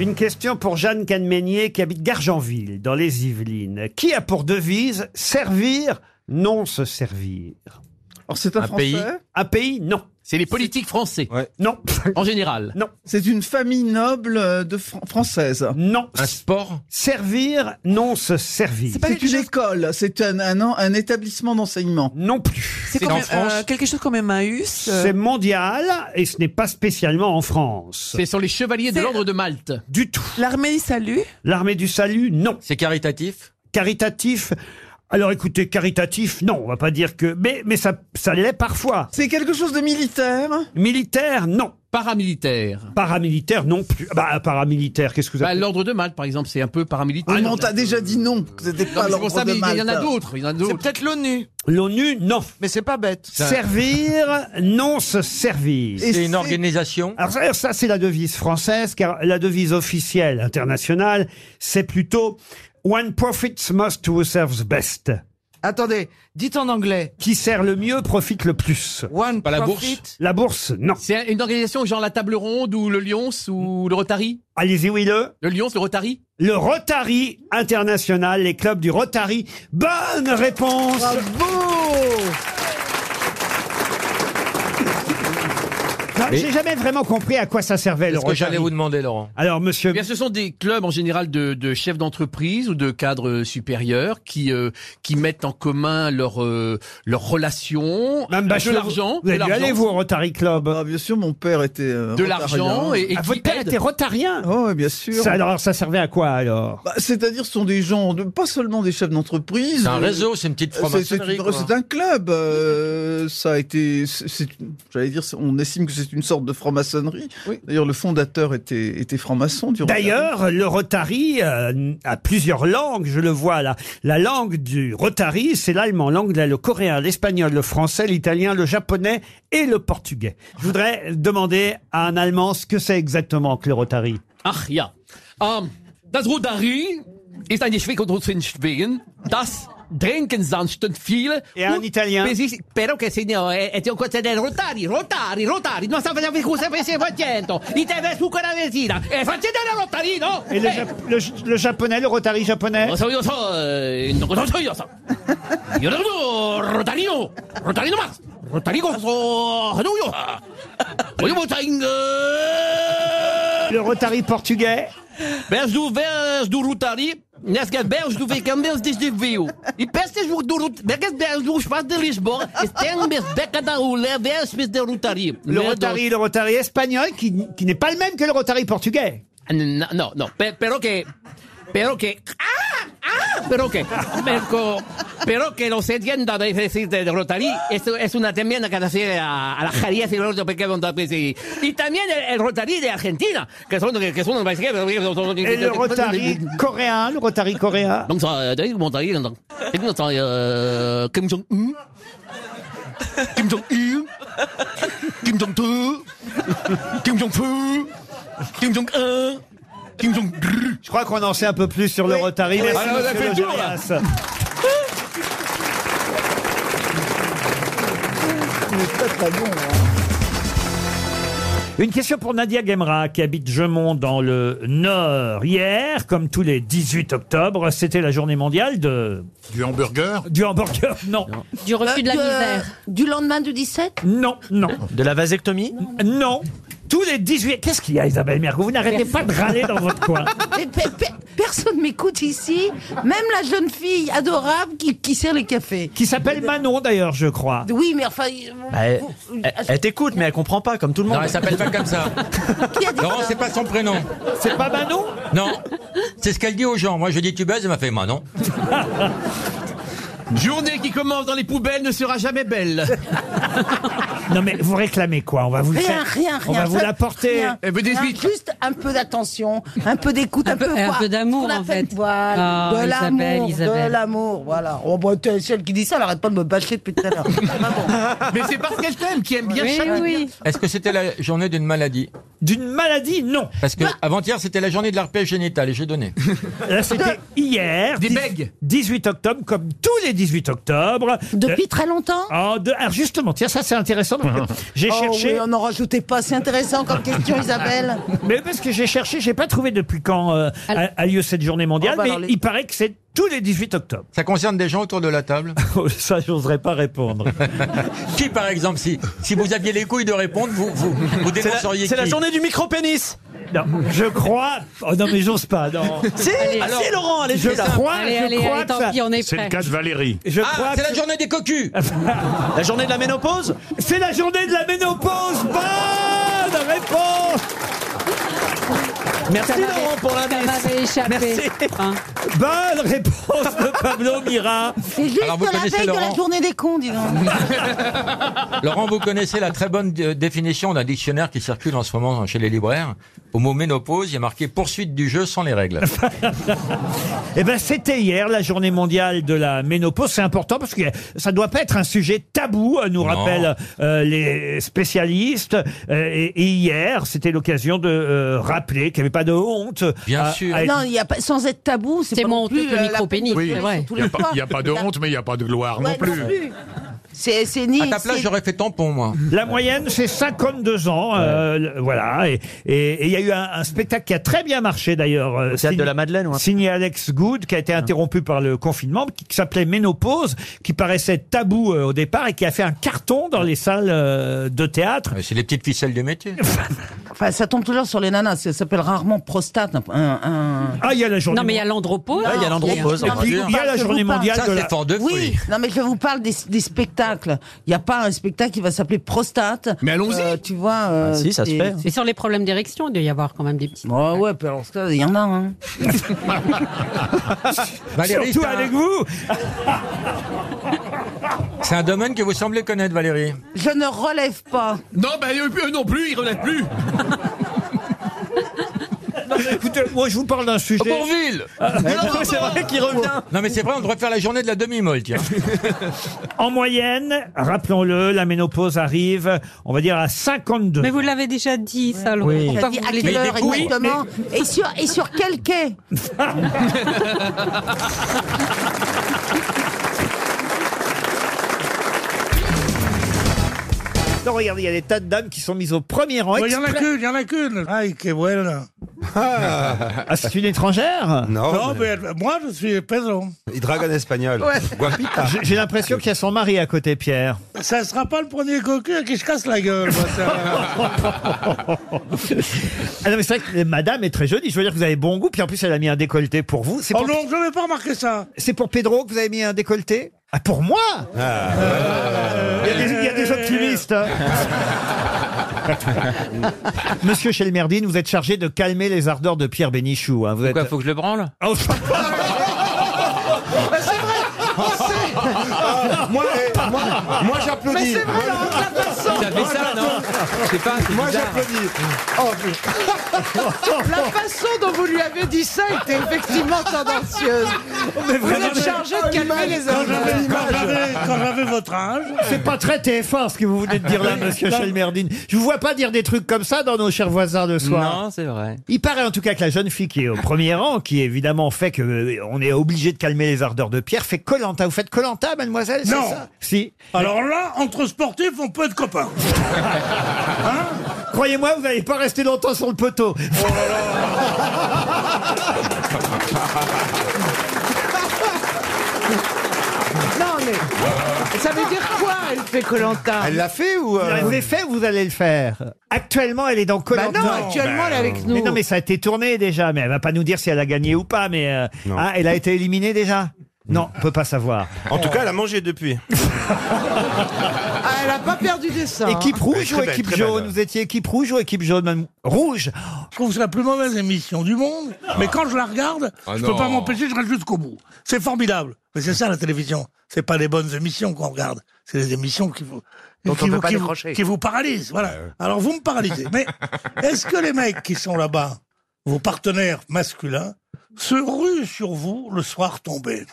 [SPEAKER 1] Une question pour Jeanne Canmenier qui habite Gargenville, dans les Yvelines. Qui a pour devise servir, non se servir
[SPEAKER 12] c'est un,
[SPEAKER 15] Un pays.
[SPEAKER 12] Français.
[SPEAKER 1] Un pays, non.
[SPEAKER 12] C'est les politiques français.
[SPEAKER 1] Non.
[SPEAKER 12] En général.
[SPEAKER 1] Non.
[SPEAKER 12] C'est une famille noble euh, de Fran- française.
[SPEAKER 1] Non.
[SPEAKER 15] Un sport
[SPEAKER 1] Servir, non se servir.
[SPEAKER 12] C'est une école. C'est un, un, en- un établissement d'enseignement.
[SPEAKER 1] Non plus.
[SPEAKER 12] C'est euh, en France.
[SPEAKER 7] quelque chose comme Emmaüs.
[SPEAKER 12] euh.
[SPEAKER 1] C'est mondial et ce n'est pas spécialement en France.
[SPEAKER 12] sur les chevaliers
[SPEAKER 7] de l'ordre
[SPEAKER 12] de Malte.
[SPEAKER 1] Du tout.
[SPEAKER 7] L'armée salue.
[SPEAKER 1] L'armée du salut, non.
[SPEAKER 15] C'est caritatif
[SPEAKER 1] Caritatif alors écoutez, caritatif, non, on va pas dire que... Mais, mais ça, ça l'est parfois.
[SPEAKER 12] C'est quelque chose de militaire.
[SPEAKER 1] Militaire, non.
[SPEAKER 12] Paramilitaire. Bah,
[SPEAKER 1] Paramilitaire, non plus. Bah, paramilitaire, qu'est-ce que vous appelez
[SPEAKER 12] l'ordre de Malte, par exemple, c'est un peu
[SPEAKER 7] Ah
[SPEAKER 12] paramilitaire. on t'a déjà dit non. que C'était pas l'ordre de Malte. Il y en a d'autres.
[SPEAKER 7] C'est peut-être l'ONU.
[SPEAKER 1] L'ONU, non.
[SPEAKER 7] Mais c'est pas bête.
[SPEAKER 1] Servir, non se servir.
[SPEAKER 15] C'est une organisation
[SPEAKER 1] Alors ça, ça, c'est la devise française, car la devise officielle internationale, c'est plutôt « One profits most who serves best
[SPEAKER 7] Attendez, dites en anglais. ».
[SPEAKER 1] Qui sert le mieux profite le plus.
[SPEAKER 7] *laughs* One
[SPEAKER 15] Pas la
[SPEAKER 7] profit.
[SPEAKER 1] La bourse, non.
[SPEAKER 12] C'est une organisation genre la Table Ronde ou le Lions ou le Rotary
[SPEAKER 1] Allez-y, oui, le,
[SPEAKER 12] Le Lions, le Rotary
[SPEAKER 1] le Rotary International, les clubs du Rotary. Bonne réponse Non,
[SPEAKER 15] Mais-
[SPEAKER 1] J'ai jamais vraiment compris à quoi ça servait, le
[SPEAKER 15] C'est ce que
[SPEAKER 1] Rotary.
[SPEAKER 15] j'allais vous demander, Laurent.
[SPEAKER 1] Alors, monsieur...
[SPEAKER 12] Eh bien, ce sont des clubs en général de, de chefs d'entreprise ou de cadres euh, supérieurs qui euh, qui mettent en commun leurs euh, leurs relations,
[SPEAKER 1] Mme
[SPEAKER 8] Bah,
[SPEAKER 12] de
[SPEAKER 1] Bachelot,
[SPEAKER 12] l'argent,
[SPEAKER 1] Vous
[SPEAKER 12] de
[SPEAKER 1] avez dû aller,
[SPEAKER 12] l'argent,
[SPEAKER 1] vous, au Rotary Club.
[SPEAKER 8] bien sûr, mon père était. euh,
[SPEAKER 12] de
[SPEAKER 8] rotarien.
[SPEAKER 12] l'argent et, et
[SPEAKER 1] Ah,
[SPEAKER 12] qui
[SPEAKER 1] votre père
[SPEAKER 12] aident.
[SPEAKER 1] était rotarien
[SPEAKER 8] Oh, ouais, bien sûr.
[SPEAKER 1] Ça, alors, ça servait à quoi, alors
[SPEAKER 8] Bah, C'est-à-dire, ce sont des gens, de- pas seulement des chefs d'entreprise.
[SPEAKER 15] C'est un
[SPEAKER 8] euh,
[SPEAKER 15] réseau, c'est une petite
[SPEAKER 8] c'est- C'est
[SPEAKER 15] franc-maçonnerie.
[SPEAKER 8] une-
[SPEAKER 15] quoi.
[SPEAKER 8] c'est un club. euh, ça a été. c'est- c'est- J'allais dire, c'est- on estime que c'est une sorte de franc-maçonnerie. D'ailleurs, le fondateur était, était franc-maçon. du Rotary.
[SPEAKER 1] D'ailleurs, le Rotary euh, a plusieurs langues, je le vois là. La langue du Rotary, c'est l'allemand, l'anglais, le coréen, l'espagnol, le français, l'italien, le japonais et le portugais. Je voudrais demander à un Allemand ce que c'est exactement que le Rotary.
[SPEAKER 12] Ah,
[SPEAKER 28] Ach ja. Ähm, das Rotary ist eine Schwiegertochter in Schweden. Das trinken sonst viele. Ja, in Italien. Però che signore, è un cosa del Rotari, Rotari, Rotari. Non sapete che cosa stai facendo. I te ve su quella resina. E facete la Rotary, no?
[SPEAKER 1] Et le,
[SPEAKER 28] Eh,
[SPEAKER 1] Jap- le J- le japonais, le Rotary japonais
[SPEAKER 28] Lo so io so, eh, non lo so io so. Io lo so, Rotarino. Rotarino Max. Rotarino so, no io. *laughs* Voglio
[SPEAKER 1] Le Rotary portugais.
[SPEAKER 28] Berge do Berge do Rotary. Nesca Berge do Vicandens desde Viu. E pestes do Rotary. Berge do Espaço de Lisboa. Estén mes década ou les verges de Rotary.
[SPEAKER 1] Le Rotary, le Rotary espagnol qui, qui n'est pas le même que le Rotary portugais.
[SPEAKER 28] Non, non, non. Pe- Pero que. Pero que. ¡Ah! ¡Ah! Pero que. Pero, pero que los entienda de decir de Rotary. Esto es una enmienda que hace a, a las jarías y los pequeños. Y, y también el, el Rotary de Argentina, que son. Que son
[SPEAKER 1] Et le
[SPEAKER 28] el
[SPEAKER 1] Rotary coréen, le Rotary coréen.
[SPEAKER 28] Donc ça, euh, d'ailleurs, mon taille, donc, et nous, ça, euh, Kim Jong-un,
[SPEAKER 1] *laughs*
[SPEAKER 28] Kim Jong-il, Kim Jong-deux, Kim Jong-feu, Kim Jong-un, Kim jong
[SPEAKER 1] Je crois qu'on en sait un peu plus sur le Rotary. Merci,
[SPEAKER 28] Ah, là, on a
[SPEAKER 1] monsieur
[SPEAKER 28] fait le tour, là.
[SPEAKER 1] Lozérias.
[SPEAKER 7] Oh, hein.
[SPEAKER 1] Une question pour Nadia Gemra qui habite Gemont dans le Nord. Hier, comme tous les 18 octobre, c'était la journée mondiale de... Du hamburger Du hamburger, *laughs* non.
[SPEAKER 27] Du refus de la
[SPEAKER 1] Euh,
[SPEAKER 27] misère.
[SPEAKER 4] Du lendemain du 17
[SPEAKER 1] Non, non.
[SPEAKER 7] De la vasectomie
[SPEAKER 1] Non. Tous les 18... Qu'est-ce qu'il y a, Isabelle Mergo Vous n'arrêtez pas de râler dans votre coin.
[SPEAKER 4] Mais pe- pe- Personne m'écoute ici, même la jeune fille adorable qui, qui sert les cafés.
[SPEAKER 1] Qui s'appelle Manon, d'ailleurs, je crois.
[SPEAKER 4] Oui, mais enfin,
[SPEAKER 7] Bah, Elle, elle- elle t'écoute, mais elle comprend pas, comme tout le monde.
[SPEAKER 4] Non, elle s'appelle pas comme
[SPEAKER 7] ça.
[SPEAKER 15] Laurent, c'est pas son prénom.
[SPEAKER 1] C'est pas Manon
[SPEAKER 15] Non. C'est ce qu'elle dit aux gens. Moi, je dis tu baises, elle m'a fait Manon.
[SPEAKER 12] Journée qui commence dans les poubelles ne sera jamais belle.
[SPEAKER 1] Non mais vous réclamez quoi On va vous le
[SPEAKER 4] rien,
[SPEAKER 1] faire.
[SPEAKER 4] rien, rien.
[SPEAKER 1] On va vous
[SPEAKER 4] Ça-
[SPEAKER 1] l'apporter.
[SPEAKER 4] rien. Rien, Ah, Juste un peu d'attention, un peu d'écoute, un, peu,
[SPEAKER 27] un
[SPEAKER 4] voir
[SPEAKER 27] peu d'amour,
[SPEAKER 4] ce qu'on
[SPEAKER 27] en
[SPEAKER 4] appelle-
[SPEAKER 27] fait.
[SPEAKER 4] Voilà,
[SPEAKER 27] Ah,
[SPEAKER 4] de
[SPEAKER 27] Isabelle,
[SPEAKER 4] l'amour, de
[SPEAKER 27] Isabelle.
[SPEAKER 4] l'amour, voilà. Oh, bah, t'es celle qui dit ça, elle arrête pas de me bâcher depuis tout à l'heure.
[SPEAKER 12] Mais c'est parce qu'elle t'aime, qui aime bien
[SPEAKER 27] Oui,
[SPEAKER 12] chacun.
[SPEAKER 27] oui.
[SPEAKER 15] Est-ce que c'était la journée d'une maladie
[SPEAKER 1] D'une maladie, non. Bah.
[SPEAKER 15] Parce que avant-hier, c'était la journée de l'arpège génital et j'ai donné.
[SPEAKER 1] Là, c'était hier. Des 18 octobre, comme tous les 18 octobre. Depuis
[SPEAKER 4] très longtemps
[SPEAKER 1] Alors justement, tiens, ça c'est intéressant. parce que J'ai
[SPEAKER 4] Oh
[SPEAKER 1] cherché.
[SPEAKER 4] oui, on n'en rajoutait pas, c'est intéressant
[SPEAKER 1] *laughs*
[SPEAKER 4] comme question, Isabelle.
[SPEAKER 1] Mais parce que j'ai cherché, j'ai pas trouvé depuis quand euh, a, a lieu cette journée mondiale,
[SPEAKER 15] Oh, bah,
[SPEAKER 1] mais
[SPEAKER 15] alors, les-
[SPEAKER 1] il paraît que c'est tous les 18 octobre. Oh,
[SPEAKER 15] Ça concerne des gens autour de la
[SPEAKER 1] *laughs*
[SPEAKER 15] table
[SPEAKER 1] Ça, j'oserais pas répondre.
[SPEAKER 15] *laughs* qui, par exemple, si, si vous aviez les couilles de répondre, vous, vous, vous
[SPEAKER 1] C'est la-
[SPEAKER 15] dénonceriez
[SPEAKER 1] c'est la
[SPEAKER 15] qui
[SPEAKER 1] journée
[SPEAKER 7] du micro-pénis.
[SPEAKER 1] Non, je crois. Oh non, mais j'ose pas. *laughs* Non.
[SPEAKER 15] Si, Alors- si, Laurent, allez,
[SPEAKER 1] je
[SPEAKER 15] fais ça.
[SPEAKER 1] crois.
[SPEAKER 27] Allez,
[SPEAKER 1] je
[SPEAKER 27] allez,
[SPEAKER 1] crois
[SPEAKER 27] allez,
[SPEAKER 1] que
[SPEAKER 27] tant
[SPEAKER 1] ça-
[SPEAKER 27] pis, on est C'est prêt. le cas de
[SPEAKER 7] Valérie.
[SPEAKER 1] Je
[SPEAKER 15] Ah,
[SPEAKER 1] crois
[SPEAKER 15] c'est
[SPEAKER 1] que-
[SPEAKER 15] la journée
[SPEAKER 1] *laughs*
[SPEAKER 15] des cocus
[SPEAKER 7] La journée de la ménopause
[SPEAKER 1] C'est la journée de la ménopause. Bonne réponse.
[SPEAKER 7] Merci
[SPEAKER 27] Ça m'avait-
[SPEAKER 7] Laurent pour
[SPEAKER 27] ça
[SPEAKER 7] l'indice.
[SPEAKER 27] m'avait échappé,
[SPEAKER 7] Merci.
[SPEAKER 27] Hein
[SPEAKER 1] Bonne réponse de Pablo Mira.
[SPEAKER 4] C'est juste
[SPEAKER 15] Alors, vous
[SPEAKER 4] la
[SPEAKER 15] connaissez
[SPEAKER 4] veille de la
[SPEAKER 15] Laurent
[SPEAKER 4] journée des cons, dis donc.
[SPEAKER 15] Laurent, vous connaissez la très bonne euh, définition d'un dictionnaire qui circule en ce moment chez les libraires. Au mot ménopause, il y a marqué poursuite du jeu sans
[SPEAKER 1] *laughs*
[SPEAKER 15] les règles.
[SPEAKER 1] Eh ben, c'était hier la journée mondiale de la ménopause. C'est important parce que ça doit pas être un sujet tabou, euh, nous rappellent euh, les spécialistes. Euh, et, et hier, c'était l'occasion de euh, rappeler qu'il n'y avait pas de honte. à- à être-
[SPEAKER 4] Non, il y a pas, sans être tabou, c'est pas non
[SPEAKER 27] honteux
[SPEAKER 4] plus
[SPEAKER 27] que le
[SPEAKER 4] euh, la
[SPEAKER 27] micro-pénis,
[SPEAKER 4] peine de
[SPEAKER 27] Oui,
[SPEAKER 4] pleurer sur
[SPEAKER 27] ouais.
[SPEAKER 4] tous
[SPEAKER 27] Y a
[SPEAKER 4] les
[SPEAKER 27] pas-
[SPEAKER 4] toits.
[SPEAKER 27] y a pas de
[SPEAKER 4] La-
[SPEAKER 27] honte,
[SPEAKER 29] mais il n'y a pas de gloire
[SPEAKER 4] Ouais,
[SPEAKER 29] non plus.
[SPEAKER 4] C'est c'est ni.
[SPEAKER 15] À ta place,
[SPEAKER 4] c'est-
[SPEAKER 15] j'aurais fait tampon, moi.
[SPEAKER 1] La moyenne, c'est 52 ans. euh, le- voilà. Et et- et il y a eu un, un spectacle qui a très bien marché d'ailleurs. euh,
[SPEAKER 7] théâtre
[SPEAKER 1] signé-
[SPEAKER 7] de la Madeleine, ouais.
[SPEAKER 1] Signé Alex Good, qui a
[SPEAKER 7] Ah.
[SPEAKER 1] été interrompu par le confinement, qui, qui s'appelait Ménopause, qui paraissait tabou euh, au départ et qui a fait un carton dans les salles euh, de théâtre.
[SPEAKER 15] C'est les petites ficelles du métier.
[SPEAKER 4] Enfin, ça tombe toujours sur les nanas. Ça s'appelle rarement prostate. un- un-
[SPEAKER 1] Ah, il y a la journée.
[SPEAKER 27] Non, mais il y a l'andropause.
[SPEAKER 1] Ah, il y a l'andropause,
[SPEAKER 15] Et puis, il y a
[SPEAKER 1] la journée mondiale de la-
[SPEAKER 4] Oui, non, mais je vous parle des, des spectacles. Il n'y a pas un spectacle qui va s'appeler prostate. Mais allons-y. tu vois. euh,
[SPEAKER 27] Ah,
[SPEAKER 1] Ah,
[SPEAKER 4] c'est-
[SPEAKER 27] Mais sur les problèmes d'érection, il doit y avoir quand même des petits.
[SPEAKER 4] Ah ouais, puis alors, ça, il y en a. Hein.
[SPEAKER 1] Surtout avec vous
[SPEAKER 15] C'est un domaine que vous semblez connaître, Valérie.
[SPEAKER 30] Je ne relève pas.
[SPEAKER 31] Non, ben eux non plus, ils relèvent
[SPEAKER 4] *laughs*
[SPEAKER 31] plus.
[SPEAKER 1] Écoutez, moi je vous parle d'un sujet. Ah,
[SPEAKER 31] Bourville
[SPEAKER 1] c'est vrai qu'il revient.
[SPEAKER 15] Non, mais c'est vrai, on devrait faire la journée de la demi-molle, tiens.
[SPEAKER 1] *laughs* En moyenne, rappelons-le, la ménopause arrive, on va dire à 52.
[SPEAKER 32] Mais vous l'avez déjà dit, ça, Laurent.
[SPEAKER 1] Oui.
[SPEAKER 32] Pourquoi
[SPEAKER 1] T'as dit
[SPEAKER 32] vous
[SPEAKER 1] à
[SPEAKER 32] voulez-
[SPEAKER 1] quelle heure Oui, exactement
[SPEAKER 30] Et sur, et sur quel quai
[SPEAKER 1] Non, regardez, il y a des tas de dames qui sont mises au premier rang.
[SPEAKER 6] Il y en a
[SPEAKER 1] exprès.
[SPEAKER 6] qu'une, il y en a qu'une. Ay, qué buena.
[SPEAKER 1] Ah, c'est une étrangère
[SPEAKER 6] Non, mais... moi, je suis peso.
[SPEAKER 17] Il drague en espagnol.
[SPEAKER 6] Ouais.
[SPEAKER 17] Guapita.
[SPEAKER 1] J'ai- J'ai l'impression qu'il y a son mari à côté, Pierre.
[SPEAKER 6] Ça sera pas le premier cocu à qui je casse la gueule. moi,
[SPEAKER 1] *laughs*
[SPEAKER 6] ça.
[SPEAKER 1] Ah non, mais c'est vrai que madame est très jolie. Je veux dire que vous avez bon goût, puis en plus, elle a mis un décolleté pour vous. C'est
[SPEAKER 6] oh
[SPEAKER 1] pour,
[SPEAKER 6] non, je n'avais pas remarqué ça.
[SPEAKER 1] c'est pour Pedro que vous avez mis un décolleté Ah, pour moi Il y a des- il y, a des optimistes. hein. *laughs* Monsieur Chelmerdine, vous êtes chargé de calmer les ardeurs de Pierre Bénichou. Hein. Vous êtes...
[SPEAKER 22] faut que je le branle
[SPEAKER 21] Mais c'est vrai
[SPEAKER 4] Ah,
[SPEAKER 21] Oh, c'est-
[SPEAKER 17] Moi, eh, moi,
[SPEAKER 1] *laughs*
[SPEAKER 17] moi, j'applaudis.
[SPEAKER 21] Mais c'est vrai,
[SPEAKER 4] hein.
[SPEAKER 21] Laurent, t'as pas de sang.
[SPEAKER 17] Vous avez ça, non
[SPEAKER 22] Je sais pas,
[SPEAKER 17] Moi, j'applaudis.
[SPEAKER 4] Ah.
[SPEAKER 7] La façon dont vous lui avez dit ça était effectivement tendancieuse.
[SPEAKER 6] Oh,
[SPEAKER 7] Vous êtes chargé de calmer les
[SPEAKER 6] Quand j'avais-
[SPEAKER 7] hommes.
[SPEAKER 6] quand j'avais- quand j'avais votre âge.
[SPEAKER 1] C'est pas très TF1 ce que vous venez de dire là, monsieur
[SPEAKER 6] Non.
[SPEAKER 1] Chelmerdine. Je vous vois pas dire des trucs comme ça dans nos chers voisins de soir.
[SPEAKER 22] Non, c'est vrai.
[SPEAKER 1] Il paraît en tout cas que la jeune fille qui est au premier rang, qui évidemment fait que euh, on est obligé de calmer les ardeurs de Pierre, fait Colanta. Vous faites Colanta, mademoiselle c'est
[SPEAKER 6] Non.
[SPEAKER 1] ça Si.
[SPEAKER 6] Alors là, entre sportifs, on peut être copains.
[SPEAKER 1] Croyez-moi, vous n'allez pas rester longtemps sur le poteau.
[SPEAKER 7] Non mais ça veut dire quoi Elle fait Colanta.
[SPEAKER 1] l'a fait ou
[SPEAKER 7] euh,
[SPEAKER 1] Vous l'avez fait ou vous allez le faire Actuellement, elle est dans Colanta.
[SPEAKER 7] Bah non, actuellement, elle est avec nous.
[SPEAKER 1] Mais non, mais ça a été tourné déjà. Mais elle va pas nous dire si elle a gagné ou pas. Mais euh, ah, elle a été éliminée déjà. Non, on peut pas savoir.
[SPEAKER 17] En tout cas, elle a mangé depuis.
[SPEAKER 7] *laughs* Ah, elle a pas perdu des seins. hein.
[SPEAKER 1] Équipe
[SPEAKER 17] Elle est
[SPEAKER 1] rouge
[SPEAKER 17] très
[SPEAKER 1] ou
[SPEAKER 17] belle,
[SPEAKER 1] équipe
[SPEAKER 17] très
[SPEAKER 1] jaune
[SPEAKER 17] belle.
[SPEAKER 1] Vous étiez équipe rouge ou équipe jaune madame Rouge
[SPEAKER 6] Je trouve que c'est la plus mauvaise émission du monde, mais quand je la regarde,
[SPEAKER 1] Ah
[SPEAKER 6] je peux pas
[SPEAKER 1] non.
[SPEAKER 6] m'empêcher, je reste jusqu'au bout. C'est formidable. Mais c'est ça la télévision. C'est pas les bonnes émissions qu'on regarde. C'est les émissions qui vous,
[SPEAKER 33] Dont on
[SPEAKER 6] qui,
[SPEAKER 33] peut
[SPEAKER 6] vous,
[SPEAKER 33] pas
[SPEAKER 6] qui, vous,
[SPEAKER 33] décrocher.
[SPEAKER 6] qui vous paralysent. Voilà. Alors vous me paralysez.
[SPEAKER 33] *laughs*
[SPEAKER 6] Mais est-ce que les mecs qui sont là-bas, vos partenaires masculins, se ruent sur vous le
[SPEAKER 33] *laughs*
[SPEAKER 6] soir tombé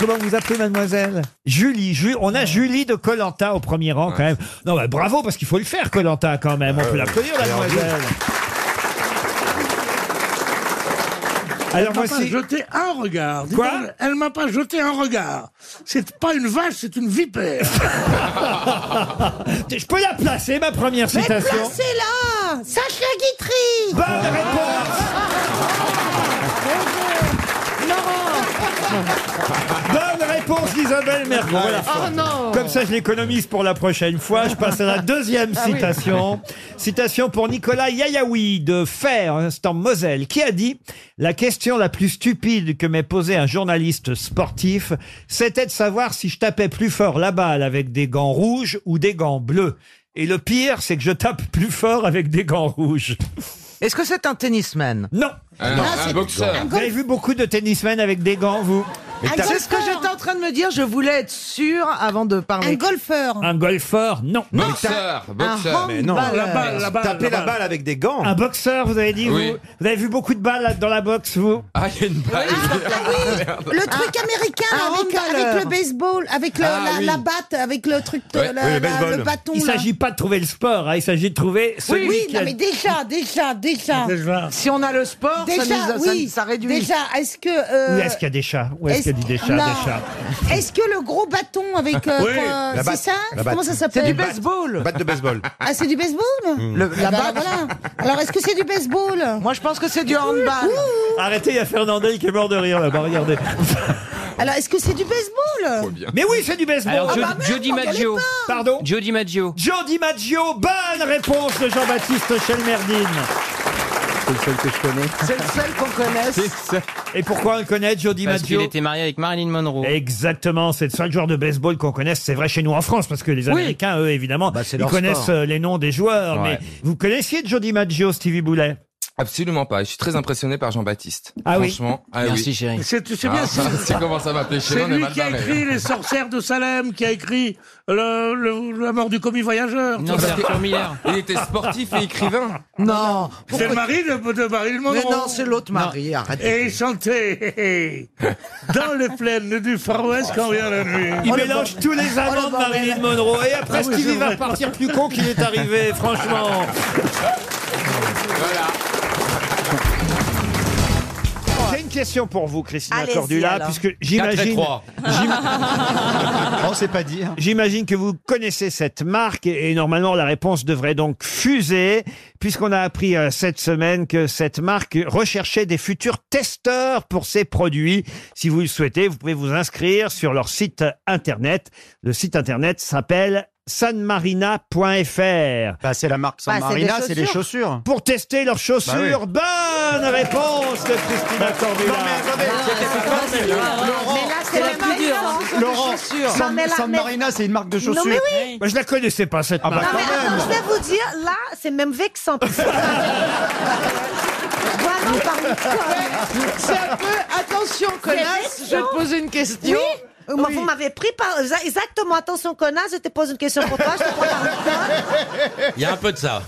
[SPEAKER 1] Comment vous appelez mademoiselle Julie. Ju- on a Julie de Colanta au premier rang quand même. Non, bah, bravo parce qu'il faut le faire Colanta quand même.
[SPEAKER 6] Euh,
[SPEAKER 1] On peut l'applaudir mademoiselle.
[SPEAKER 6] Alors
[SPEAKER 1] Alors
[SPEAKER 6] elle m'a
[SPEAKER 1] moi
[SPEAKER 6] pas
[SPEAKER 1] aussi.
[SPEAKER 6] jeté un regard. Dis
[SPEAKER 1] Quoi
[SPEAKER 6] donc, Elle m'a pas jeté un regard. C'est pas une vache, c'est
[SPEAKER 1] *laughs*
[SPEAKER 6] une vipère.
[SPEAKER 1] Je peux la placer ma première
[SPEAKER 21] Mais
[SPEAKER 1] citation.
[SPEAKER 21] placez-la Sacha Guitry
[SPEAKER 1] Bonne
[SPEAKER 21] réponse
[SPEAKER 1] Bonne réponse d'Isabelle Mergo. Voilà.
[SPEAKER 21] Oh non.
[SPEAKER 1] Comme ça, je l'économise pour la prochaine fois. Je passe à la deuxième
[SPEAKER 21] *laughs* Ah oui.
[SPEAKER 1] citation. Citation pour Nicolas Yayaoui de Fer, c'est en Moselle, qui a dit « La question la plus stupide que m'ait posée un journaliste sportif, c'était de savoir si je tapais plus fort la balle avec des gants rouges ou des gants bleus. Et le pire, c'est que je tape plus fort avec des gants rouges. »
[SPEAKER 4] Est-ce que c'est un tennisman
[SPEAKER 1] Non.
[SPEAKER 4] Ah non, Ah, un c'est- boxeur. un
[SPEAKER 1] Vous avez vu beaucoup de tennismen avec des gants, vous
[SPEAKER 4] C'est ce que j'étais en train de me dire, je voulais être sûr avant de parler. Un golfeur
[SPEAKER 1] Un golfeur, non.
[SPEAKER 4] Non, Boxeur,
[SPEAKER 1] mais t'as-
[SPEAKER 4] boxeur. Mais non,
[SPEAKER 1] handballeur.
[SPEAKER 4] la balle, la balle, Taper la la balle. balle
[SPEAKER 1] avec des gants. Un boxeur, vous avez dit,
[SPEAKER 4] Oui.
[SPEAKER 1] vous Vous avez vu beaucoup de balles dans la boxe, vous
[SPEAKER 4] Ah, il y a une balle.
[SPEAKER 27] bah Le truc américain
[SPEAKER 1] un
[SPEAKER 27] là, avec,
[SPEAKER 1] handballeur.
[SPEAKER 27] avec le baseball, avec le-
[SPEAKER 1] Ah,
[SPEAKER 27] la,
[SPEAKER 1] oui.
[SPEAKER 27] la batte, avec le truc, de- la- la- Ah. le bâton.
[SPEAKER 1] Il
[SPEAKER 27] là.
[SPEAKER 1] s'agit pas de trouver le sport, hein, il s'agit de trouver
[SPEAKER 27] Oui,
[SPEAKER 1] celui
[SPEAKER 27] oui,
[SPEAKER 1] qui
[SPEAKER 27] non,
[SPEAKER 1] a-
[SPEAKER 27] mais déjà, déjà, déjà.
[SPEAKER 4] Si on a le sport,
[SPEAKER 27] Déjà,
[SPEAKER 4] ça, nous, ça-
[SPEAKER 27] oui,
[SPEAKER 4] ça réduit.
[SPEAKER 27] Déjà, est-ce que. euh,
[SPEAKER 1] Où est-ce qu'il y a des chats Où est-ce qu'il y a dit des chats,
[SPEAKER 27] là.
[SPEAKER 1] des chats
[SPEAKER 27] Est-ce que le gros bâton avec. euh,
[SPEAKER 1] Oui,
[SPEAKER 27] quoi,
[SPEAKER 1] la
[SPEAKER 27] c'est
[SPEAKER 1] batte,
[SPEAKER 27] ça
[SPEAKER 1] la batte.
[SPEAKER 27] Comment ça
[SPEAKER 1] C'est
[SPEAKER 27] s'appelle
[SPEAKER 1] du baseball. Hmm.
[SPEAKER 17] Batte de baseball.
[SPEAKER 27] Ah, c'est du baseball
[SPEAKER 17] Le-
[SPEAKER 27] Ah
[SPEAKER 4] la
[SPEAKER 27] bah,
[SPEAKER 4] batte.
[SPEAKER 27] voilà. Alors, est-ce que c'est du baseball
[SPEAKER 4] Moi, je pense que c'est du handball.
[SPEAKER 1] Arrêtez, il y a Fernandel qui est mort de rire là-bas, regardez.
[SPEAKER 27] Alors, est-ce que c'est du baseball
[SPEAKER 1] Mais oui, c'est du baseball.
[SPEAKER 27] Alors, Ah Jo- bah merde, Joe DiMaggio. engueulez pas.
[SPEAKER 1] Pardon Joe DiMaggio. Joe DiMaggio, bonne réponse de Jean-Baptiste Chelmerdine.
[SPEAKER 4] C'est le seul que je connais.
[SPEAKER 1] C'est le seul qu'on connaisse. Et pourquoi on le connaît, Joe DiMaggio
[SPEAKER 4] Parce qu'il était
[SPEAKER 1] marié avec Marilyn Monroe. Exactement, c'est le seul joueur de baseball qu'on connaisse. C'est vrai chez nous en France, parce que les
[SPEAKER 4] Oui.
[SPEAKER 1] Américains, eux, évidemment, ils
[SPEAKER 4] leur
[SPEAKER 1] connaissent
[SPEAKER 4] sport.
[SPEAKER 1] euh, les noms des joueurs.
[SPEAKER 4] Ouais.
[SPEAKER 1] Mais vous connaissiez Joe DiMaggio, Stevie Boulet
[SPEAKER 11] Absolument pas. Je suis très impressionné par Jean-Baptiste.
[SPEAKER 6] Ah oui.
[SPEAKER 11] Franchement. Ah
[SPEAKER 6] Merci,
[SPEAKER 11] oui.
[SPEAKER 6] chérie. C'est- tu sais bien,
[SPEAKER 11] ça. *laughs*
[SPEAKER 6] c'est-
[SPEAKER 11] C'est comment ça m'appelait chez
[SPEAKER 6] C'est lui qui a
[SPEAKER 11] hein.
[SPEAKER 1] hein.
[SPEAKER 6] écrit Les sorcières de Salem, qui a écrit le- le- La mort du commis voyageur.
[SPEAKER 11] Non,
[SPEAKER 6] Tout
[SPEAKER 11] c'est
[SPEAKER 6] ça.
[SPEAKER 11] Arthur
[SPEAKER 6] *laughs*
[SPEAKER 11] Miller. Il était sportif et écrivain.
[SPEAKER 6] Non. C'est
[SPEAKER 24] Pourquoi-
[SPEAKER 6] le mari de, de Marilyn Monroe.
[SPEAKER 24] Mais non, c'est l'autre mari, arrête.
[SPEAKER 6] Et il chantait hé, hé, dans les plaines du Far West quand vient la nuit.
[SPEAKER 1] Il mélange tous
[SPEAKER 6] Oh,
[SPEAKER 1] les amants de Marilyn Monroe. Et après,
[SPEAKER 6] Ah oui,
[SPEAKER 1] Stevie
[SPEAKER 6] c'est
[SPEAKER 1] va
[SPEAKER 6] vrai.
[SPEAKER 1] repartir plus con qu'il est
[SPEAKER 6] *laughs*
[SPEAKER 1] arrivé, franchement. J'ai une question pour vous, Christina
[SPEAKER 22] Allez-y,
[SPEAKER 1] Cordula,
[SPEAKER 22] alors.
[SPEAKER 1] puisque
[SPEAKER 22] Quatre et
[SPEAKER 1] j'imagine.
[SPEAKER 22] trois.
[SPEAKER 6] *laughs*
[SPEAKER 1] j'im-
[SPEAKER 22] On sait pas dire.
[SPEAKER 1] J'imagine que vous connaissez cette marque et, et normalement la réponse devrait donc fuser, puisqu'on a appris euh, cette semaine que cette marque recherchait des futurs testeurs pour ses produits. Si vous le souhaitez, vous pouvez vous inscrire sur leur site internet. Le site internet s'appelle sanmarina.fr. c'est la marque
[SPEAKER 17] San Bah, c'est des Marina, c'est les chaussures.
[SPEAKER 1] Pour tester leurs chaussures,
[SPEAKER 17] Bah
[SPEAKER 1] bonne réponse de
[SPEAKER 3] Bah,
[SPEAKER 1] Christina Cordula.
[SPEAKER 4] Ah.
[SPEAKER 17] Mais là, c'est la marque de chaussures.
[SPEAKER 1] Laurent,
[SPEAKER 17] Non, mais là, mais- Non, mais oui.
[SPEAKER 1] Moi, je la connaissais pas cette marque.
[SPEAKER 17] quand
[SPEAKER 1] Ah,
[SPEAKER 17] même. même. Ah, je vais
[SPEAKER 27] vous dire, là, c'est même vexant.
[SPEAKER 14] C'est un peu attention connasse, je vais te poser une question.
[SPEAKER 27] Oui. Euh, Moi, Vous m'avez pris par. euh, Exactement, attention, connasse, je te pose une question pour toi, je te prends par le
[SPEAKER 3] *laughs*
[SPEAKER 27] col.
[SPEAKER 34] Il y a un peu de ça.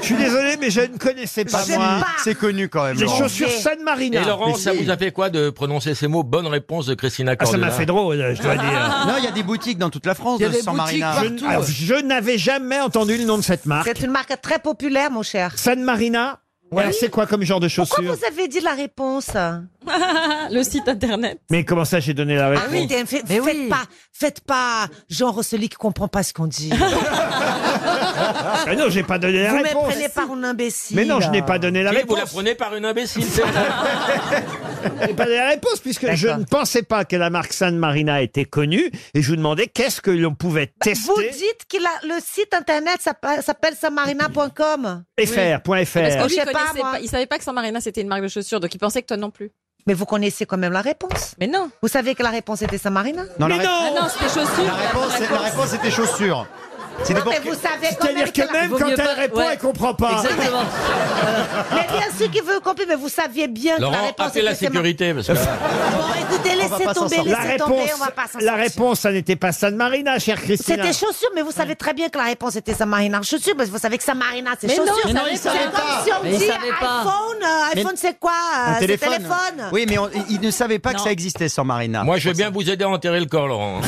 [SPEAKER 1] Je suis désolé, mais je ne connaissais pas
[SPEAKER 34] Je sais
[SPEAKER 1] moi.
[SPEAKER 34] pas. C'est
[SPEAKER 1] connu quand
[SPEAKER 34] même,
[SPEAKER 1] Les
[SPEAKER 34] Laurent.
[SPEAKER 1] chaussures San Marina.
[SPEAKER 34] Et Laurent, ça vous a fait quoi de prononcer ces mots Bonne réponse de Christina
[SPEAKER 1] Ah, ça
[SPEAKER 34] Cordula. ah,
[SPEAKER 1] m'a fait drôle, je dois dire.
[SPEAKER 17] Non, il y a des boutiques dans toute la France de San Marina.
[SPEAKER 1] Je, alors, je n'avais jamais entendu le nom de cette marque.
[SPEAKER 27] C'est une marque très populaire, mon cher.
[SPEAKER 1] Ah. San Marina
[SPEAKER 27] Oui.
[SPEAKER 1] Alors, c'est quoi comme genre de
[SPEAKER 27] Pourquoi
[SPEAKER 1] chaussures
[SPEAKER 27] vous avez dit la réponse
[SPEAKER 10] *laughs* Le site internet.
[SPEAKER 1] Mais comment ça, j'ai donné la
[SPEAKER 27] Ah
[SPEAKER 1] réponse
[SPEAKER 27] oui, t'es- fait- faites pas, faites pas genre celui qui comprend pas ce qu'on dit. *laughs*
[SPEAKER 1] Ah non, j'ai pas donné la
[SPEAKER 27] Vous me
[SPEAKER 1] réponse.
[SPEAKER 27] prenez par un imbécile.
[SPEAKER 1] Mais non, je n'ai pas donné la
[SPEAKER 34] Oui,
[SPEAKER 1] réponse.
[SPEAKER 34] vous la prenez par une imbécile, c'est vrai.
[SPEAKER 1] Je n'ai pas donné la réponse puisque je ne pensais pas que la marque San Marina était connue et je vous demandais qu'est-ce que l'on pouvait tester.
[SPEAKER 27] Bah, Vous dites que le site internet s'appelle s'appelle samarina.com.
[SPEAKER 1] FR, point FR.
[SPEAKER 27] Parce
[SPEAKER 10] Parce
[SPEAKER 27] que
[SPEAKER 10] que
[SPEAKER 27] je
[SPEAKER 10] lui
[SPEAKER 27] sais
[SPEAKER 10] connaissait
[SPEAKER 27] pas, moi.
[SPEAKER 10] pas, il savait pas que San Marina c'était une marque de chaussures, donc il pensait que toi non plus.
[SPEAKER 27] Mais vous connaissez quand même la réponse.
[SPEAKER 10] Mais non.
[SPEAKER 27] Vous savez que la réponse était Samarina
[SPEAKER 17] Non, la ré-
[SPEAKER 10] Ah non, c'était chaussures.
[SPEAKER 17] La réponse, c'est- la réponse, c'était chaussures. C'était
[SPEAKER 27] Non,
[SPEAKER 17] pour
[SPEAKER 27] mais
[SPEAKER 17] que-
[SPEAKER 27] vous savez quand même
[SPEAKER 17] C'est-à-dire que
[SPEAKER 27] la-
[SPEAKER 17] même Vaut quand mieux elle pas- répond, ouais. elle comprend pas. Exactement.
[SPEAKER 27] *laughs* mais bien sûr qu'il veut comprendre, mais vous saviez bien que la
[SPEAKER 34] Laurent,
[SPEAKER 27] réponse
[SPEAKER 34] appelez la
[SPEAKER 27] était Samar-
[SPEAKER 34] sécurité parce que.
[SPEAKER 27] Bon, écoutez, laissez tomber, laissez
[SPEAKER 1] la réponse,
[SPEAKER 27] tomber, on va pas s'en
[SPEAKER 1] la
[SPEAKER 27] sortir.
[SPEAKER 1] réponse, ça n'était pas San Marina, chère Christina.
[SPEAKER 27] C'était chaussures, mais vous savez très bien que la réponse était Samarina. Chaussures, parce que vous savez que Samarina, c'est
[SPEAKER 17] Mais non,
[SPEAKER 27] chaussures.
[SPEAKER 17] Mais non, il
[SPEAKER 27] c'est
[SPEAKER 17] savait
[SPEAKER 27] comme
[SPEAKER 17] pas.
[SPEAKER 27] si on
[SPEAKER 17] Mais il
[SPEAKER 27] dit
[SPEAKER 17] savait pas.
[SPEAKER 27] iPhone, euh,
[SPEAKER 17] Mais-
[SPEAKER 27] iPhone c'est quoi
[SPEAKER 1] Ah,
[SPEAKER 27] euh,
[SPEAKER 17] Un
[SPEAKER 27] C'est téléphone.
[SPEAKER 17] Oui,
[SPEAKER 27] *laughs*
[SPEAKER 17] mais on- il- il ne savait pas que
[SPEAKER 27] Non.
[SPEAKER 17] ça existait San Marina.
[SPEAKER 34] Moi, je vais bien vous aider à enterrer le corps, Laurent.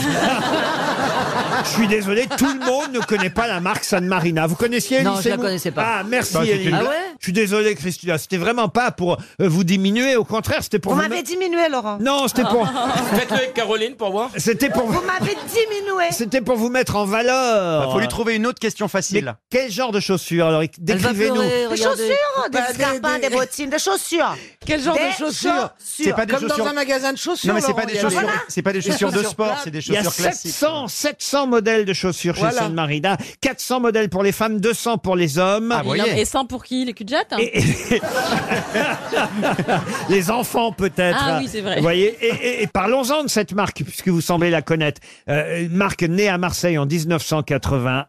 [SPEAKER 1] Je suis désolé, tout le monde ne connaît pas la marque San Marina. Vous connaissiez
[SPEAKER 23] Non,
[SPEAKER 1] Elie
[SPEAKER 23] je la
[SPEAKER 1] Semoun
[SPEAKER 23] connaissais pas.
[SPEAKER 1] Ah, merci.
[SPEAKER 23] Bah, c'est
[SPEAKER 1] Elie.
[SPEAKER 23] une Ah blague.
[SPEAKER 1] je suis désolé, Christina. C'était vraiment pas pour euh, vous diminuer. Au contraire, c'était pour
[SPEAKER 27] Vous
[SPEAKER 1] vous.
[SPEAKER 27] m'avez diminué, Laurent. Ah.
[SPEAKER 1] Non, c'était pour.
[SPEAKER 17] *laughs*
[SPEAKER 34] Faites-le avec Caroline pour voir.
[SPEAKER 1] C'était pour.
[SPEAKER 27] Vous m'avez diminué.
[SPEAKER 1] C'était pour vous mettre en valeur.
[SPEAKER 17] Il faut lui trouver une autre question facile.
[SPEAKER 1] Quel genre de chaussures Alors, décrivez-nous.
[SPEAKER 27] Des chaussures, des escarpins, des bottines, des chaussures.
[SPEAKER 14] Quel genre
[SPEAKER 27] Des
[SPEAKER 14] de chaussures
[SPEAKER 17] C'est pas des
[SPEAKER 14] Comme
[SPEAKER 17] chaussures-
[SPEAKER 14] dans un magasin de chaussures.
[SPEAKER 17] Non, mais c'est
[SPEAKER 14] Laurent,
[SPEAKER 17] pas des
[SPEAKER 14] il y a
[SPEAKER 17] chaussures-
[SPEAKER 14] Voilà.
[SPEAKER 17] c'est pas
[SPEAKER 14] *laughs*
[SPEAKER 17] des
[SPEAKER 14] Des
[SPEAKER 17] chaussures de
[SPEAKER 14] chaussures
[SPEAKER 17] sport,
[SPEAKER 14] plates.
[SPEAKER 17] c'est des
[SPEAKER 1] Il y a
[SPEAKER 17] chaussures classiques.
[SPEAKER 1] 700, 700 modèles de chaussures chez
[SPEAKER 10] Voilà.
[SPEAKER 1] San Marina, 400 modèles pour les femmes, 200 pour les hommes.
[SPEAKER 17] Ah,
[SPEAKER 10] Et 100 pour qui Les cul de jatte hein
[SPEAKER 1] les enfants peut-être.
[SPEAKER 10] Ah oui, c'est vrai.
[SPEAKER 1] Vous voyez, et, et- et parlons-en de cette marque, puisque vous semblez la connaître. Euh, une marque née à Marseille en 1981.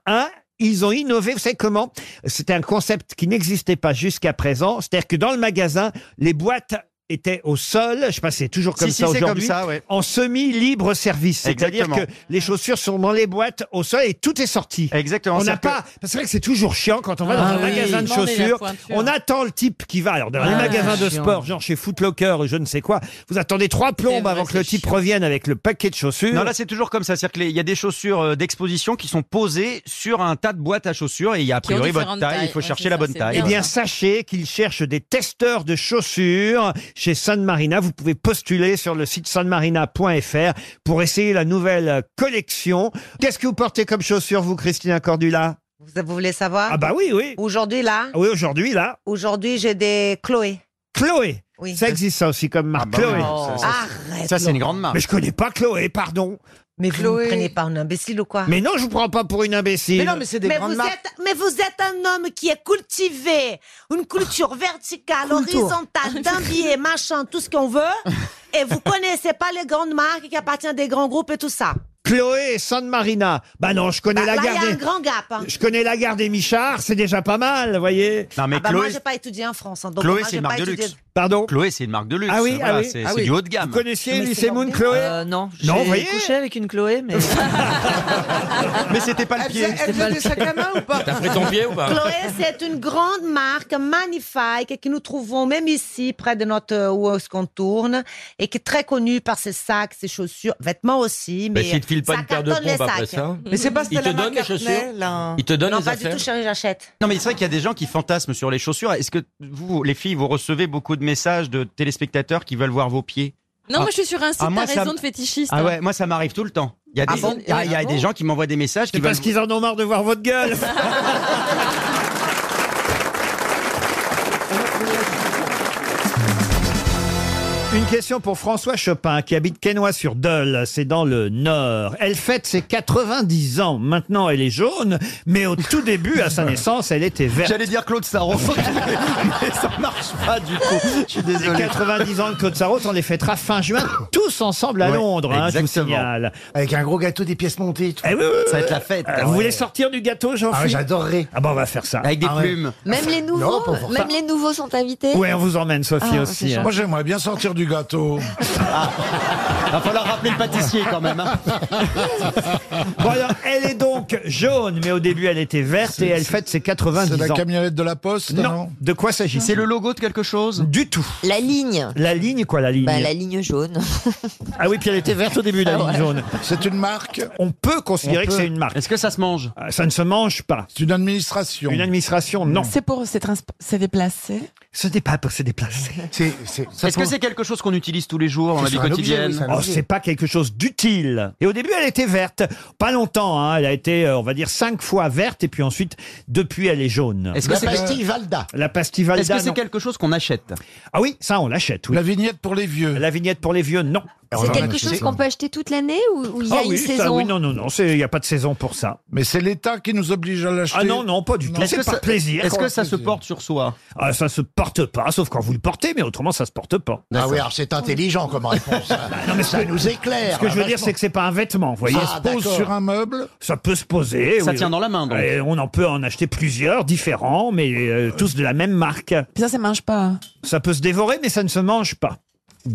[SPEAKER 1] Ils ont innové, vous savez comment C'était un concept qui n'existait pas jusqu'à présent. C'est-à-dire que dans le magasin, les boîtes étaient au sol, je sais pas si c'est toujours comme
[SPEAKER 17] Si, si,
[SPEAKER 1] ça
[SPEAKER 17] c'est comme
[SPEAKER 1] aujourd'hui,
[SPEAKER 17] ça, ouais.
[SPEAKER 1] en semi-libre service. C'est-à-dire
[SPEAKER 17] Exactement.
[SPEAKER 1] que les chaussures sont dans les boîtes au sol et tout est sorti.
[SPEAKER 17] Exactement.
[SPEAKER 1] On n'a
[SPEAKER 17] c'est-à-dire
[SPEAKER 1] pas. C'est vrai que c'est toujours chiant quand on va dans
[SPEAKER 17] Ah
[SPEAKER 1] un
[SPEAKER 17] oui.
[SPEAKER 1] magasin de
[SPEAKER 17] Demandez la
[SPEAKER 1] chaussures.
[SPEAKER 17] pointure.
[SPEAKER 1] On attend le type qui va. Alors dans les
[SPEAKER 17] Ah,
[SPEAKER 1] magasins de
[SPEAKER 17] chiant.
[SPEAKER 1] sport, genre chez Footlocker ou je ne sais quoi, vous attendez trois plombes avant que le type revienne avec le paquet de chaussures.
[SPEAKER 17] Non, là, c'est toujours comme ça. C'est-à-dire qu'il y a des chaussures euh, d'exposition qui sont posées sur un tas de boîtes à chaussures et il y a a
[SPEAKER 1] Qui ont
[SPEAKER 17] priori votre
[SPEAKER 1] différentes
[SPEAKER 17] taille. Il
[SPEAKER 1] tailles.
[SPEAKER 17] faut
[SPEAKER 1] Ouais,
[SPEAKER 17] chercher
[SPEAKER 1] c'est
[SPEAKER 17] la
[SPEAKER 1] ça,
[SPEAKER 17] bonne
[SPEAKER 1] c'est
[SPEAKER 17] taille.
[SPEAKER 1] Eh bien, sachez qu'ils cherchent des testeurs de chaussures chez San Marina. Vous pouvez postuler sur le site sanmarina.fr pour essayer la nouvelle collection. Qu'est-ce que vous portez comme chaussures, vous, Christina Cordula
[SPEAKER 27] Vous, vous voulez savoir
[SPEAKER 1] Ah bah oui, oui.
[SPEAKER 27] Aujourd'hui, là,
[SPEAKER 1] Ah Oui, aujourd'hui, là.
[SPEAKER 27] aujourd'hui, j'ai des Chloé.
[SPEAKER 1] Chloé.
[SPEAKER 27] Oui.
[SPEAKER 1] Ça existe, ça aussi, comme marque.
[SPEAKER 17] bah oui,
[SPEAKER 1] Chloé.
[SPEAKER 17] ça, ça,
[SPEAKER 27] Arrête,
[SPEAKER 17] ça, c'est une grande marque.
[SPEAKER 1] Mais je connais pas Chloé, pardon.
[SPEAKER 27] Mais vous ne me prenez pas un imbécile ou quoi
[SPEAKER 1] Mais non, je vous prends pas pour une imbécile.
[SPEAKER 27] vous Êtes, mais vous êtes un homme qui est cultivé, une culture verticale,
[SPEAKER 1] Culture.
[SPEAKER 27] horizontale,
[SPEAKER 17] *laughs*
[SPEAKER 27] d'un biais, machin, tout ce qu'on veut. Et vous connaissez pas les grandes marques qui appartiennent à des grands groupes et tout ça.
[SPEAKER 1] Chloé et San Marina. Bah non, je connais la
[SPEAKER 27] Bah, là, il y
[SPEAKER 1] gare
[SPEAKER 27] a
[SPEAKER 1] des...
[SPEAKER 27] un grand gap. hein.
[SPEAKER 1] Je connais la gare des Michards, c'est déjà pas mal, vous voyez
[SPEAKER 17] Non, mais
[SPEAKER 27] Ah bah, moi,
[SPEAKER 17] Chloé,
[SPEAKER 27] j'ai pas étudié en France. hein, donc
[SPEAKER 17] Chloé,
[SPEAKER 27] moi,
[SPEAKER 17] c'est
[SPEAKER 27] j'ai
[SPEAKER 17] une
[SPEAKER 27] pas
[SPEAKER 17] marque de
[SPEAKER 27] étudié-
[SPEAKER 17] luxe.
[SPEAKER 1] Pardon
[SPEAKER 17] Chloé, c'est une marque de luxe.
[SPEAKER 1] Ah oui,
[SPEAKER 17] Voilà,
[SPEAKER 1] ah oui.
[SPEAKER 17] c'est
[SPEAKER 1] Ah
[SPEAKER 17] c'est
[SPEAKER 1] oui.
[SPEAKER 17] du haut de gamme.
[SPEAKER 1] Vous connaissiez
[SPEAKER 17] Mais c'est
[SPEAKER 1] Elie Moon, Chloé
[SPEAKER 4] Euh, non,
[SPEAKER 17] Non, vous
[SPEAKER 4] j'ai
[SPEAKER 17] voyez
[SPEAKER 4] couché avec une Chloé,
[SPEAKER 1] *laughs*
[SPEAKER 4] mais...
[SPEAKER 17] Mais c'était pas le pied.
[SPEAKER 4] C'était pas le pied.
[SPEAKER 17] T'as pris ton pied ou pas
[SPEAKER 27] Chloé, c'est une grande marque magnifique que nous trouvons même ici, près de notre euh, où est-ce qu'on tourne, et qui est très connue par ses sacs, ses chaussures, vêtements aussi. Mais
[SPEAKER 35] Mais s'il te file pas
[SPEAKER 27] ça
[SPEAKER 35] une paire de
[SPEAKER 27] cartonne les
[SPEAKER 35] pompes après
[SPEAKER 27] sacs.
[SPEAKER 35] ça Mais c'est pas Il te Stella donne les McCartney, chaussures là. Il te donne
[SPEAKER 27] Non,
[SPEAKER 35] les
[SPEAKER 27] pas
[SPEAKER 35] affaires
[SPEAKER 27] du tout, chérie, j'achète.
[SPEAKER 17] Non, mais c'est vrai qu'il y a des gens qui fantasment sur les chaussures. Est-ce que vous, les filles, vous recevez beaucoup de messages de téléspectateurs qui veulent voir vos pieds
[SPEAKER 36] Non,
[SPEAKER 17] Ah.
[SPEAKER 36] moi je suis sur un site,
[SPEAKER 17] Ah, moi,
[SPEAKER 36] t'as
[SPEAKER 17] ça-
[SPEAKER 36] raison, de fétichiste.
[SPEAKER 17] Ah
[SPEAKER 36] hein.
[SPEAKER 17] ouais, moi ça m'arrive tout le temps. Il y a des,
[SPEAKER 36] Ah bon
[SPEAKER 17] il y a- il y a
[SPEAKER 36] Ah bon
[SPEAKER 17] des gens qui m'envoient des messages qui
[SPEAKER 1] C'est parce
[SPEAKER 17] veulent-
[SPEAKER 1] qu'ils en ont marre de voir votre
[SPEAKER 17] *laughs*
[SPEAKER 1] gueule. Une question pour François Chopin, qui habite quesnoy sur deule c'est dans le Nord. Elle fête ses 90 ans. Maintenant, elle est jaune, mais au tout début,
[SPEAKER 17] *laughs*
[SPEAKER 1] à sa naissance, elle était verte.
[SPEAKER 37] J'allais dire Claude
[SPEAKER 1] *laughs*
[SPEAKER 37] Sarraud,
[SPEAKER 1] Eh
[SPEAKER 37] mais ça marche pas du tout. Je suis
[SPEAKER 1] Les
[SPEAKER 37] désolé.
[SPEAKER 1] 90 ans de Claude Sarraute, on les fêtera fin juin, tous ensemble à
[SPEAKER 3] Ouais,
[SPEAKER 1] Londres, hein, je vous
[SPEAKER 3] exactement.
[SPEAKER 1] signale.
[SPEAKER 3] Avec un gros gâteau des pièces montées. et tout.
[SPEAKER 1] Eh oui, oui, oui,
[SPEAKER 3] Ça va
[SPEAKER 1] oui.
[SPEAKER 3] être la fête.
[SPEAKER 1] Euh,
[SPEAKER 3] Ah
[SPEAKER 1] Vous
[SPEAKER 3] ouais.
[SPEAKER 1] voulez sortir du gâteau, jean
[SPEAKER 3] Ah ouais, j'adorerais.
[SPEAKER 1] Ah bah on va faire ça.
[SPEAKER 3] Avec des Ah ouais. plumes.
[SPEAKER 38] Même les
[SPEAKER 3] Non,
[SPEAKER 38] nouveaux,
[SPEAKER 3] pas forcément.
[SPEAKER 38] même les nouveaux sont invités.
[SPEAKER 1] Ouais, on vous emmène, Sophie
[SPEAKER 38] Ah,
[SPEAKER 1] aussi. hein.
[SPEAKER 7] Moi, j'aimerais bien sortir du
[SPEAKER 1] *laughs*
[SPEAKER 7] gâteau.
[SPEAKER 17] Va falloir rappeler le pâtissier quand même. hein.
[SPEAKER 1] Bon, alors, elle est donc jaune, mais au début, elle était verte
[SPEAKER 7] C'est-
[SPEAKER 1] et elle fête ses 90 ans.
[SPEAKER 7] c'est la camionnette de la Poste,
[SPEAKER 1] Non.
[SPEAKER 7] non
[SPEAKER 1] De quoi s'agit-il
[SPEAKER 17] C'est le logo de quelque chose
[SPEAKER 1] Du tout.
[SPEAKER 38] La ligne.
[SPEAKER 1] La ligne, quoi, la ligne
[SPEAKER 38] Bah, la ligne jaune.
[SPEAKER 1] Ah oui, puis elle était verte au début, la
[SPEAKER 38] Ah
[SPEAKER 1] ligne
[SPEAKER 38] ouais.
[SPEAKER 1] jaune.
[SPEAKER 7] C'est une marque
[SPEAKER 1] On peut considérer
[SPEAKER 7] On
[SPEAKER 1] que
[SPEAKER 7] peut.
[SPEAKER 1] c'est une marque.
[SPEAKER 17] Est-ce que ça se mange
[SPEAKER 1] Ah, Ça ne se mange pas.
[SPEAKER 7] C'est une administration.
[SPEAKER 1] Une administration, Oh, non.
[SPEAKER 4] C'est pour se, transp- se déplacer.
[SPEAKER 1] Ce n'est pas pour se déplacer.
[SPEAKER 17] Est-ce que c'est quelque chose qu'on utilise tous les jours dans la vie
[SPEAKER 1] C'est un objet,
[SPEAKER 17] quotidienne
[SPEAKER 1] oui, c'est un objet. Oh, c'est pas quelque chose d'utile. Et au début, elle était verte. Pas longtemps, hein. Elle a été, euh, on va dire, cinq fois verte. Et puis ensuite, depuis, elle est jaune.
[SPEAKER 17] Est-ce que La c'est-
[SPEAKER 7] Euh.
[SPEAKER 17] pastille
[SPEAKER 1] Valda. La pastille Valda.
[SPEAKER 17] Est-ce que c'est
[SPEAKER 1] non.
[SPEAKER 17] quelque chose qu'on achète
[SPEAKER 1] Ah oui, ça, on l'achète, oui. La vignette pour les vieux. La vignette pour les vieux, non.
[SPEAKER 38] C'est quelque chose qu'on peut acheter toute l'année ou ou il y a
[SPEAKER 1] Ah
[SPEAKER 38] une
[SPEAKER 1] oui, ça,
[SPEAKER 38] saison
[SPEAKER 1] oui, non, non, non, c'est- il n'y a pas de saison pour ça.
[SPEAKER 7] Mais c'est l'État qui nous oblige à l'acheter.
[SPEAKER 1] Ah non, non, pas du tout.
[SPEAKER 17] Est-ce
[SPEAKER 1] C'est
[SPEAKER 17] que
[SPEAKER 1] par
[SPEAKER 17] ça-
[SPEAKER 1] plaisir.
[SPEAKER 17] Est-ce que ça se
[SPEAKER 1] Plaisir.
[SPEAKER 17] porte sur soi
[SPEAKER 1] Ah, ça se porte pas, sauf quand vous le portez, mais autrement, ça se porte pas. Ah
[SPEAKER 3] Ah oui, alors c'est intelligent comme réponse.
[SPEAKER 1] *laughs*
[SPEAKER 7] Ah,
[SPEAKER 3] non, mais ça nous éclaire. hein,
[SPEAKER 1] Ce que je veux
[SPEAKER 3] vachement.
[SPEAKER 1] dire, c'est que c'est pas un vêtement, vous voyez.
[SPEAKER 3] Ah, Ça se pose d'accord. sur un
[SPEAKER 1] meuble Ça peut se poser.
[SPEAKER 17] Ça
[SPEAKER 1] oui,
[SPEAKER 17] tient
[SPEAKER 1] oui.
[SPEAKER 17] dans la main, donc.
[SPEAKER 1] Et on en peut en acheter plusieurs, différents, mais euh, tous de la même marque.
[SPEAKER 4] Puis ça, ça mange pas.
[SPEAKER 1] Ça peut se dévorer, mais ça ne se mange pas.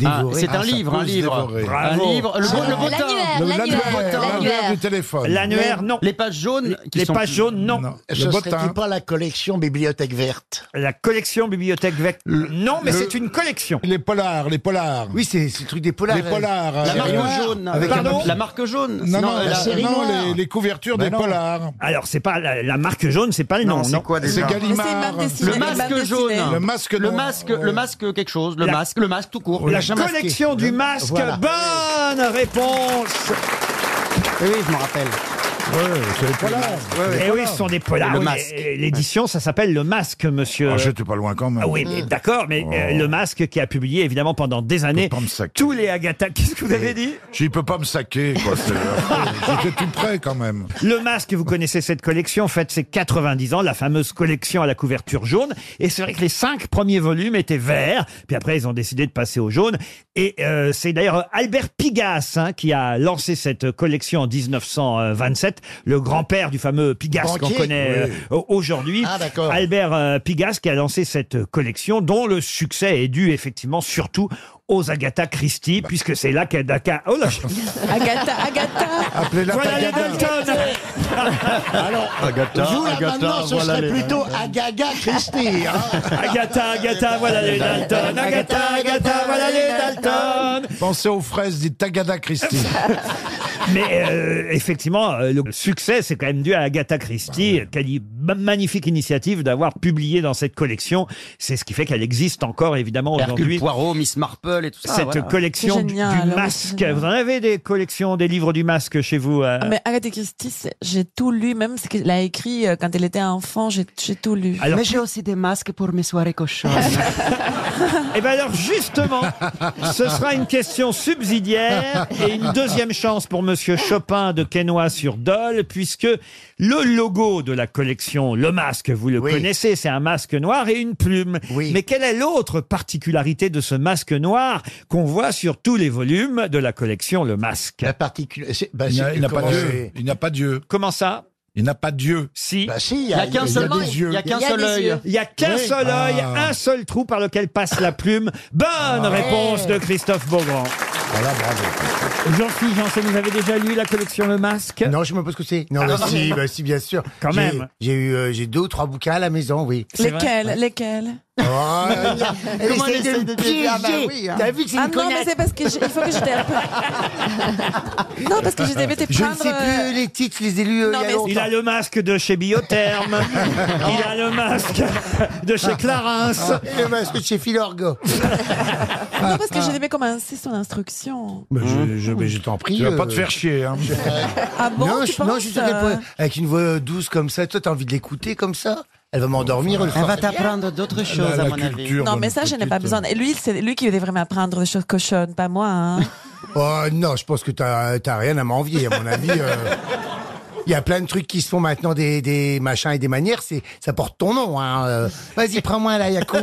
[SPEAKER 17] Ah, C'est un livre, un livre. Un
[SPEAKER 1] Bravo.
[SPEAKER 17] livre. Le, beau- le beau teint.
[SPEAKER 38] L'annuaire,
[SPEAKER 7] Le-
[SPEAKER 38] l'annuaire,
[SPEAKER 7] l'annuaire, l'annuaire
[SPEAKER 38] l'annuaire.
[SPEAKER 7] du téléphone.
[SPEAKER 1] L'annuaire, non.
[SPEAKER 17] Les pages jaunes qui
[SPEAKER 1] Les
[SPEAKER 17] sont.
[SPEAKER 1] pages jaunes, non.
[SPEAKER 3] Ce
[SPEAKER 7] Le
[SPEAKER 3] serait-il
[SPEAKER 7] bottin.
[SPEAKER 3] pas la collection bibliothèque verte
[SPEAKER 1] La collection bibliothèque vecte. Non, mais
[SPEAKER 7] le-
[SPEAKER 1] c'est une collection.
[SPEAKER 7] Les polars, les polars.
[SPEAKER 3] Oui, c'est c'est le truc des polars.
[SPEAKER 7] Les polars.
[SPEAKER 17] La
[SPEAKER 7] euh,
[SPEAKER 17] marque
[SPEAKER 7] noir,
[SPEAKER 17] jaune.
[SPEAKER 7] Avec un
[SPEAKER 1] Pardon
[SPEAKER 7] petit-
[SPEAKER 17] La marque jaune.
[SPEAKER 7] Non,
[SPEAKER 17] Sinon,
[SPEAKER 7] non,
[SPEAKER 17] la- Bah
[SPEAKER 7] la-
[SPEAKER 3] série
[SPEAKER 7] non,
[SPEAKER 3] noire.
[SPEAKER 7] les, les couvertures
[SPEAKER 3] Ben
[SPEAKER 7] des
[SPEAKER 3] non.
[SPEAKER 7] polars.
[SPEAKER 1] Alors, c'est pas la, la marque jaune, c'est pas le nom.
[SPEAKER 17] Non, c'est
[SPEAKER 1] non.
[SPEAKER 17] quoi
[SPEAKER 7] C'est
[SPEAKER 17] déjà
[SPEAKER 7] Gallimard.
[SPEAKER 4] C'est une bande dessinée.
[SPEAKER 17] Le
[SPEAKER 4] Une bande
[SPEAKER 17] masque jaune.
[SPEAKER 4] dessinée.
[SPEAKER 7] Le masque
[SPEAKER 17] Le
[SPEAKER 7] non,
[SPEAKER 17] masque,
[SPEAKER 7] ouais.
[SPEAKER 17] le masque quelque chose. Le
[SPEAKER 1] La-
[SPEAKER 17] masque, le masque tout court.
[SPEAKER 1] La
[SPEAKER 17] Machin masqué.
[SPEAKER 1] collection du masque.
[SPEAKER 3] Voilà.
[SPEAKER 1] Bonne réponse.
[SPEAKER 17] Oui, oui, je m'en rappelle.
[SPEAKER 7] Ouais, c'est les polars.
[SPEAKER 1] Eh oui, ce sont des polars.
[SPEAKER 17] Le
[SPEAKER 1] oui,
[SPEAKER 17] masque.
[SPEAKER 1] mais, euh, L'édition, ça s'appelle Le Masque, monsieur.
[SPEAKER 7] Ah, J'étais pas loin quand même. Oh.
[SPEAKER 1] Ah oui,
[SPEAKER 17] Mmh.
[SPEAKER 1] mais d'accord, mais euh, Le Masque qui a publié évidemment pendant des années
[SPEAKER 7] pas me saquer.
[SPEAKER 1] tous les Agatha. Bah, Qu'est-ce que vous avez dit
[SPEAKER 7] J'y peux pas me saquer,
[SPEAKER 1] *laughs*
[SPEAKER 7] quoi. c'est- J'étais tout près quand même.
[SPEAKER 1] Le Masque, vous connaissez cette collection, en fait, c'est 90 ans, la fameuse collection à la couverture jaune. Et c'est vrai que les cinq premiers volumes étaient verts, puis après ils ont décidé de passer au jaune. Et euh, c'est d'ailleurs Albert Pigas hein, qui a lancé cette collection en 1927, le grand-père du fameux Pigas qu'on
[SPEAKER 3] Banquier,
[SPEAKER 1] connaît euh,
[SPEAKER 3] oui.
[SPEAKER 1] au- aujourd'hui.
[SPEAKER 3] Ah, d'accord.
[SPEAKER 1] Albert euh, Pigas qui a lancé cette collection dont le succès est dû effectivement surtout aux Agatha Christie,
[SPEAKER 7] Bah.
[SPEAKER 1] puisque c'est là qu'Agatha... Oh
[SPEAKER 7] *laughs*
[SPEAKER 1] là
[SPEAKER 4] Agatha, Agatha.
[SPEAKER 7] Appelez-la
[SPEAKER 1] Voilà les
[SPEAKER 7] Tagada. *laughs*
[SPEAKER 1] Dalton
[SPEAKER 3] Alors,
[SPEAKER 17] Agatha,
[SPEAKER 3] vous, là,
[SPEAKER 17] Agatha,
[SPEAKER 3] maintenant, ce
[SPEAKER 17] voilà
[SPEAKER 3] serait
[SPEAKER 17] les-
[SPEAKER 3] plutôt Agaga Christie.
[SPEAKER 7] *laughs*
[SPEAKER 3] hein.
[SPEAKER 1] Agatha, Agatha, voilà les Dalton. Agatha, Agatha, voilà les Dalton.
[SPEAKER 7] Pensez aux fraises, dites Tagada Christie.
[SPEAKER 1] *laughs* Mais euh, effectivement, euh, le succès, c'est quand même dû à Agatha
[SPEAKER 17] Bah
[SPEAKER 1] Christie, qui a eu ma- magnifique initiative d'avoir publié dans cette collection. C'est ce qui fait qu'elle existe encore, évidemment,
[SPEAKER 17] Hercule
[SPEAKER 1] aujourd'hui.
[SPEAKER 17] Poirot, Miss Marple et tout ça.
[SPEAKER 1] Cette
[SPEAKER 17] voilà.
[SPEAKER 1] collection
[SPEAKER 4] C'est
[SPEAKER 1] du,
[SPEAKER 4] génial,
[SPEAKER 1] du
[SPEAKER 4] alors,
[SPEAKER 1] masque.
[SPEAKER 4] c'est génial.
[SPEAKER 1] Vous en avez des collections, des livres du masque chez vous euh
[SPEAKER 4] Ah, Mais Agatha Christie, c'est- j'ai tout lu, même ce qu'elle a écrit euh, quand elle était enfant, j'ai j'ai tout lu.
[SPEAKER 1] Alors-
[SPEAKER 4] j'ai aussi des masques pour mes soirées *laughs* cochons.
[SPEAKER 1] Eh bien alors justement, ce sera une question subsidiaire et une deuxième chance pour M. Monsieur Chopin de Quesnoy sur Dole, puisque le logo de la collection, le masque, vous le connaissez, c'est un masque noir et une plume. Mais quelle est l'autre particularité de ce masque noir qu'on voit sur tous les volumes de la collection, le masque La particularité,
[SPEAKER 13] Il n'a- il n'a pas Dieu. Il n'a pas Dieu.
[SPEAKER 1] Comment ça
[SPEAKER 13] Il n'a pas Dieu.
[SPEAKER 1] Si.
[SPEAKER 13] il y a- Bah, Il y a qu'un il y a seul des œil. yeux. Il y a qu'un seul œil.
[SPEAKER 1] Il y a qu'un
[SPEAKER 13] Oui.
[SPEAKER 1] seul
[SPEAKER 13] Ah.
[SPEAKER 1] œil, un seul trou par lequel passe la plume. Bonne réponse de Christophe Beaugrand. Voilà, bravo. Jean-Philippe Janssen, vous avez déjà lu la collection Le Masque
[SPEAKER 3] Non, je me pose ce que c'est. Non,
[SPEAKER 1] Ah.
[SPEAKER 3] mais si, bah, si, bien sûr.
[SPEAKER 1] Quand
[SPEAKER 3] J'ai-
[SPEAKER 1] même.
[SPEAKER 3] J'ai eu, euh, j'ai deux ou trois bouquins à la maison, oui.
[SPEAKER 21] Lesquels
[SPEAKER 3] Ouais.
[SPEAKER 21] Lesquels
[SPEAKER 3] Oh, *laughs* elle a- elle
[SPEAKER 21] Comment
[SPEAKER 3] essaye
[SPEAKER 21] elle essaye
[SPEAKER 3] de me
[SPEAKER 21] de
[SPEAKER 3] piéger.
[SPEAKER 21] dire Ah bah oui, hein.
[SPEAKER 3] T'as vu que c'est une
[SPEAKER 21] Ah non, mais
[SPEAKER 3] connasse.
[SPEAKER 21] c'est parce que je- il faut que je
[SPEAKER 3] *laughs*
[SPEAKER 21] Non, parce que j'étais été
[SPEAKER 3] Je ne
[SPEAKER 21] prendre,
[SPEAKER 3] sais
[SPEAKER 21] euh,
[SPEAKER 3] plus les titres, je les ai lus euh,
[SPEAKER 21] Non,
[SPEAKER 3] il y a
[SPEAKER 21] mais-
[SPEAKER 3] longtemps.
[SPEAKER 1] Il a le masque de chez
[SPEAKER 3] *laughs*
[SPEAKER 1] Biotherme. Il a le masque de chez Clarins.
[SPEAKER 3] Et Ah, le masque de chez Philorgo.
[SPEAKER 21] euh, Non, parce que je devais commencer son instruction. Hmm.
[SPEAKER 3] je, t'en prie. euh,
[SPEAKER 13] Tu vas pas te faire chier, hein.
[SPEAKER 21] Ah bon,
[SPEAKER 3] non,
[SPEAKER 21] tu
[SPEAKER 3] je, non,
[SPEAKER 21] penses,
[SPEAKER 3] je suis d'accord.
[SPEAKER 21] euh
[SPEAKER 3] Avec une voix douce comme ça, toi, t'as envie de l'écouter comme ça Elle va m'endormir.
[SPEAKER 21] Elle va
[SPEAKER 3] t'apprendre
[SPEAKER 17] d'autres
[SPEAKER 21] choses,
[SPEAKER 17] à mon avis.
[SPEAKER 21] Non, mais ça, je n'ai pas besoin. Et lui, c'est lui qui devrait m'apprendre des choses cochonnes, pas moi. hein.
[SPEAKER 3] Oh non, je pense que t'as t'as rien à m'envier, à mon avis. euh. Il y a plein de trucs qui se font maintenant, des, des machins et des manières, c'est ça porte ton nom. Hein. euh. Vas-y, prends-moi là, Yacoub.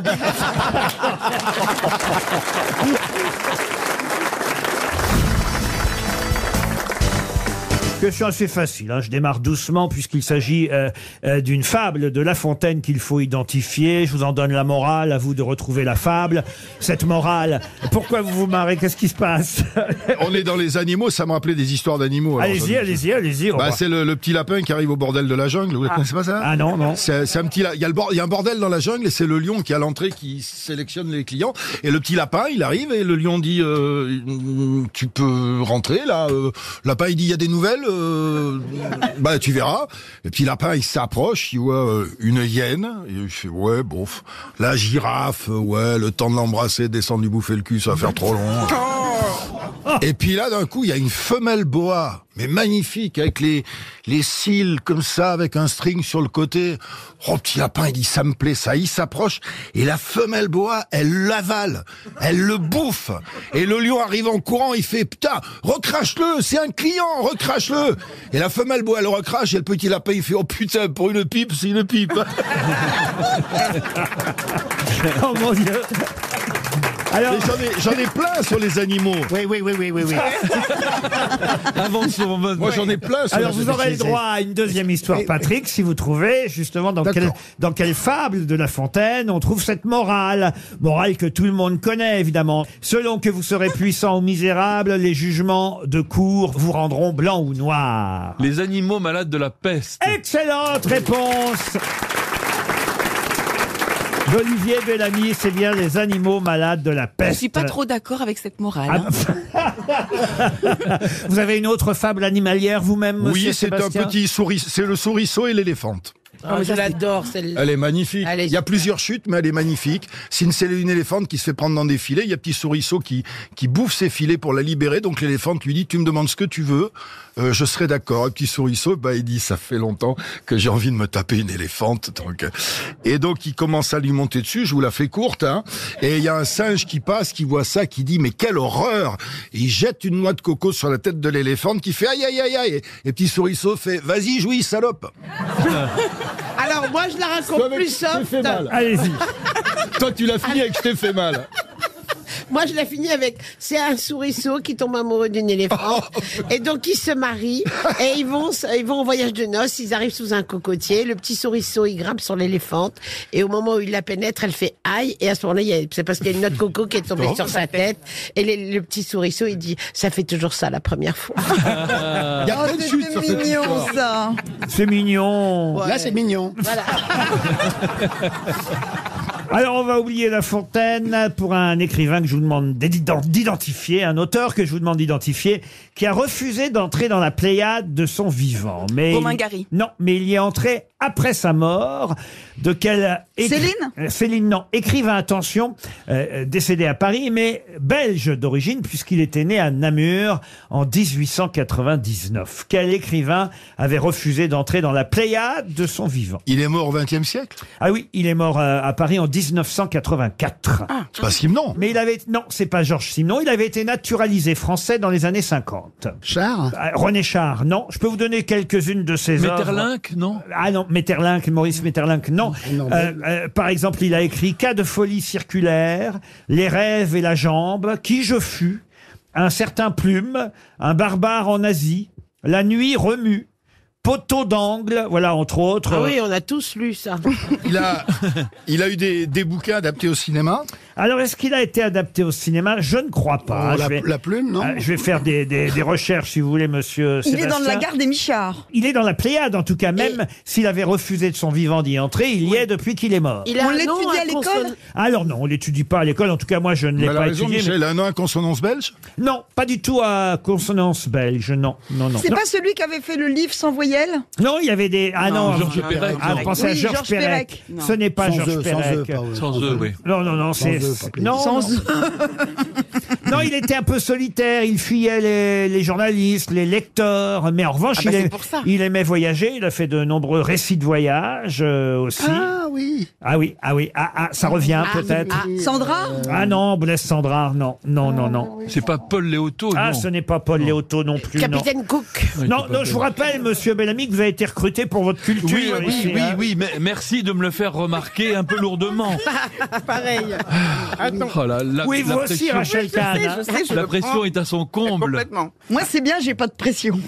[SPEAKER 1] Question assez facile. hein. Je démarre doucement puisqu'il s'agit euh, euh, d'une fable de La Fontaine qu'il faut identifier. Je vous en donne la morale. À vous de retrouver la fable. Cette morale. Pourquoi vous vous marrez Qu'est-ce qui se passe
[SPEAKER 13] On est dans les animaux, ça me rappelait des histoires d'animaux. alors,
[SPEAKER 1] Allez-y,
[SPEAKER 13] ça-
[SPEAKER 1] allez-y, allez-y. au
[SPEAKER 13] Bah,
[SPEAKER 1] revoir.
[SPEAKER 13] c'est le, le petit lapin qui arrive au bordel de la jungle. Vous ne
[SPEAKER 1] Ah.
[SPEAKER 13] connaissez pas ça
[SPEAKER 1] Ah non, non.
[SPEAKER 13] C'est c'est un petit. la- Il y, a le bor- il y a un bordel dans la jungle et c'est le lion qui à l'entrée qui sélectionne les clients. Et le petit lapin, il arrive et le lion dit euh, Tu peux rentrer là. euh. lapin, il dit Il y a des nouvelles. euh, bah tu verras. Le petit lapin, il s'approche. Il voit euh, une hyène. Et il fait Ouais, bon. pff, La girafe, euh, ouais, le temps de l'embrasser, descendre lui bouffer le cul, ça va faire trop long. Et puis là, d'un coup, il y a une femelle boa, mais magnifique, avec les, les cils comme ça, avec un string sur le côté. Oh, petit lapin, il dit, ça me plaît, ça, il s'approche. Et la femelle boa, elle l'avale, elle le bouffe. Et le lion arrive en courant, il fait, putain, recrache-le, c'est un client, recrache-le. Et la femelle boa, elle recrache, et le petit lapin, il fait, oh putain, pour une pipe, c'est une pipe.
[SPEAKER 1] oh mon dieu. Alors...
[SPEAKER 13] J'en ai, j'en ai plein sur les animaux.
[SPEAKER 3] Oui, oui, oui, oui, oui. oui.
[SPEAKER 13] Avançons. *laughs* Moi, j'en ai plein sur
[SPEAKER 1] Alors
[SPEAKER 13] les
[SPEAKER 1] vous aurez le droit à une deuxième histoire, Patrick, si vous trouvez justement dans quelle, dans quelle fable de La Fontaine on trouve cette morale. Morale que tout le monde connaît, évidemment. Selon que vous serez puissant ou misérable, les jugements de cour vous rendront blanc ou noir.
[SPEAKER 22] Les animaux malades de la peste.
[SPEAKER 1] Excellente réponse D'Olivier Bellamy, c'est bien les animaux malades de la peste.
[SPEAKER 7] Je suis pas
[SPEAKER 1] *laughs*
[SPEAKER 7] trop d'accord avec cette morale. hein.
[SPEAKER 1] Ah,
[SPEAKER 3] bah,
[SPEAKER 1] Vous avez une autre fable animalière vous-même,
[SPEAKER 13] Oui,
[SPEAKER 1] monsieur
[SPEAKER 13] c'est un
[SPEAKER 1] Sébastien
[SPEAKER 13] petit souris, c'est le souriceau et l'éléphante.
[SPEAKER 1] Ah, mais
[SPEAKER 13] je l'adore, Elle est magnifique. il y a plusieurs chutes, mais elle est magnifique. C'est une, c'est une éléphante qui se fait prendre dans des filets. Il y a petit souriceau qui, qui bouffe ses filets pour la libérer. Donc l'éléphante lui dit, tu me demandes ce que tu veux, euh, je serai d'accord. Et petit souriceau, bah, il dit, ça fait longtemps que j'ai envie de me taper une éléphante. Donc, euh, et donc il commence à lui monter dessus. Je vous la fais courte. hein. Et il y a un singe qui passe, qui voit ça, qui dit, mais quelle horreur Et Il jette une noix de coco sur la tête de l'éléphante qui fait, aïe, aïe, aïe, aïe. Et petit souriceau fait, vas-y, jouis, salope.
[SPEAKER 4] *laughs* Alors moi, je la
[SPEAKER 13] Toi,
[SPEAKER 4] raconte
[SPEAKER 13] mec,
[SPEAKER 4] plus
[SPEAKER 13] je t'ai
[SPEAKER 4] soft.
[SPEAKER 13] fait mal. Allez-y. Toi, tu l'as fini avec je t'ai fait mal.
[SPEAKER 4] Moi, je la finis avec c'est un souriceau qui tombe amoureux d'une *laughs* éléphante et donc ils se marient et ils vont s- ils vont en voyage de noces. Ils arrivent sous un cocotier. Le petit souriceau il grimpe sur l'éléphante et au moment où il la pénètre, elle fait aïe et à ce moment-là, il y a- c'est parce qu'il y a une noix de coco qui est tombée
[SPEAKER 7] Non.
[SPEAKER 4] sur sa tête et les- le petit souriceau il dit ça fait toujours ça la première fois.
[SPEAKER 1] Euh,
[SPEAKER 7] Il
[SPEAKER 13] Ah, y a plein de chutes sur cette histoire.
[SPEAKER 4] ça.
[SPEAKER 1] C'est mignon.
[SPEAKER 4] Là, c'est
[SPEAKER 13] mignon.
[SPEAKER 4] Voilà.
[SPEAKER 1] Alors, on va oublier La Fontaine pour un écrivain que je vous demande d'ident- d'identifier, un auteur que je vous demande d'identifier, qui a refusé d'entrer dans la Pléiade de son vivant. Mais
[SPEAKER 7] Romain
[SPEAKER 1] il-
[SPEAKER 7] Gary.
[SPEAKER 1] Non, mais il y est entré après sa mort. De quelle Céline Céline, non. Écrivain, attention, euh, euh, décédé à Paris, mais belge d'origine, puisqu'il était né à Namur en 1899. Quel écrivain avait refusé d'entrer dans la Pléiade de son vivant Il est mort au XXe siècle Ah oui, il est mort euh, à Paris en 1984. c'est Ah. pas Simon Mais il avait... Non, c'est pas Georges Simon. Il avait été naturalisé français dans les années 50. Char René Char, non. Je peux vous donner quelques-unes de ses œuvres.
[SPEAKER 3] Metterlinck, non
[SPEAKER 1] Ah non, Metterlinck, Maurice Metterlinck, non. Euh, euh, par exemple, il a écrit Cas de folie circulaire, Les rêves et la jambe, Qui je fus, Un certain plume, Un barbare en Asie, La nuit remue, Poteau d'angle, voilà entre autres.
[SPEAKER 14] Ah oui, on a tous
[SPEAKER 4] *laughs*
[SPEAKER 14] lu ça.
[SPEAKER 13] Il a, il a eu des, des bouquins adaptés au cinéma.
[SPEAKER 1] Alors, est-ce qu'il a été adapté au cinéma Je ne crois pas.
[SPEAKER 13] Oh, la- la
[SPEAKER 1] plume, non Je vais faire des, des- des recherches, si vous voulez, monsieur.
[SPEAKER 4] Il est dans la
[SPEAKER 1] Sébastien.
[SPEAKER 4] gare des Michards.
[SPEAKER 1] Il est dans la Pléiade, en tout cas, même s'il avait refusé de son vivant d'y entrer, il y est depuis qu'il est mort.
[SPEAKER 4] Il a On un l'étudie nom, à un l'école consonant-
[SPEAKER 1] Alors non, on l'étudie pas à l'école. En tout cas, moi, je ne l'ai
[SPEAKER 13] Elle a
[SPEAKER 1] pas
[SPEAKER 13] raison,
[SPEAKER 1] étudié.
[SPEAKER 13] Michel.
[SPEAKER 1] mais-
[SPEAKER 13] Un nom à consonance belge
[SPEAKER 1] Non, pas du tout à consonance belge. Non, non, non.
[SPEAKER 4] C'est
[SPEAKER 1] non.
[SPEAKER 4] pas celui qui avait fait le livre sans voyelles
[SPEAKER 1] Non, il y avait des. Ah non,
[SPEAKER 4] Non, Georges Perec,
[SPEAKER 1] Ah,
[SPEAKER 4] non.
[SPEAKER 1] pensez à
[SPEAKER 4] Oui,
[SPEAKER 1] Georges
[SPEAKER 4] Georges
[SPEAKER 1] Perec.
[SPEAKER 4] Perec, non.
[SPEAKER 1] Ce n'est pas
[SPEAKER 4] Sans
[SPEAKER 1] Georges
[SPEAKER 4] eux, sans
[SPEAKER 1] Perec.
[SPEAKER 4] eux, pas eux.
[SPEAKER 3] Sans eux, oui.
[SPEAKER 1] Non, non, non,
[SPEAKER 3] Sans
[SPEAKER 1] c'est.
[SPEAKER 3] eux, pas plus.
[SPEAKER 1] Non,
[SPEAKER 3] Sans
[SPEAKER 1] non. *laughs* Non, il était un peu solitaire. Il fuyait les, les journalistes, les lecteurs. Mais en revanche,
[SPEAKER 12] Ah bah,
[SPEAKER 1] il,
[SPEAKER 12] c'est
[SPEAKER 1] aimait-
[SPEAKER 12] pour ça.
[SPEAKER 1] il aimait voyager. Il a fait de nombreux récits de voyage euh, aussi.
[SPEAKER 12] Ah oui.
[SPEAKER 1] Ah oui, ah oui, ah, ah, ça revient
[SPEAKER 12] Ah,
[SPEAKER 1] peut-être.
[SPEAKER 12] ah, Sandra
[SPEAKER 1] Ah non, Blaise Sandra, non, non, non, non.
[SPEAKER 3] C'est pas Paul Léoto,
[SPEAKER 1] Ah,
[SPEAKER 3] non.
[SPEAKER 1] ce n'est pas Paul Léoto non plus.
[SPEAKER 14] Capitaine Cook.
[SPEAKER 1] Non, non, non, je vous rappelle, monsieur Bellamy, que vous avez été recruté pour votre culture.
[SPEAKER 3] Oui, oui,
[SPEAKER 1] ici,
[SPEAKER 3] oui, oui,
[SPEAKER 1] hein.
[SPEAKER 3] mais merci de me le faire remarquer un peu lourdement.
[SPEAKER 14] Pareil. Attends.
[SPEAKER 3] Oh là, la,
[SPEAKER 4] Oui,
[SPEAKER 3] la
[SPEAKER 4] vous aussi,
[SPEAKER 3] pression-
[SPEAKER 4] Rachel Oui, je Kahn, sais, hein. je sais, je
[SPEAKER 3] La
[SPEAKER 4] le
[SPEAKER 3] pression
[SPEAKER 4] prends.
[SPEAKER 3] est à son comble.
[SPEAKER 4] Moi, c'est bien, j'ai pas de pression.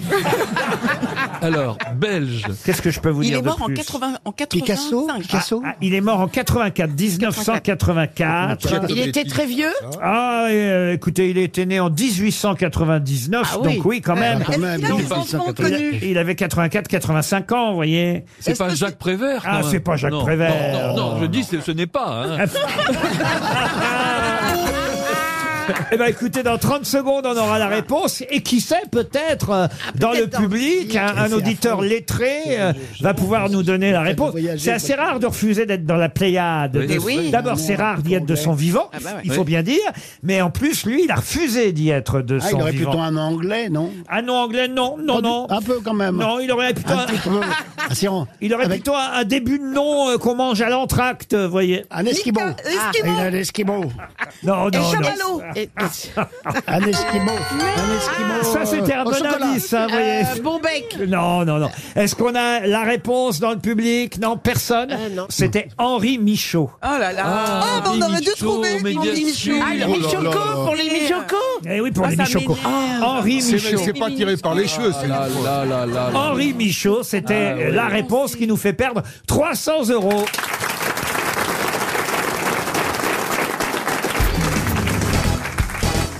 [SPEAKER 3] Alors, belge.
[SPEAKER 1] Qu'est-ce que je peux vous
[SPEAKER 4] Il
[SPEAKER 1] dire
[SPEAKER 4] est
[SPEAKER 1] de
[SPEAKER 4] mort en
[SPEAKER 1] plus
[SPEAKER 4] 80 en
[SPEAKER 1] Picasso, Picasso Il est mort en 84,
[SPEAKER 4] Ah,
[SPEAKER 1] 1984.
[SPEAKER 14] Il était très vieux
[SPEAKER 1] Ah, euh, écoutez, il était né en 1899,
[SPEAKER 14] Ah oui.
[SPEAKER 1] donc oui, quand
[SPEAKER 14] Ah,
[SPEAKER 1] même.
[SPEAKER 14] quand même, Est-ce qu'il a des
[SPEAKER 1] Donc,
[SPEAKER 14] enfants
[SPEAKER 1] il, a-
[SPEAKER 14] connus
[SPEAKER 1] il avait 84-85 ans, vous voyez.
[SPEAKER 3] C'est pas Jacques Prévert.
[SPEAKER 1] Ah,
[SPEAKER 3] quand même.
[SPEAKER 1] c'est pas Jacques
[SPEAKER 3] Non,
[SPEAKER 1] Prévert.
[SPEAKER 3] Non, non, non, je dis, c'est- ce n'est pas. hein.
[SPEAKER 1] *laughs* Eh ben écoutez, dans 30 secondes, on aura la réponse. Et qui sait, peut-être, euh, dans le public, hein, un, un auditeur lettré euh, va pouvoir nous donner la réponse. C'est assez rare de refuser d'être dans la Pléiade.
[SPEAKER 12] Oui,
[SPEAKER 1] De-
[SPEAKER 12] oui.
[SPEAKER 1] D'abord, c'est rare d'y être de son vivant,
[SPEAKER 12] Ah bah ouais.
[SPEAKER 1] il faut
[SPEAKER 12] Oui.
[SPEAKER 1] bien dire. Mais en plus, lui, il a refusé d'y être de
[SPEAKER 12] Ah,
[SPEAKER 1] son
[SPEAKER 12] il aurait
[SPEAKER 1] vivant.
[SPEAKER 12] plutôt un anglais, non
[SPEAKER 1] Ah non, anglais, non, non, non.
[SPEAKER 12] Un peu quand même.
[SPEAKER 1] Non, il aurait plutôt un, *laughs*
[SPEAKER 12] Ah,
[SPEAKER 1] il aurait plutôt un, un début de nom euh, qu'on mange à l'entracte, vous voyez.
[SPEAKER 12] Un esquimau. Ah,
[SPEAKER 1] Esquimau.
[SPEAKER 12] Il a un esquimau.
[SPEAKER 1] Non, non,
[SPEAKER 12] Et
[SPEAKER 1] Ah.
[SPEAKER 12] chamallow.
[SPEAKER 1] non. *laughs*
[SPEAKER 12] Un esquimau.
[SPEAKER 4] Ah.
[SPEAKER 12] Un esquimau.
[SPEAKER 1] Ça, c'était un
[SPEAKER 12] euh, au
[SPEAKER 1] bon
[SPEAKER 12] chocolat.
[SPEAKER 1] indice, hein, vous
[SPEAKER 4] Euh,
[SPEAKER 1] voyez.
[SPEAKER 14] Bon bec.
[SPEAKER 1] Non, non, non. Est-ce qu'on a la réponse dans le public Non, personne. C'était Henri Michaud.
[SPEAKER 4] Oh là là.
[SPEAKER 1] Ah,
[SPEAKER 4] oh, Euh, mais on aurait dû
[SPEAKER 1] Michaud,
[SPEAKER 4] trouver
[SPEAKER 1] mais bien
[SPEAKER 4] Henri
[SPEAKER 1] sûr.
[SPEAKER 4] Michaud.
[SPEAKER 1] Ah, le Oh là Michoko, là là. pour les
[SPEAKER 4] Michoko.
[SPEAKER 1] Eh oui,
[SPEAKER 4] Ah,
[SPEAKER 1] pour les Michocos. Henri
[SPEAKER 13] C'est-
[SPEAKER 1] Michaud.
[SPEAKER 13] C'est pas tiré par les cheveux, c'est
[SPEAKER 1] là,
[SPEAKER 24] Ah
[SPEAKER 13] là, là,
[SPEAKER 1] Henri Michaud, c'était
[SPEAKER 13] Ah, oui.
[SPEAKER 1] la réponse qui nous fait perdre 300 euros.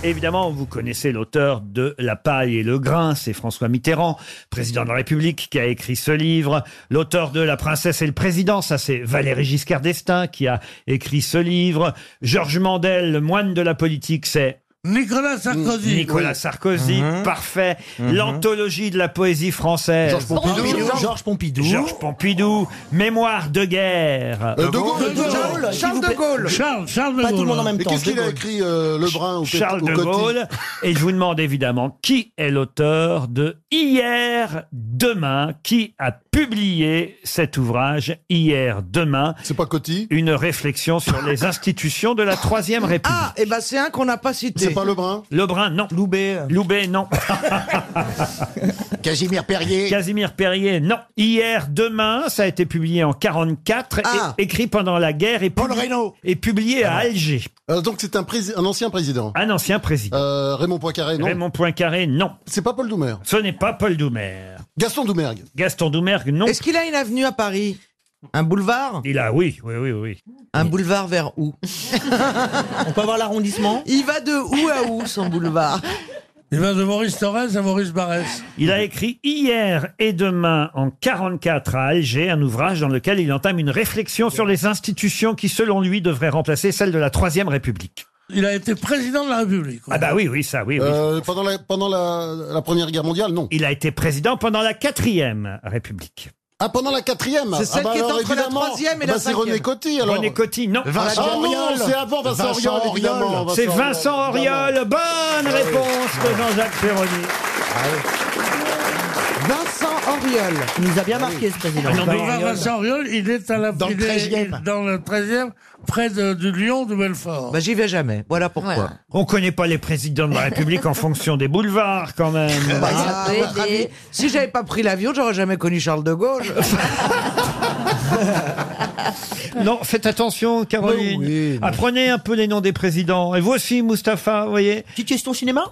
[SPEAKER 1] Évidemment, vous connaissez l'auteur de La paille et le grain, c'est François Mitterrand, président de la République, qui a écrit ce livre. L'auteur de La princesse et le président, ça c'est Valéry Giscard d'Estaing qui a écrit ce livre. Georges Mandel, le moine de la politique, c'est
[SPEAKER 6] Nicolas Sarkozy.
[SPEAKER 1] Nicolas
[SPEAKER 6] Oui.
[SPEAKER 1] Sarkozy, parfait.
[SPEAKER 6] Mhm.
[SPEAKER 1] L'anthologie de la poésie française.
[SPEAKER 6] Georges Pompidou. Pompidou.
[SPEAKER 1] Georges Pompidou. Georges Pompidou. Mémoire de guerre.
[SPEAKER 6] Euh, De Gaulle. De Gaulle. Charles de Gaulle. Charles- Charles de Pas tout le Gaulle. monde en même Et temps, qu'est-ce de qu'il a Gaulle.
[SPEAKER 1] écrit
[SPEAKER 16] euh,
[SPEAKER 1] Lebrun ou Charles de Gaulle. Et je vous demande évidemment qui est l'auteur de Hier, demain, qui a publié cet ouvrage Hier, demain. C'est pas Coty Une réflexion sur les institutions de la Troisième République.
[SPEAKER 24] Ah, et ben c'est un qu'on n'a pas cité.
[SPEAKER 1] C'est pas
[SPEAKER 24] Lebrun
[SPEAKER 1] Lebrun, non. Loubet. Loubet, non. Casimir Perrier. Casimir Perrier, non. Hier, demain, ça a été publié en 44,
[SPEAKER 16] Ah.
[SPEAKER 1] é- écrit pendant la guerre et, Paul et publié à Alger.
[SPEAKER 16] Euh, donc c'est un, prési- un ancien président. Euh,
[SPEAKER 1] Un ancien président.
[SPEAKER 16] Raymond Poincaré, non
[SPEAKER 1] Raymond Poincaré, non.
[SPEAKER 16] C'est pas Paul Doumer.
[SPEAKER 1] Ce n'est pas Paul Doumer.
[SPEAKER 16] Gaston Doumergue.
[SPEAKER 1] Gaston Doumergue, non.
[SPEAKER 24] Est-ce qu'il a une avenue à Paris Un boulevard
[SPEAKER 1] Il a, oui, oui, oui, oui.
[SPEAKER 24] Un boulevard vers où On peut avoir l'arrondissement Il va de où à où son boulevard
[SPEAKER 6] Il va de Maurice Thorez à Maurice Barès.
[SPEAKER 1] Il a écrit Hier et demain en 44 à Alger, un ouvrage dans lequel il entame une réflexion sur les institutions qui, selon lui, devraient remplacer celles de la Troisième République.
[SPEAKER 6] Il a été président de la République.
[SPEAKER 1] Ah bah oui, oui, ça, oui, oui.
[SPEAKER 16] Euh, pendant la, pendant la, la Première Guerre mondiale, non.
[SPEAKER 1] Il a été président pendant la quatrième République.
[SPEAKER 16] Ah, pendant la quatrième
[SPEAKER 8] C'est celle
[SPEAKER 16] Ah bah
[SPEAKER 8] qui est
[SPEAKER 16] alors,
[SPEAKER 8] entre la
[SPEAKER 16] évidemment.
[SPEAKER 8] troisième et
[SPEAKER 16] Bah,
[SPEAKER 8] la
[SPEAKER 16] c'est
[SPEAKER 8] cinquième.
[SPEAKER 16] René Coty, alors.
[SPEAKER 1] René Coty, non.
[SPEAKER 16] Vincent
[SPEAKER 1] Ah
[SPEAKER 16] Ah non, c'est avant Vincent Auriol, évidemment. Ah
[SPEAKER 1] C'est Vincent Auriol. Bonne réponse de Jean-Jacques Ferroni.
[SPEAKER 8] Vincent Auriol. Il nous a
[SPEAKER 1] Ah
[SPEAKER 8] bien marqué, ce président. Bah,
[SPEAKER 6] Vincent Auriol, il est à la
[SPEAKER 8] Dans le
[SPEAKER 6] il est-
[SPEAKER 8] 13e.
[SPEAKER 6] dans le 13e, près de- du Lion de Belfort.
[SPEAKER 1] Bah, j'y vais jamais. Voilà pourquoi. On connaît pas les présidents de la République en fonction des boulevards,
[SPEAKER 7] Oh
[SPEAKER 1] quand même.
[SPEAKER 24] Ah, à votre avis, si j'avais pas pris l'avion, j'aurais jamais connu Charles de Gaulle.
[SPEAKER 1] *laughs* Non, faites attention, Caroline. Apprenez un peu les noms des présidents. Et vous aussi, Mustapha, vous voyez. Petite question *laughs* cinéma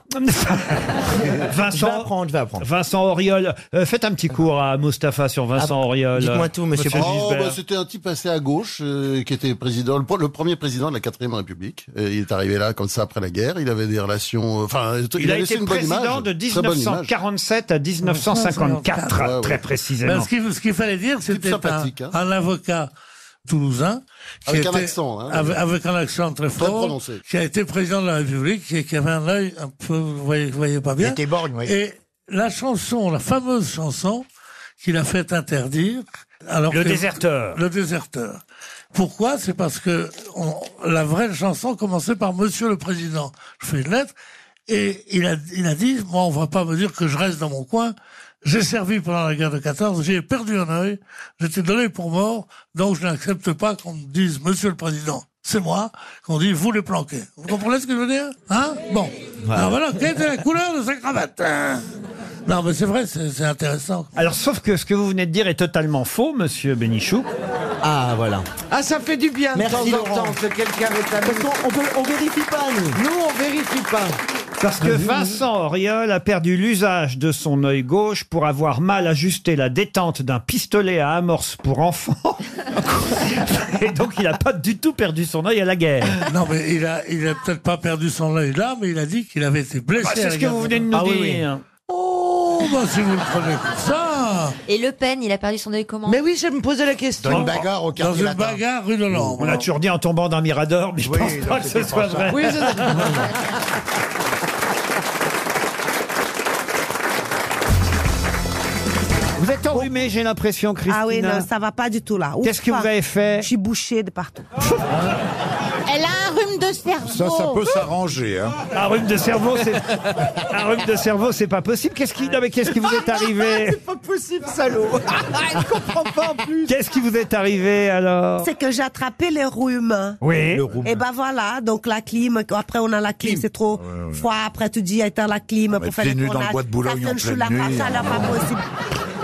[SPEAKER 1] Vincent.
[SPEAKER 15] Je vais apprendre, je vais apprendre.
[SPEAKER 1] Vincent Auriol. Euh, faites un petit cours à Mustapha sur Vincent
[SPEAKER 16] Ah,
[SPEAKER 1] Auriol. euh,
[SPEAKER 16] Oh,
[SPEAKER 1] Gisbert.
[SPEAKER 16] bah, C'était un type assez à gauche euh, qui était président, le, pre- le premier président de la quatrième République. Et il est arrivé là comme ça après la guerre. Il avait des relations. euh, Enfin, il,
[SPEAKER 1] il a
[SPEAKER 16] laissé
[SPEAKER 1] été
[SPEAKER 16] une bonne
[SPEAKER 1] président
[SPEAKER 16] image,
[SPEAKER 1] de
[SPEAKER 16] très bonne image.
[SPEAKER 1] 1947 à 1954,
[SPEAKER 16] Ouais, ouais.
[SPEAKER 1] très précisément.
[SPEAKER 6] Ben, ce qu'il ce qu'il fallait dire, c'était un,
[SPEAKER 16] sympathique, hein.
[SPEAKER 6] un avocat toulousain. qui
[SPEAKER 16] Avec un accent, hein.
[SPEAKER 6] avec, avec un accent très
[SPEAKER 16] Très
[SPEAKER 6] fort,
[SPEAKER 16] prononcé.
[SPEAKER 6] qui a été président de la République et qui avait un œil un peu, vous voyez, vous voyez pas bien.
[SPEAKER 15] était borgne, oui.
[SPEAKER 6] Et la chanson, la fameuse chanson qu'il a fait interdire. Alors
[SPEAKER 1] Le
[SPEAKER 6] que-
[SPEAKER 1] déserteur.
[SPEAKER 6] Le déserteur. Pourquoi C'est parce que on- la vraie chanson commençait par Monsieur le Président. Je fais une lettre et il a, il a dit moi on va pas me dire que je reste dans mon coin. J'ai servi pendant la guerre de 14, j'ai perdu un œil, j'étais donné pour mort, donc je n'accepte pas qu'on me dise Monsieur le Président. C'est moi qu'on dit vous les planquez. Vous comprenez ce que je veux dire Hein Bon. Alors voilà, quelle était la couleur de sa cravate hein Non mais c'est vrai, c'est c'est intéressant.
[SPEAKER 1] Alors, sauf que ce que vous venez de dire est totalement faux, monsieur Bénichou. Ah, voilà.
[SPEAKER 24] Ah, ça fait du bien. de
[SPEAKER 1] Merci,
[SPEAKER 24] temps en
[SPEAKER 1] Laurent.
[SPEAKER 24] temps, que quelqu'un est avec nous. On, on vérifie pas, nous. Nous, on vérifie pas.
[SPEAKER 1] Parce que Vincent Auriol a perdu l'usage de son œil gauche pour avoir mal ajusté la détente d'un pistolet à amorce pour enfants. *laughs* Et donc, il n'a pas du tout perdu son œil à la guerre.
[SPEAKER 6] Non, mais il a, il a peut-être pas perdu son œil là, mais il a dit qu'il avait été blessé.
[SPEAKER 1] Bah, c'est
[SPEAKER 6] à la
[SPEAKER 1] ce que
[SPEAKER 6] guerre
[SPEAKER 1] vous venez de nous
[SPEAKER 6] Ah oui,
[SPEAKER 1] dire.
[SPEAKER 6] oui. Oh, bah, si vous le prenez comme ça.
[SPEAKER 23] Et Le Pen, il a perdu son œil comment
[SPEAKER 24] Mais oui, je me posais la question.
[SPEAKER 1] Dans une bagarre
[SPEAKER 24] au
[SPEAKER 6] Dans une bagarre rue de l'Ombre.
[SPEAKER 1] On a toujours dit en tombant d'un mirador, mais je pense pas que ce soit vrai.
[SPEAKER 24] Oui, c'est-
[SPEAKER 1] Vous êtes enrhumé, j'ai l'impression, Christina.
[SPEAKER 24] Ah oui, non, ça va pas du tout là.
[SPEAKER 1] Qu'est-ce que vous avez fait
[SPEAKER 24] Je suis bouché de partout.
[SPEAKER 12] Elle a un rhume de cerveau.
[SPEAKER 4] Oh.
[SPEAKER 1] s'arranger.
[SPEAKER 24] hein.
[SPEAKER 1] Un rhume de cerveau, c'est un rhume de cerveau, c'est pas possible. Qu'est-ce qui, non, mais qu'est-ce qui vous est arrivé
[SPEAKER 24] pas possible, salaud. Elle comprend pas en plus.
[SPEAKER 1] Qu'est-ce qui vous est arrivé alors
[SPEAKER 24] C'est que j'ai attrapé les rhumes.
[SPEAKER 1] Oui. Le rhume.
[SPEAKER 24] Et ben voilà, donc la clim, après on a la clim, c'est trop froid, après tu dis éteins la clim pour faire
[SPEAKER 21] pieds
[SPEAKER 24] des
[SPEAKER 21] nus dans le
[SPEAKER 24] tournages.
[SPEAKER 21] bois de Boulogne
[SPEAKER 24] Ça,
[SPEAKER 21] en
[SPEAKER 24] je ne suis
[SPEAKER 21] pleine
[SPEAKER 24] là pas,
[SPEAKER 21] nuit.
[SPEAKER 24] ça, là, pas possible.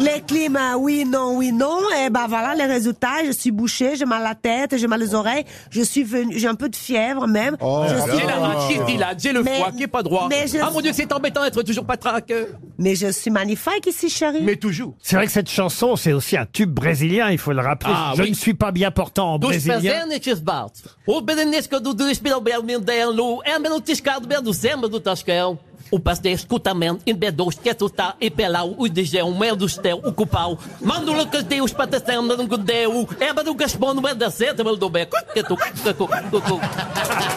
[SPEAKER 24] Les clims, euh, oui, non, oui, non. Et ben voilà, les résultats, je suis bouchée, j'ai mal à la tête, j'ai mal aux oreilles, je suis venue, j'ai un peu de fièvre même.
[SPEAKER 27] *laughs* Oh,
[SPEAKER 21] Oh
[SPEAKER 24] je suis...
[SPEAKER 12] J'ai la rachis, j'ai la- j'ai le
[SPEAKER 24] Mais-
[SPEAKER 12] foie qui est pas droit.
[SPEAKER 24] mais je-
[SPEAKER 12] Ah mon dieu, c'est embêtant d'être toujours pas traqueux.
[SPEAKER 24] Mais je suis magnifique ici, chérie. Mais
[SPEAKER 12] toujours.
[SPEAKER 1] C'est vrai que cette chanson, c'est aussi un tube brésilien, il faut le rappeler.
[SPEAKER 12] Ah,
[SPEAKER 1] je
[SPEAKER 12] oui.
[SPEAKER 1] ne suis pas bien portant en
[SPEAKER 12] Dos
[SPEAKER 1] brésilien.
[SPEAKER 12] fazendo estes bates. O benenesco do despedo mendelo. É meu tiscado bem do samba do Toscão. O pastel escutamento em bedos que assustar e pelau. Os dejão, mel um do estel, o cupau. Mando lucas deus para ter não gudeu. É para o gaspão, não é da seta, mas do beco. Que tu, que tu, que tu. *laughs*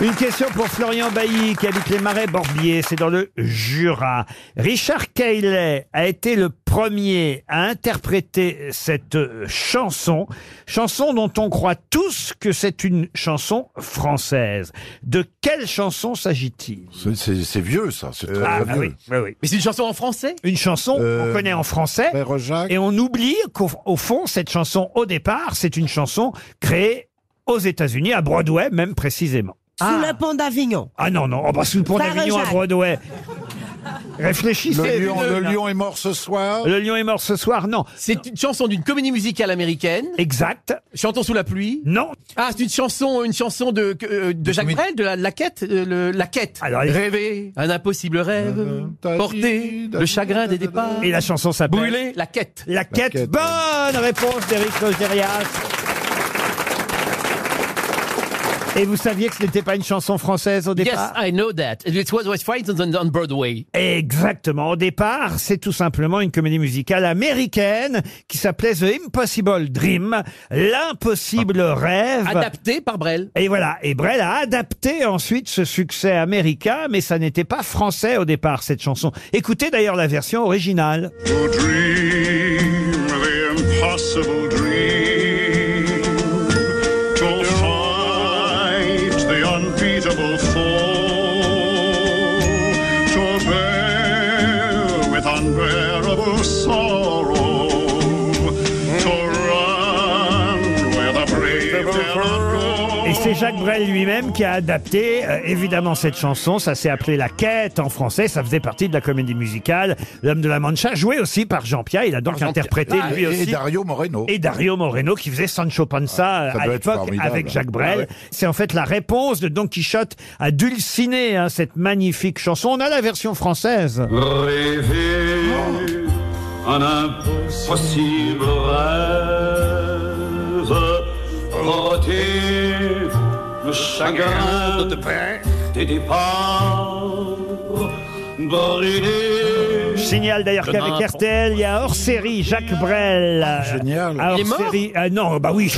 [SPEAKER 1] Une question pour Florian Bailly, qui habite les Marais Borbier, c'est dans le Jura. Richard Cayley a été le premier à interpréter cette euh, chanson, chanson dont on croit tous que c'est une chanson française. De quelle chanson s'agit-il
[SPEAKER 21] C'est- C'est c'est vieux, ça. C'est
[SPEAKER 7] Euh,
[SPEAKER 21] très,
[SPEAKER 1] Ah,
[SPEAKER 21] très
[SPEAKER 1] ah
[SPEAKER 21] vieux.
[SPEAKER 1] oui, oui, oui.
[SPEAKER 12] Mais c'est une chanson en français
[SPEAKER 1] Une chanson
[SPEAKER 21] Euh,
[SPEAKER 1] qu'on connaît en français. Et on oublie qu'au au fond, cette chanson, au départ, c'est une chanson créée aux États-Unis, à Broadway même précisément.
[SPEAKER 24] Sous le pont d'Avignon.
[SPEAKER 1] Ah non, non, oh, bah, sous le pont
[SPEAKER 24] Sarah
[SPEAKER 1] d'Avignon à
[SPEAKER 24] Jacques.
[SPEAKER 1] Broadway. Réfléchissez.
[SPEAKER 21] Le lion- le lion est mort ce soir.
[SPEAKER 1] Le lion est mort ce soir, non.
[SPEAKER 12] C'est une chanson d'une comédie musicale américaine.
[SPEAKER 1] Exact.
[SPEAKER 12] Chantons sous la pluie.
[SPEAKER 1] Non.
[SPEAKER 12] Ah, c'est une chanson, une chanson de, que- euh, de Jacques Brel, de la, la quête, euh, le- la quête.
[SPEAKER 1] Alors,
[SPEAKER 12] rêver un impossible rêve, porter le chagrin des départs.
[SPEAKER 1] Et la chanson s'appelle
[SPEAKER 12] Brûler la quête.
[SPEAKER 1] La quête. Bonne réponse d'Éric Logérias. Et vous saviez que ce n'était pas une chanson française au
[SPEAKER 12] Yes,
[SPEAKER 1] départ
[SPEAKER 12] I know that. It was was frightened on- on Broadway.
[SPEAKER 1] Exactement. Au départ, c'est tout simplement une comédie musicale américaine qui s'appelait The Impossible Dream, l'impossible rêve.
[SPEAKER 12] Adapté Ah. par Brel.
[SPEAKER 1] Et voilà. Et Brel a adapté ensuite ce succès américain, mais ça n'était pas français au départ, cette chanson. Écoutez d'ailleurs la version originale.
[SPEAKER 21] To dream the impossible dream, to fight the unbeatable foe, to bear with unbearable sorrow, to run where the brave dare not go.
[SPEAKER 1] Et c'est Jacques Brel lui-même qui a adapté euh, évidemment cette chanson. Ça s'est appelé La Quête en français. Ça faisait partie de la comédie musicale. L'homme de la Mancha, joué aussi par Jean Pierre. Il a donc
[SPEAKER 39] Jean-Pierre.
[SPEAKER 1] interprété
[SPEAKER 39] Ah,
[SPEAKER 1] lui
[SPEAKER 39] et
[SPEAKER 1] aussi.
[SPEAKER 39] Dario Moreno.
[SPEAKER 1] Et Dario Moreno qui faisait Sancho Panza
[SPEAKER 39] Ah, ça
[SPEAKER 1] à
[SPEAKER 39] doit être
[SPEAKER 1] l'époque
[SPEAKER 39] formidable.
[SPEAKER 1] avec Jacques Brel.
[SPEAKER 39] Ah ouais.
[SPEAKER 1] C'est en fait la réponse de Don Quichotte à Dulcinée, hein, cette magnifique chanson. On a la version française.
[SPEAKER 21] Rêver un impossible rêve, porter le chagrin de des départs, brûler.
[SPEAKER 1] Je signale d'ailleurs qu'avec RTL, il y a hors série Jacques Brel.
[SPEAKER 12] Ah,
[SPEAKER 1] Génial.
[SPEAKER 21] Il est mort
[SPEAKER 1] non, bah
[SPEAKER 12] *laughs*
[SPEAKER 1] oui.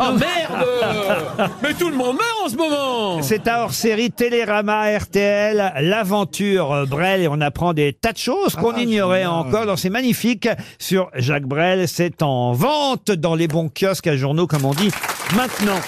[SPEAKER 12] Oh merde Mais tout le monde meurt en ce moment
[SPEAKER 1] C'est un hors-série Télérama RTL, l'aventure euh, Brel, et on apprend des tas de choses
[SPEAKER 12] Ah,
[SPEAKER 1] qu'on ignorait encore dans ces magnifiques sur Jacques Brel. C'est en vente dans les bons kiosques à journaux, comme on dit maintenant.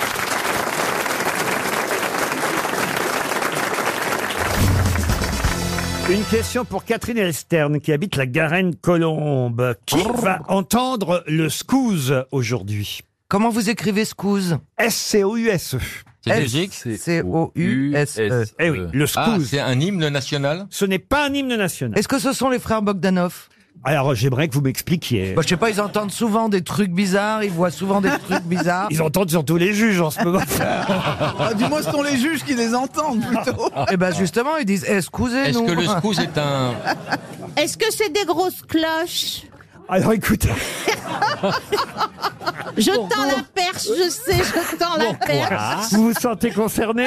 [SPEAKER 1] Une question pour Catherine Elstern qui habite la Garenne-Colombe. Qui va entendre le scouse aujourd'hui
[SPEAKER 7] Comment vous écrivez scouse
[SPEAKER 1] S-C-O-U-S-E.
[SPEAKER 7] C'est
[SPEAKER 1] logique.
[SPEAKER 7] C-O-U-S-E.
[SPEAKER 34] E.
[SPEAKER 1] Eh oui, le
[SPEAKER 7] Ah,
[SPEAKER 1] scouse.
[SPEAKER 7] c'est
[SPEAKER 1] un hymne national Ce n'est pas un hymne national.
[SPEAKER 7] Est-ce que ce sont les frères Bogdanov
[SPEAKER 1] Alors, j'aimerais que vous m'expliquiez.
[SPEAKER 7] bah, Je sais pas, ils entendent souvent des trucs bizarres, ils voient souvent des trucs bizarres.
[SPEAKER 1] *laughs* Ils entendent surtout les juges en ce
[SPEAKER 7] *laughs*
[SPEAKER 1] moment.
[SPEAKER 7] Ah, Dis-moi, ce sont les juges qui les entendent plutôt. Eh ben justement, ils disent excusez-nous. Est-ce que le scouse scouse est un. Est-ce que c'est des grosses cloches
[SPEAKER 1] Alors écoutez.
[SPEAKER 4] Je tends la perche, je sais, je tends la perche.
[SPEAKER 1] Vous vous sentez
[SPEAKER 7] *laughs*
[SPEAKER 1] concerné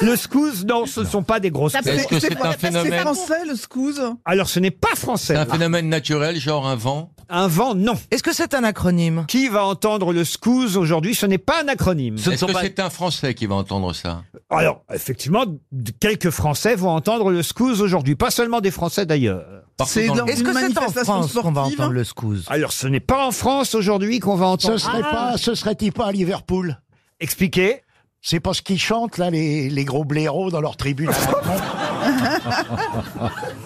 [SPEAKER 1] Le scouse, non, ce ne sont pas des grosses
[SPEAKER 7] Est-ce que c'est un phénomène
[SPEAKER 1] le scouse Alors, ce n'est pas français.
[SPEAKER 7] un
[SPEAKER 1] phénomène naturel, genre un vent Un vent, non.
[SPEAKER 7] Est-ce que c'est un acronyme
[SPEAKER 1] Qui va entendre le scouse aujourd'hui Ce n'est pas un acronyme.
[SPEAKER 7] Est-ce que
[SPEAKER 1] c'est
[SPEAKER 7] un Français qui va entendre ça
[SPEAKER 1] Alors, effectivement, d- quelques Français vont entendre le scouse aujourd'hui. Pas seulement des Français d'ailleurs.
[SPEAKER 7] C'est dans le- dans Est-ce que une c'est en manifestation France qu'on va sportive hein entendre le
[SPEAKER 1] scouse Alors, ce n'est pas en France aujourd'hui qu'on va entendre. Ah.
[SPEAKER 15] Ce serait pas, ce serait-il pas à Liverpool
[SPEAKER 1] Expliquez.
[SPEAKER 15] C'est parce qu'ils chantent là les, les gros blaireaux dans
[SPEAKER 1] *laughs*
[SPEAKER 15] leur tribune.
[SPEAKER 7] Hein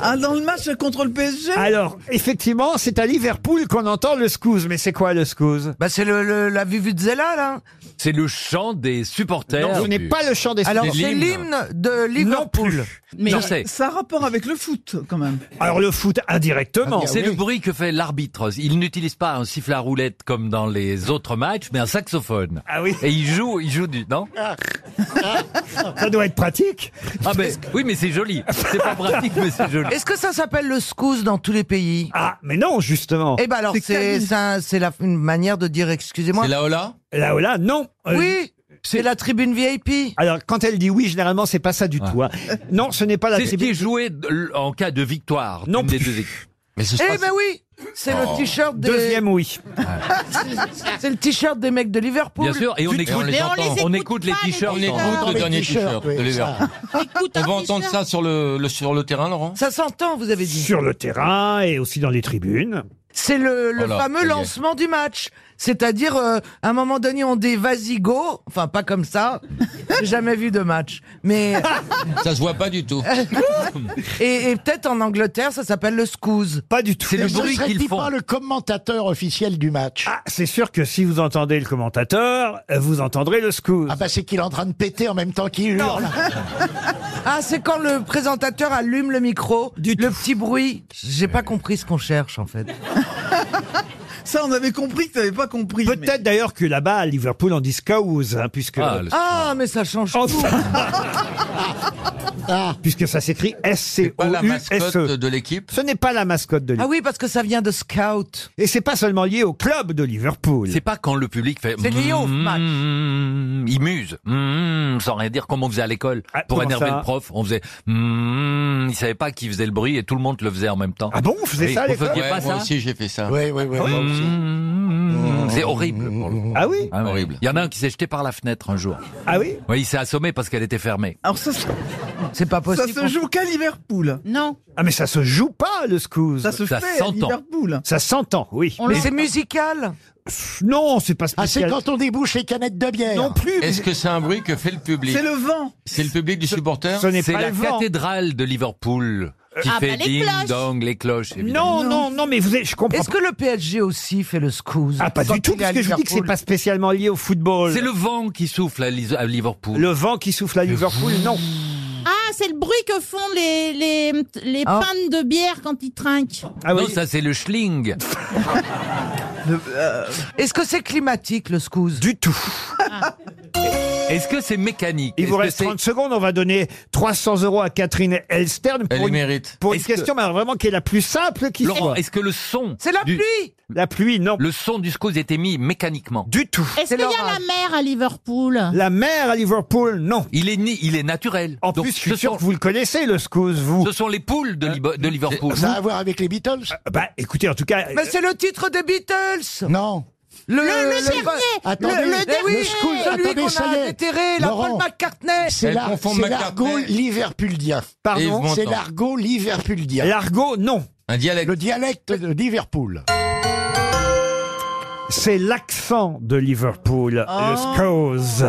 [SPEAKER 1] Ah, dans le match contre le PSG Alors, effectivement, c'est à Liverpool qu'on entend le scouse. Mais c'est quoi le scouse
[SPEAKER 7] Bah, c'est le, le- la Vivuzela, là.
[SPEAKER 22] C'est le chant des supporters.
[SPEAKER 7] Non,
[SPEAKER 1] ce n'est pas le chant des
[SPEAKER 7] Alors,
[SPEAKER 1] supporters.
[SPEAKER 7] c'est l'hymne de Liverpool.
[SPEAKER 22] Mais Je sais.
[SPEAKER 7] ça a rapport avec le foot, quand même.
[SPEAKER 1] Alors le foot
[SPEAKER 4] Ah,
[SPEAKER 1] indirectement.
[SPEAKER 7] Ah,
[SPEAKER 22] C'est le bruit que fait l'arbitre. Il n'utilise pas un sifflet à roulette comme dans les autres matchs, mais un saxophone.
[SPEAKER 1] Ah oui.
[SPEAKER 22] Et il joue, il joue du, non
[SPEAKER 1] Ah, Ça doit être pratique.
[SPEAKER 22] Ah ben, oui, mais c'est joli. C'est pas pratique, mais c'est joli.
[SPEAKER 7] Est-ce que ça s'appelle le scouse dans tous les pays
[SPEAKER 1] Ah, mais non, justement.
[SPEAKER 7] Eh ben alors,
[SPEAKER 1] C'est
[SPEAKER 7] c'est
[SPEAKER 1] Camille.
[SPEAKER 7] c'est un- c'est la- une manière de dire excusez-moi. C'est la Ola
[SPEAKER 1] La Ola, non. Euh,
[SPEAKER 7] Oui C'est la tribune VIP.
[SPEAKER 1] Alors quand elle dit oui, généralement c'est pas ça
[SPEAKER 7] Ah.
[SPEAKER 1] du
[SPEAKER 7] *laughs*
[SPEAKER 1] tout. hein. Non, ce n'est pas la
[SPEAKER 22] C'est ce qui
[SPEAKER 1] tribune.
[SPEAKER 22] est joué de- en cas de victoire d'une des deux équipes. Mais
[SPEAKER 7] Eh ben oui C'est
[SPEAKER 22] Oh.
[SPEAKER 7] le t-shirt des...
[SPEAKER 1] Deuxième oui.
[SPEAKER 7] *laughs* C'est le t-shirt des mecs de Liverpool.
[SPEAKER 22] Bien sûr, et on écoute, on écoute les t-shirts.
[SPEAKER 7] On écoute
[SPEAKER 22] en-
[SPEAKER 7] le dernier
[SPEAKER 15] t-shirts,
[SPEAKER 7] t-shirt de Liverpool.
[SPEAKER 1] Ah.
[SPEAKER 15] On
[SPEAKER 7] va entendre ça
[SPEAKER 15] sur le, sur le terrain, Laurent
[SPEAKER 7] Ça s'entend, vous avez dit.
[SPEAKER 1] Sur le terrain et aussi dans les tribunes.
[SPEAKER 7] C'est le, le
[SPEAKER 1] Oh là,
[SPEAKER 7] fameux
[SPEAKER 1] ça y est.
[SPEAKER 7] lancement du match. C'est-à-dire, euh, à un moment donné, on dit vas-y go. Enfin, pas comme
[SPEAKER 22] *laughs*
[SPEAKER 7] ça. J'ai jamais vu de match. Mais.
[SPEAKER 15] Ça se voit pas du tout.
[SPEAKER 7] et et peut-être en Angleterre, ça s'appelle le scouse.
[SPEAKER 1] Pas du tout.
[SPEAKER 15] Mais ce serait-il pas le commentateur officiel du match
[SPEAKER 1] Ah, c'est sûr que si vous entendez le commentateur, euh, vous entendrez le scouse.
[SPEAKER 15] bah c'est qu'il est en train de péter en même temps qu'il
[SPEAKER 1] *laughs*
[SPEAKER 15] hurle.
[SPEAKER 7] Ah, c'est quand le présentateur allume le micro, le petit bruit. J'ai pas compris ce qu'on cherche en fait.
[SPEAKER 1] Ça, on avait compris que tu n'avais pas compris. Peut-être d'ailleurs que là-bas, à Liverpool, on dit scouse, hein, puisque.
[SPEAKER 7] Ah, mais ça change tout.
[SPEAKER 1] puisque ça s'écrit S-C-O-U-S-E.
[SPEAKER 22] de l'équipe.
[SPEAKER 1] E. Ce n'est pas la mascotte de
[SPEAKER 7] Ah
[SPEAKER 1] l'équipe.
[SPEAKER 7] oui, *laughs* parce que ça vient de scout.
[SPEAKER 1] Et c'est pas seulement lié au club de Liverpool.
[SPEAKER 22] C'est pas quand le public fait.
[SPEAKER 7] C'est lié au
[SPEAKER 22] Mm,
[SPEAKER 7] match.
[SPEAKER 22] mm, Il muse. mm, sans rien dire, comme on faisait à l'école. Pour
[SPEAKER 1] Ah, comment
[SPEAKER 22] énerver
[SPEAKER 1] ça
[SPEAKER 22] le prof, on faisait. mm, il savait pas qui faisait le bruit et tout le monde le faisait en même temps.
[SPEAKER 1] Ah bon, on faisait ça à l'école
[SPEAKER 22] Moi
[SPEAKER 1] Ouais, moi aussi,
[SPEAKER 22] j'ai fait ça. Hmm,
[SPEAKER 1] Ouais, ouais, ouais, moi aussi.
[SPEAKER 22] Mmh.
[SPEAKER 6] Mmh.
[SPEAKER 22] C'est horrible. pour le coup.
[SPEAKER 1] Ah oui
[SPEAKER 22] Horrible. Il y en a un qui s'est jeté par la fenêtre un jour.
[SPEAKER 1] Ah oui
[SPEAKER 22] Oui, il s'est assommé parce qu'elle était fermée.
[SPEAKER 8] Alors ça, se-
[SPEAKER 1] C'est pas
[SPEAKER 8] ça se joue qu'à Liverpool.
[SPEAKER 1] Non. Ah mais ça se joue pas le scouse.
[SPEAKER 8] Ça se fait à Liverpool.
[SPEAKER 1] Ça s'entend, oui.
[SPEAKER 8] On le
[SPEAKER 1] Mais-
[SPEAKER 8] fait musique.
[SPEAKER 7] Musical.
[SPEAKER 1] Non, c'est pas
[SPEAKER 3] Ah, c'est
[SPEAKER 1] spécial.
[SPEAKER 3] quand on débouche les canettes de bière. Non
[SPEAKER 1] plus.
[SPEAKER 15] Est-ce que c'est un bruit que fait le public
[SPEAKER 22] C'est le
[SPEAKER 8] vent.
[SPEAKER 15] C'est le public du supporter
[SPEAKER 1] ce n'est
[SPEAKER 22] C'est
[SPEAKER 1] pas
[SPEAKER 22] la
[SPEAKER 1] le vent.
[SPEAKER 22] cathédrale de Liverpool qui
[SPEAKER 1] Ah, bah,
[SPEAKER 22] fait
[SPEAKER 1] les
[SPEAKER 22] ding
[SPEAKER 1] cloches.
[SPEAKER 22] dong les cloches. évidemment.
[SPEAKER 1] Non, non, non, mais vous, êtes- je comprends. Est-ce que
[SPEAKER 7] le PSG aussi fait le scouse
[SPEAKER 1] Ah, pas
[SPEAKER 7] Quand
[SPEAKER 1] du tout,
[SPEAKER 7] il est à
[SPEAKER 1] parce que je vous dis que c'est
[SPEAKER 7] Liverpool.
[SPEAKER 1] pas spécialement lié au football.
[SPEAKER 22] C'est le vent qui souffle à Lis- à Liverpool.
[SPEAKER 1] Le vent qui souffle à Liverpool, non.
[SPEAKER 4] Ah, c'est le bruit que font les, les, les
[SPEAKER 27] Oh.
[SPEAKER 22] Ah.
[SPEAKER 4] pintes de bière quand ils trinquent.
[SPEAKER 1] Ah
[SPEAKER 22] Non, ça c'est
[SPEAKER 1] *laughs*
[SPEAKER 22] le schling.
[SPEAKER 1] euh,
[SPEAKER 7] Est-ce que c'est climatique le scouse
[SPEAKER 1] Du tout.
[SPEAKER 22] Ah.
[SPEAKER 7] *laughs*
[SPEAKER 22] Est-ce que c'est mécanique
[SPEAKER 1] Il vous
[SPEAKER 22] Est-ce que
[SPEAKER 1] reste
[SPEAKER 22] c'est-
[SPEAKER 1] 30 secondes, on va donner 300 euros à Catherine Elstern
[SPEAKER 22] Elle
[SPEAKER 1] pour
[SPEAKER 22] les
[SPEAKER 1] une,
[SPEAKER 22] mérite.
[SPEAKER 1] pour une
[SPEAKER 22] Est-ce
[SPEAKER 1] question
[SPEAKER 22] que-
[SPEAKER 1] mais alors vraiment qui est la plus simple qui
[SPEAKER 22] Laurent,
[SPEAKER 1] soit.
[SPEAKER 22] est-ce que le son
[SPEAKER 1] C'est la pluie La pluie, non.
[SPEAKER 22] Le son du scouse était mis mécaniquement.
[SPEAKER 1] Du tout.
[SPEAKER 4] Est-ce qu'il y a la mer à Liverpool
[SPEAKER 1] La mer à Liverpool, non.
[SPEAKER 22] Il est né, il est naturel. En
[SPEAKER 1] plus, je suis sûr que vous le connaissez, le scouse, vous.
[SPEAKER 22] Ce sont les poules de, Libo- de Liverpool.
[SPEAKER 3] Euh, Ça a à voir avec les Beatles
[SPEAKER 1] Bah, écoutez, en tout cas. euh,
[SPEAKER 7] Mais c'est le titre des Beatles
[SPEAKER 3] Non.
[SPEAKER 7] Le,
[SPEAKER 3] le dernier.
[SPEAKER 7] le-
[SPEAKER 3] Attendez,
[SPEAKER 7] le,
[SPEAKER 3] le
[SPEAKER 7] oui,
[SPEAKER 3] dernier.
[SPEAKER 7] Celui
[SPEAKER 3] Attendez, ça
[SPEAKER 7] qu'on
[SPEAKER 3] y
[SPEAKER 7] a
[SPEAKER 3] est.
[SPEAKER 7] déterré, la Paul
[SPEAKER 3] Laurent,
[SPEAKER 7] McCartney
[SPEAKER 3] C'est
[SPEAKER 7] la
[SPEAKER 3] l'ar- c'est l'argot liverpuldien.
[SPEAKER 1] Pardon Et vous m'entendez.
[SPEAKER 3] C'est l'argot liverpuldien.
[SPEAKER 1] L'argot, non.
[SPEAKER 15] Un dialecte.
[SPEAKER 3] Le dialecte de Liverpool.
[SPEAKER 1] C'est l'accent de Liverpool, le
[SPEAKER 3] Ah.
[SPEAKER 1] scouse.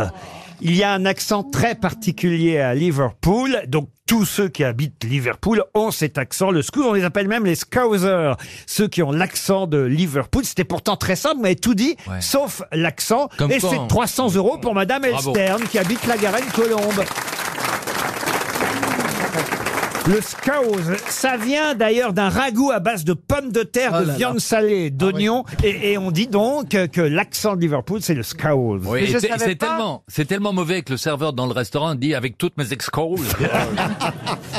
[SPEAKER 1] Il y a un accent très particulier à Liverpool, donc tous ceux qui habitent Liverpool ont cet accent, le scouse, on les appelle même les scousers, ceux qui ont l'accent de Liverpool. C'était pourtant très simple, mais tout dit, sauf l'accent.
[SPEAKER 15] Comme
[SPEAKER 1] Et
[SPEAKER 15] quoi,
[SPEAKER 1] c'est
[SPEAKER 15] hein.
[SPEAKER 1] 300 euros pour Madame
[SPEAKER 15] Bravo.
[SPEAKER 1] Elstern qui habite la Garenne-Colombe. Le scouse, ça vient d'ailleurs d'un ragoût à base de pommes de terre, de
[SPEAKER 15] Oh là Ah là.
[SPEAKER 1] viande salée, d'oignons, et, et on dit donc que, que l'accent de Liverpool, c'est le scouse.
[SPEAKER 22] Oui, et c'est- c'est tellement, c'est tellement mauvais que le serveur dans le restaurant dit avec toutes mes ex
[SPEAKER 1] *laughs*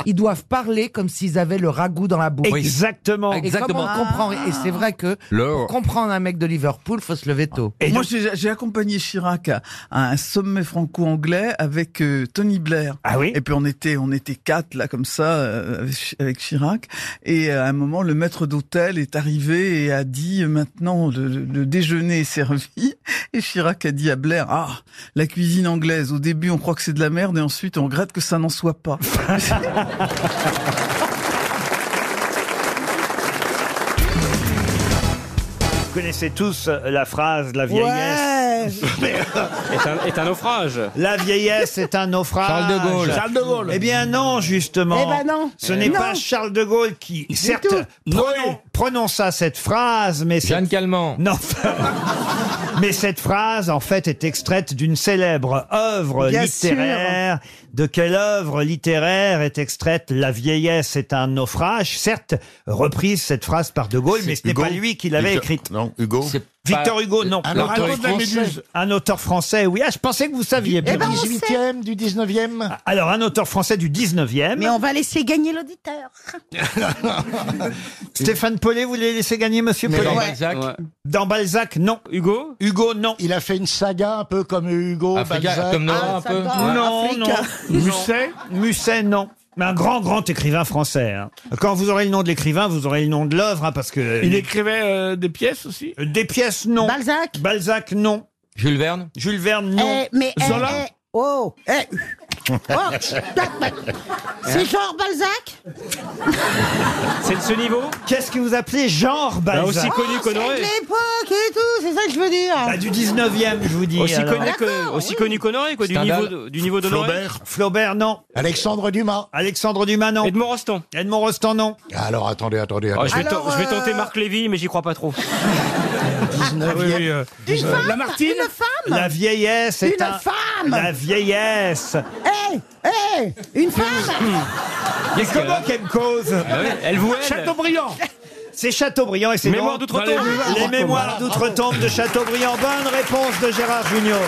[SPEAKER 7] Ils doivent parler comme s'ils avaient le ragoût dans la bouche.
[SPEAKER 1] Exactement.
[SPEAKER 7] Et
[SPEAKER 22] Exactement.
[SPEAKER 7] comment on comprend Et c'est vrai que
[SPEAKER 8] Laurent.
[SPEAKER 7] pour comprendre un mec de Liverpool, faut se lever tôt.
[SPEAKER 8] Moi, j'ai j'ai accompagné Chirac à, à un sommet franco-anglais avec euh, Tony Blair.
[SPEAKER 1] Ah oui.
[SPEAKER 8] Et puis on était, on était quatre là comme ça euh, avec, Chi- avec Chirac. Et euh, à un moment, le maître d'hôtel est arrivé et a dit euh, maintenant le, le- le déjeuner est servi. *laughs* Et Chirac a dit à Blair ah la cuisine anglaise. Au début, on croit que c'est de la merde et ensuite on regrette que ça n'en soit
[SPEAKER 1] *laughs*
[SPEAKER 8] pas. *laughs*
[SPEAKER 1] Vous connaissez tous euh, la phrase la
[SPEAKER 4] Euh,
[SPEAKER 1] vieillesse. *laughs*
[SPEAKER 21] est, un, est un naufrage.
[SPEAKER 1] La vieillesse est un naufrage.
[SPEAKER 21] Charles de Gaulle. Charles de Gaulle.
[SPEAKER 1] Eh bien non, justement.
[SPEAKER 21] Eh ben non.
[SPEAKER 1] Ce
[SPEAKER 21] Eh
[SPEAKER 1] n'est
[SPEAKER 21] non.
[SPEAKER 1] pas Charles de Gaulle qui, certes, pronon- prononça cette phrase, mais Jeanne
[SPEAKER 21] Calment.
[SPEAKER 1] Non. *laughs* mais cette phrase, en fait, est extraite d'une célèbre œuvre
[SPEAKER 21] Bien
[SPEAKER 1] littéraire. De quelle œuvre littéraire est extraite La vieillesse est un naufrage Certes, reprise cette phrase par de Gaulle, mais ce n'est pas lui qui l'avait écrite.
[SPEAKER 40] Non, Hugo.
[SPEAKER 1] Victor Hugo, non.
[SPEAKER 3] Un auteur français.
[SPEAKER 1] Un auteur français, oui. Ah, je pensais que vous
[SPEAKER 4] Eh
[SPEAKER 1] saviez.
[SPEAKER 3] Du
[SPEAKER 4] ben,
[SPEAKER 1] Pierre.
[SPEAKER 3] 18e, du 19e.
[SPEAKER 1] Alors, un auteur français du 19e.
[SPEAKER 4] Mais on va laisser gagner l'auditeur.
[SPEAKER 1] Stéphane Paulet, vous voulez laisser gagner Monsieur
[SPEAKER 3] Mais
[SPEAKER 1] Paulet
[SPEAKER 3] dans Balzac Ouais.
[SPEAKER 1] Dans Balzac, non. Hugo Hugo, non.
[SPEAKER 3] Il a fait une saga un peu comme Hugo,
[SPEAKER 1] Africa,
[SPEAKER 3] Balzac.
[SPEAKER 1] comme Nora, Ah, un peu. saga, Non, Africa. non. Musset Musset, non. Mais un grand, grand écrivain français. hein. Quand vous aurez le nom de l'écrivain, vous aurez le nom de l'œuvre, hein, parce que...
[SPEAKER 21] Il écrivait euh, des pièces aussi
[SPEAKER 1] Des pièces, non. Balzac Balzac, non.
[SPEAKER 21] Jules Verne
[SPEAKER 1] Jules Verne, non.
[SPEAKER 4] Eh, mais eh,
[SPEAKER 1] Zola
[SPEAKER 4] eh, oh, eh.
[SPEAKER 1] *laughs*
[SPEAKER 4] Oh, c'est genre Balzac
[SPEAKER 21] C'est de ce niveau
[SPEAKER 1] Qu'est-ce que vous appelez genre Balzac
[SPEAKER 21] Bah, aussi connu
[SPEAKER 4] C'est
[SPEAKER 21] qu'Honoré.
[SPEAKER 4] de l'époque et tout, c'est ça que je veux dire.
[SPEAKER 1] Bah, du 19e, je vous dis.
[SPEAKER 21] Aussi
[SPEAKER 1] alors.
[SPEAKER 21] connu que- aussi connu qu'Honoré, quoi, du
[SPEAKER 1] Stendhal.
[SPEAKER 21] niveau de- du niveau d'Honoré.
[SPEAKER 1] Flaubert. Flaubert, non. Alexandre Dumas. Alexandre Dumas, non. Edmond
[SPEAKER 21] Rostand.
[SPEAKER 1] Edmond Rostand, non.
[SPEAKER 3] Alors attendez, attendez,
[SPEAKER 21] Ah,
[SPEAKER 3] attendez.
[SPEAKER 21] je, vais ten- je vais tenter Marc Lévy, mais j'y crois pas trop. Oui, oui, euh, euh, Lamartine
[SPEAKER 4] Une femme
[SPEAKER 1] La vieillesse est
[SPEAKER 4] Une
[SPEAKER 1] un-
[SPEAKER 4] femme
[SPEAKER 1] La vieillesse
[SPEAKER 4] Eh, eh, une femme
[SPEAKER 1] *laughs* Mais comment qu'elle me cause
[SPEAKER 21] Ah oui, elle vous aide.
[SPEAKER 1] Chateaubriand C'est Chateaubriand et c'est
[SPEAKER 21] Mémoires
[SPEAKER 1] dans-
[SPEAKER 21] d'outre-tombe.
[SPEAKER 1] dans les-
[SPEAKER 21] Ah,
[SPEAKER 1] Les
[SPEAKER 21] bravo.
[SPEAKER 1] mémoires
[SPEAKER 21] Bravo.
[SPEAKER 1] d'outre-tombe de Chateaubriand. Bonne réponse de Gérard Junior.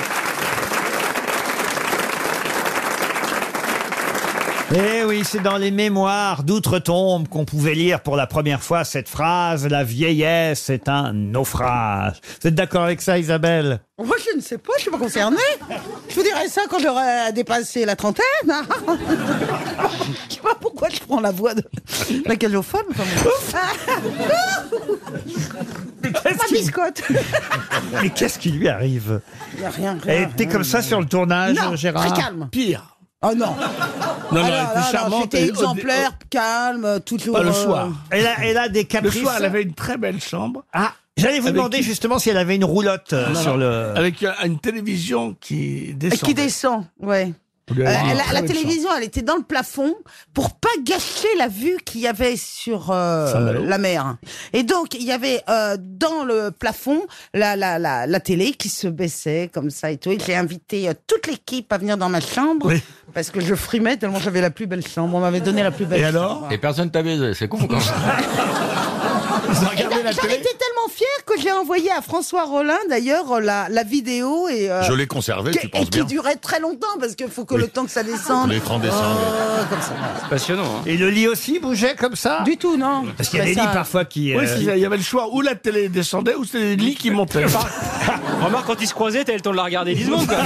[SPEAKER 1] Eh oui, c'est dans les mémoires d'outre-tombe qu'on pouvait lire pour la première fois cette phrase La vieillesse est un naufrage. Vous êtes d'accord avec ça, Isabelle
[SPEAKER 27] Moi, je ne sais pas, je ne suis pas concernée. Je vous dirai ça quand j'aurai dépassé la trentaine. hein. je sais pas pourquoi je prends la voix de la calophone. enfin bon.
[SPEAKER 1] Ma
[SPEAKER 27] biscotte.
[SPEAKER 1] Mais qu'est-ce qui lui arrive
[SPEAKER 27] Il n'y a rien. rien,
[SPEAKER 1] Elle était
[SPEAKER 27] rien.
[SPEAKER 1] comme ça sur le tournage,
[SPEAKER 27] Non,
[SPEAKER 1] Gérard
[SPEAKER 27] très calme.
[SPEAKER 1] Pire.
[SPEAKER 27] Oh non.
[SPEAKER 1] non,
[SPEAKER 27] Ah
[SPEAKER 1] elle était charmante
[SPEAKER 27] J'étais
[SPEAKER 1] et-
[SPEAKER 27] exemplaire, calme, toute
[SPEAKER 1] Pas le soir. euh, Elle a- elle a des caprices.
[SPEAKER 27] Le soir, elle avait
[SPEAKER 1] une très belle chambre.
[SPEAKER 27] Ah,
[SPEAKER 1] J'allais vous
[SPEAKER 27] Avec
[SPEAKER 1] demander
[SPEAKER 27] qui
[SPEAKER 1] justement si elle avait une roulotte euh,
[SPEAKER 27] Non, non.
[SPEAKER 1] sur le.
[SPEAKER 27] Avec,
[SPEAKER 7] euh,
[SPEAKER 1] une télévision qui
[SPEAKER 27] Qui descend, ouais.
[SPEAKER 1] Vous lui
[SPEAKER 27] Euh,
[SPEAKER 1] avez dit
[SPEAKER 27] la-
[SPEAKER 1] une
[SPEAKER 27] la
[SPEAKER 1] très belle
[SPEAKER 27] télévision, elle était dans le plafond pour pas gâcher la vue qu'il y avait sur euh,
[SPEAKER 4] Saint-Malo.
[SPEAKER 27] la mer. Et donc, il y avait euh, dans le plafond la, la, la, la télé qui se baissait comme ça et tout. Et j'ai invité euh, toute l'équipe à venir dans ma chambre parce que je frimais tellement j'avais la plus belle chambre. On m'avait donné la plus belle chambre.
[SPEAKER 15] Et personne t'a baisé, c'est con quand même.
[SPEAKER 27] Et ben, J'en étais tellement fière que j'ai envoyé à François Rollin d'ailleurs euh, la, la vidéo et euh,
[SPEAKER 3] Je l'ai conservée,
[SPEAKER 27] qui-
[SPEAKER 3] tu
[SPEAKER 27] et
[SPEAKER 3] penses
[SPEAKER 27] qui
[SPEAKER 3] bien.
[SPEAKER 27] durait très longtemps parce qu'il faut que
[SPEAKER 3] Oui.
[SPEAKER 27] le temps que ça descende.
[SPEAKER 3] L'écran descend,
[SPEAKER 27] Oh, comme ça.
[SPEAKER 6] Passionnant.
[SPEAKER 1] Et le lit aussi bougeait comme ça
[SPEAKER 27] Du tout, non.
[SPEAKER 1] Parce qu'il y a des lits parfois qui.
[SPEAKER 6] Oui,
[SPEAKER 1] euh,
[SPEAKER 6] c'est ça, il y avait le choix où la télé descendait ou c'était le lit
[SPEAKER 1] *laughs*
[SPEAKER 6] qui *laughs* montait. Remarque, quand ils se croisaient, t'as eu le temps de la regarder 10 secondes, quoi.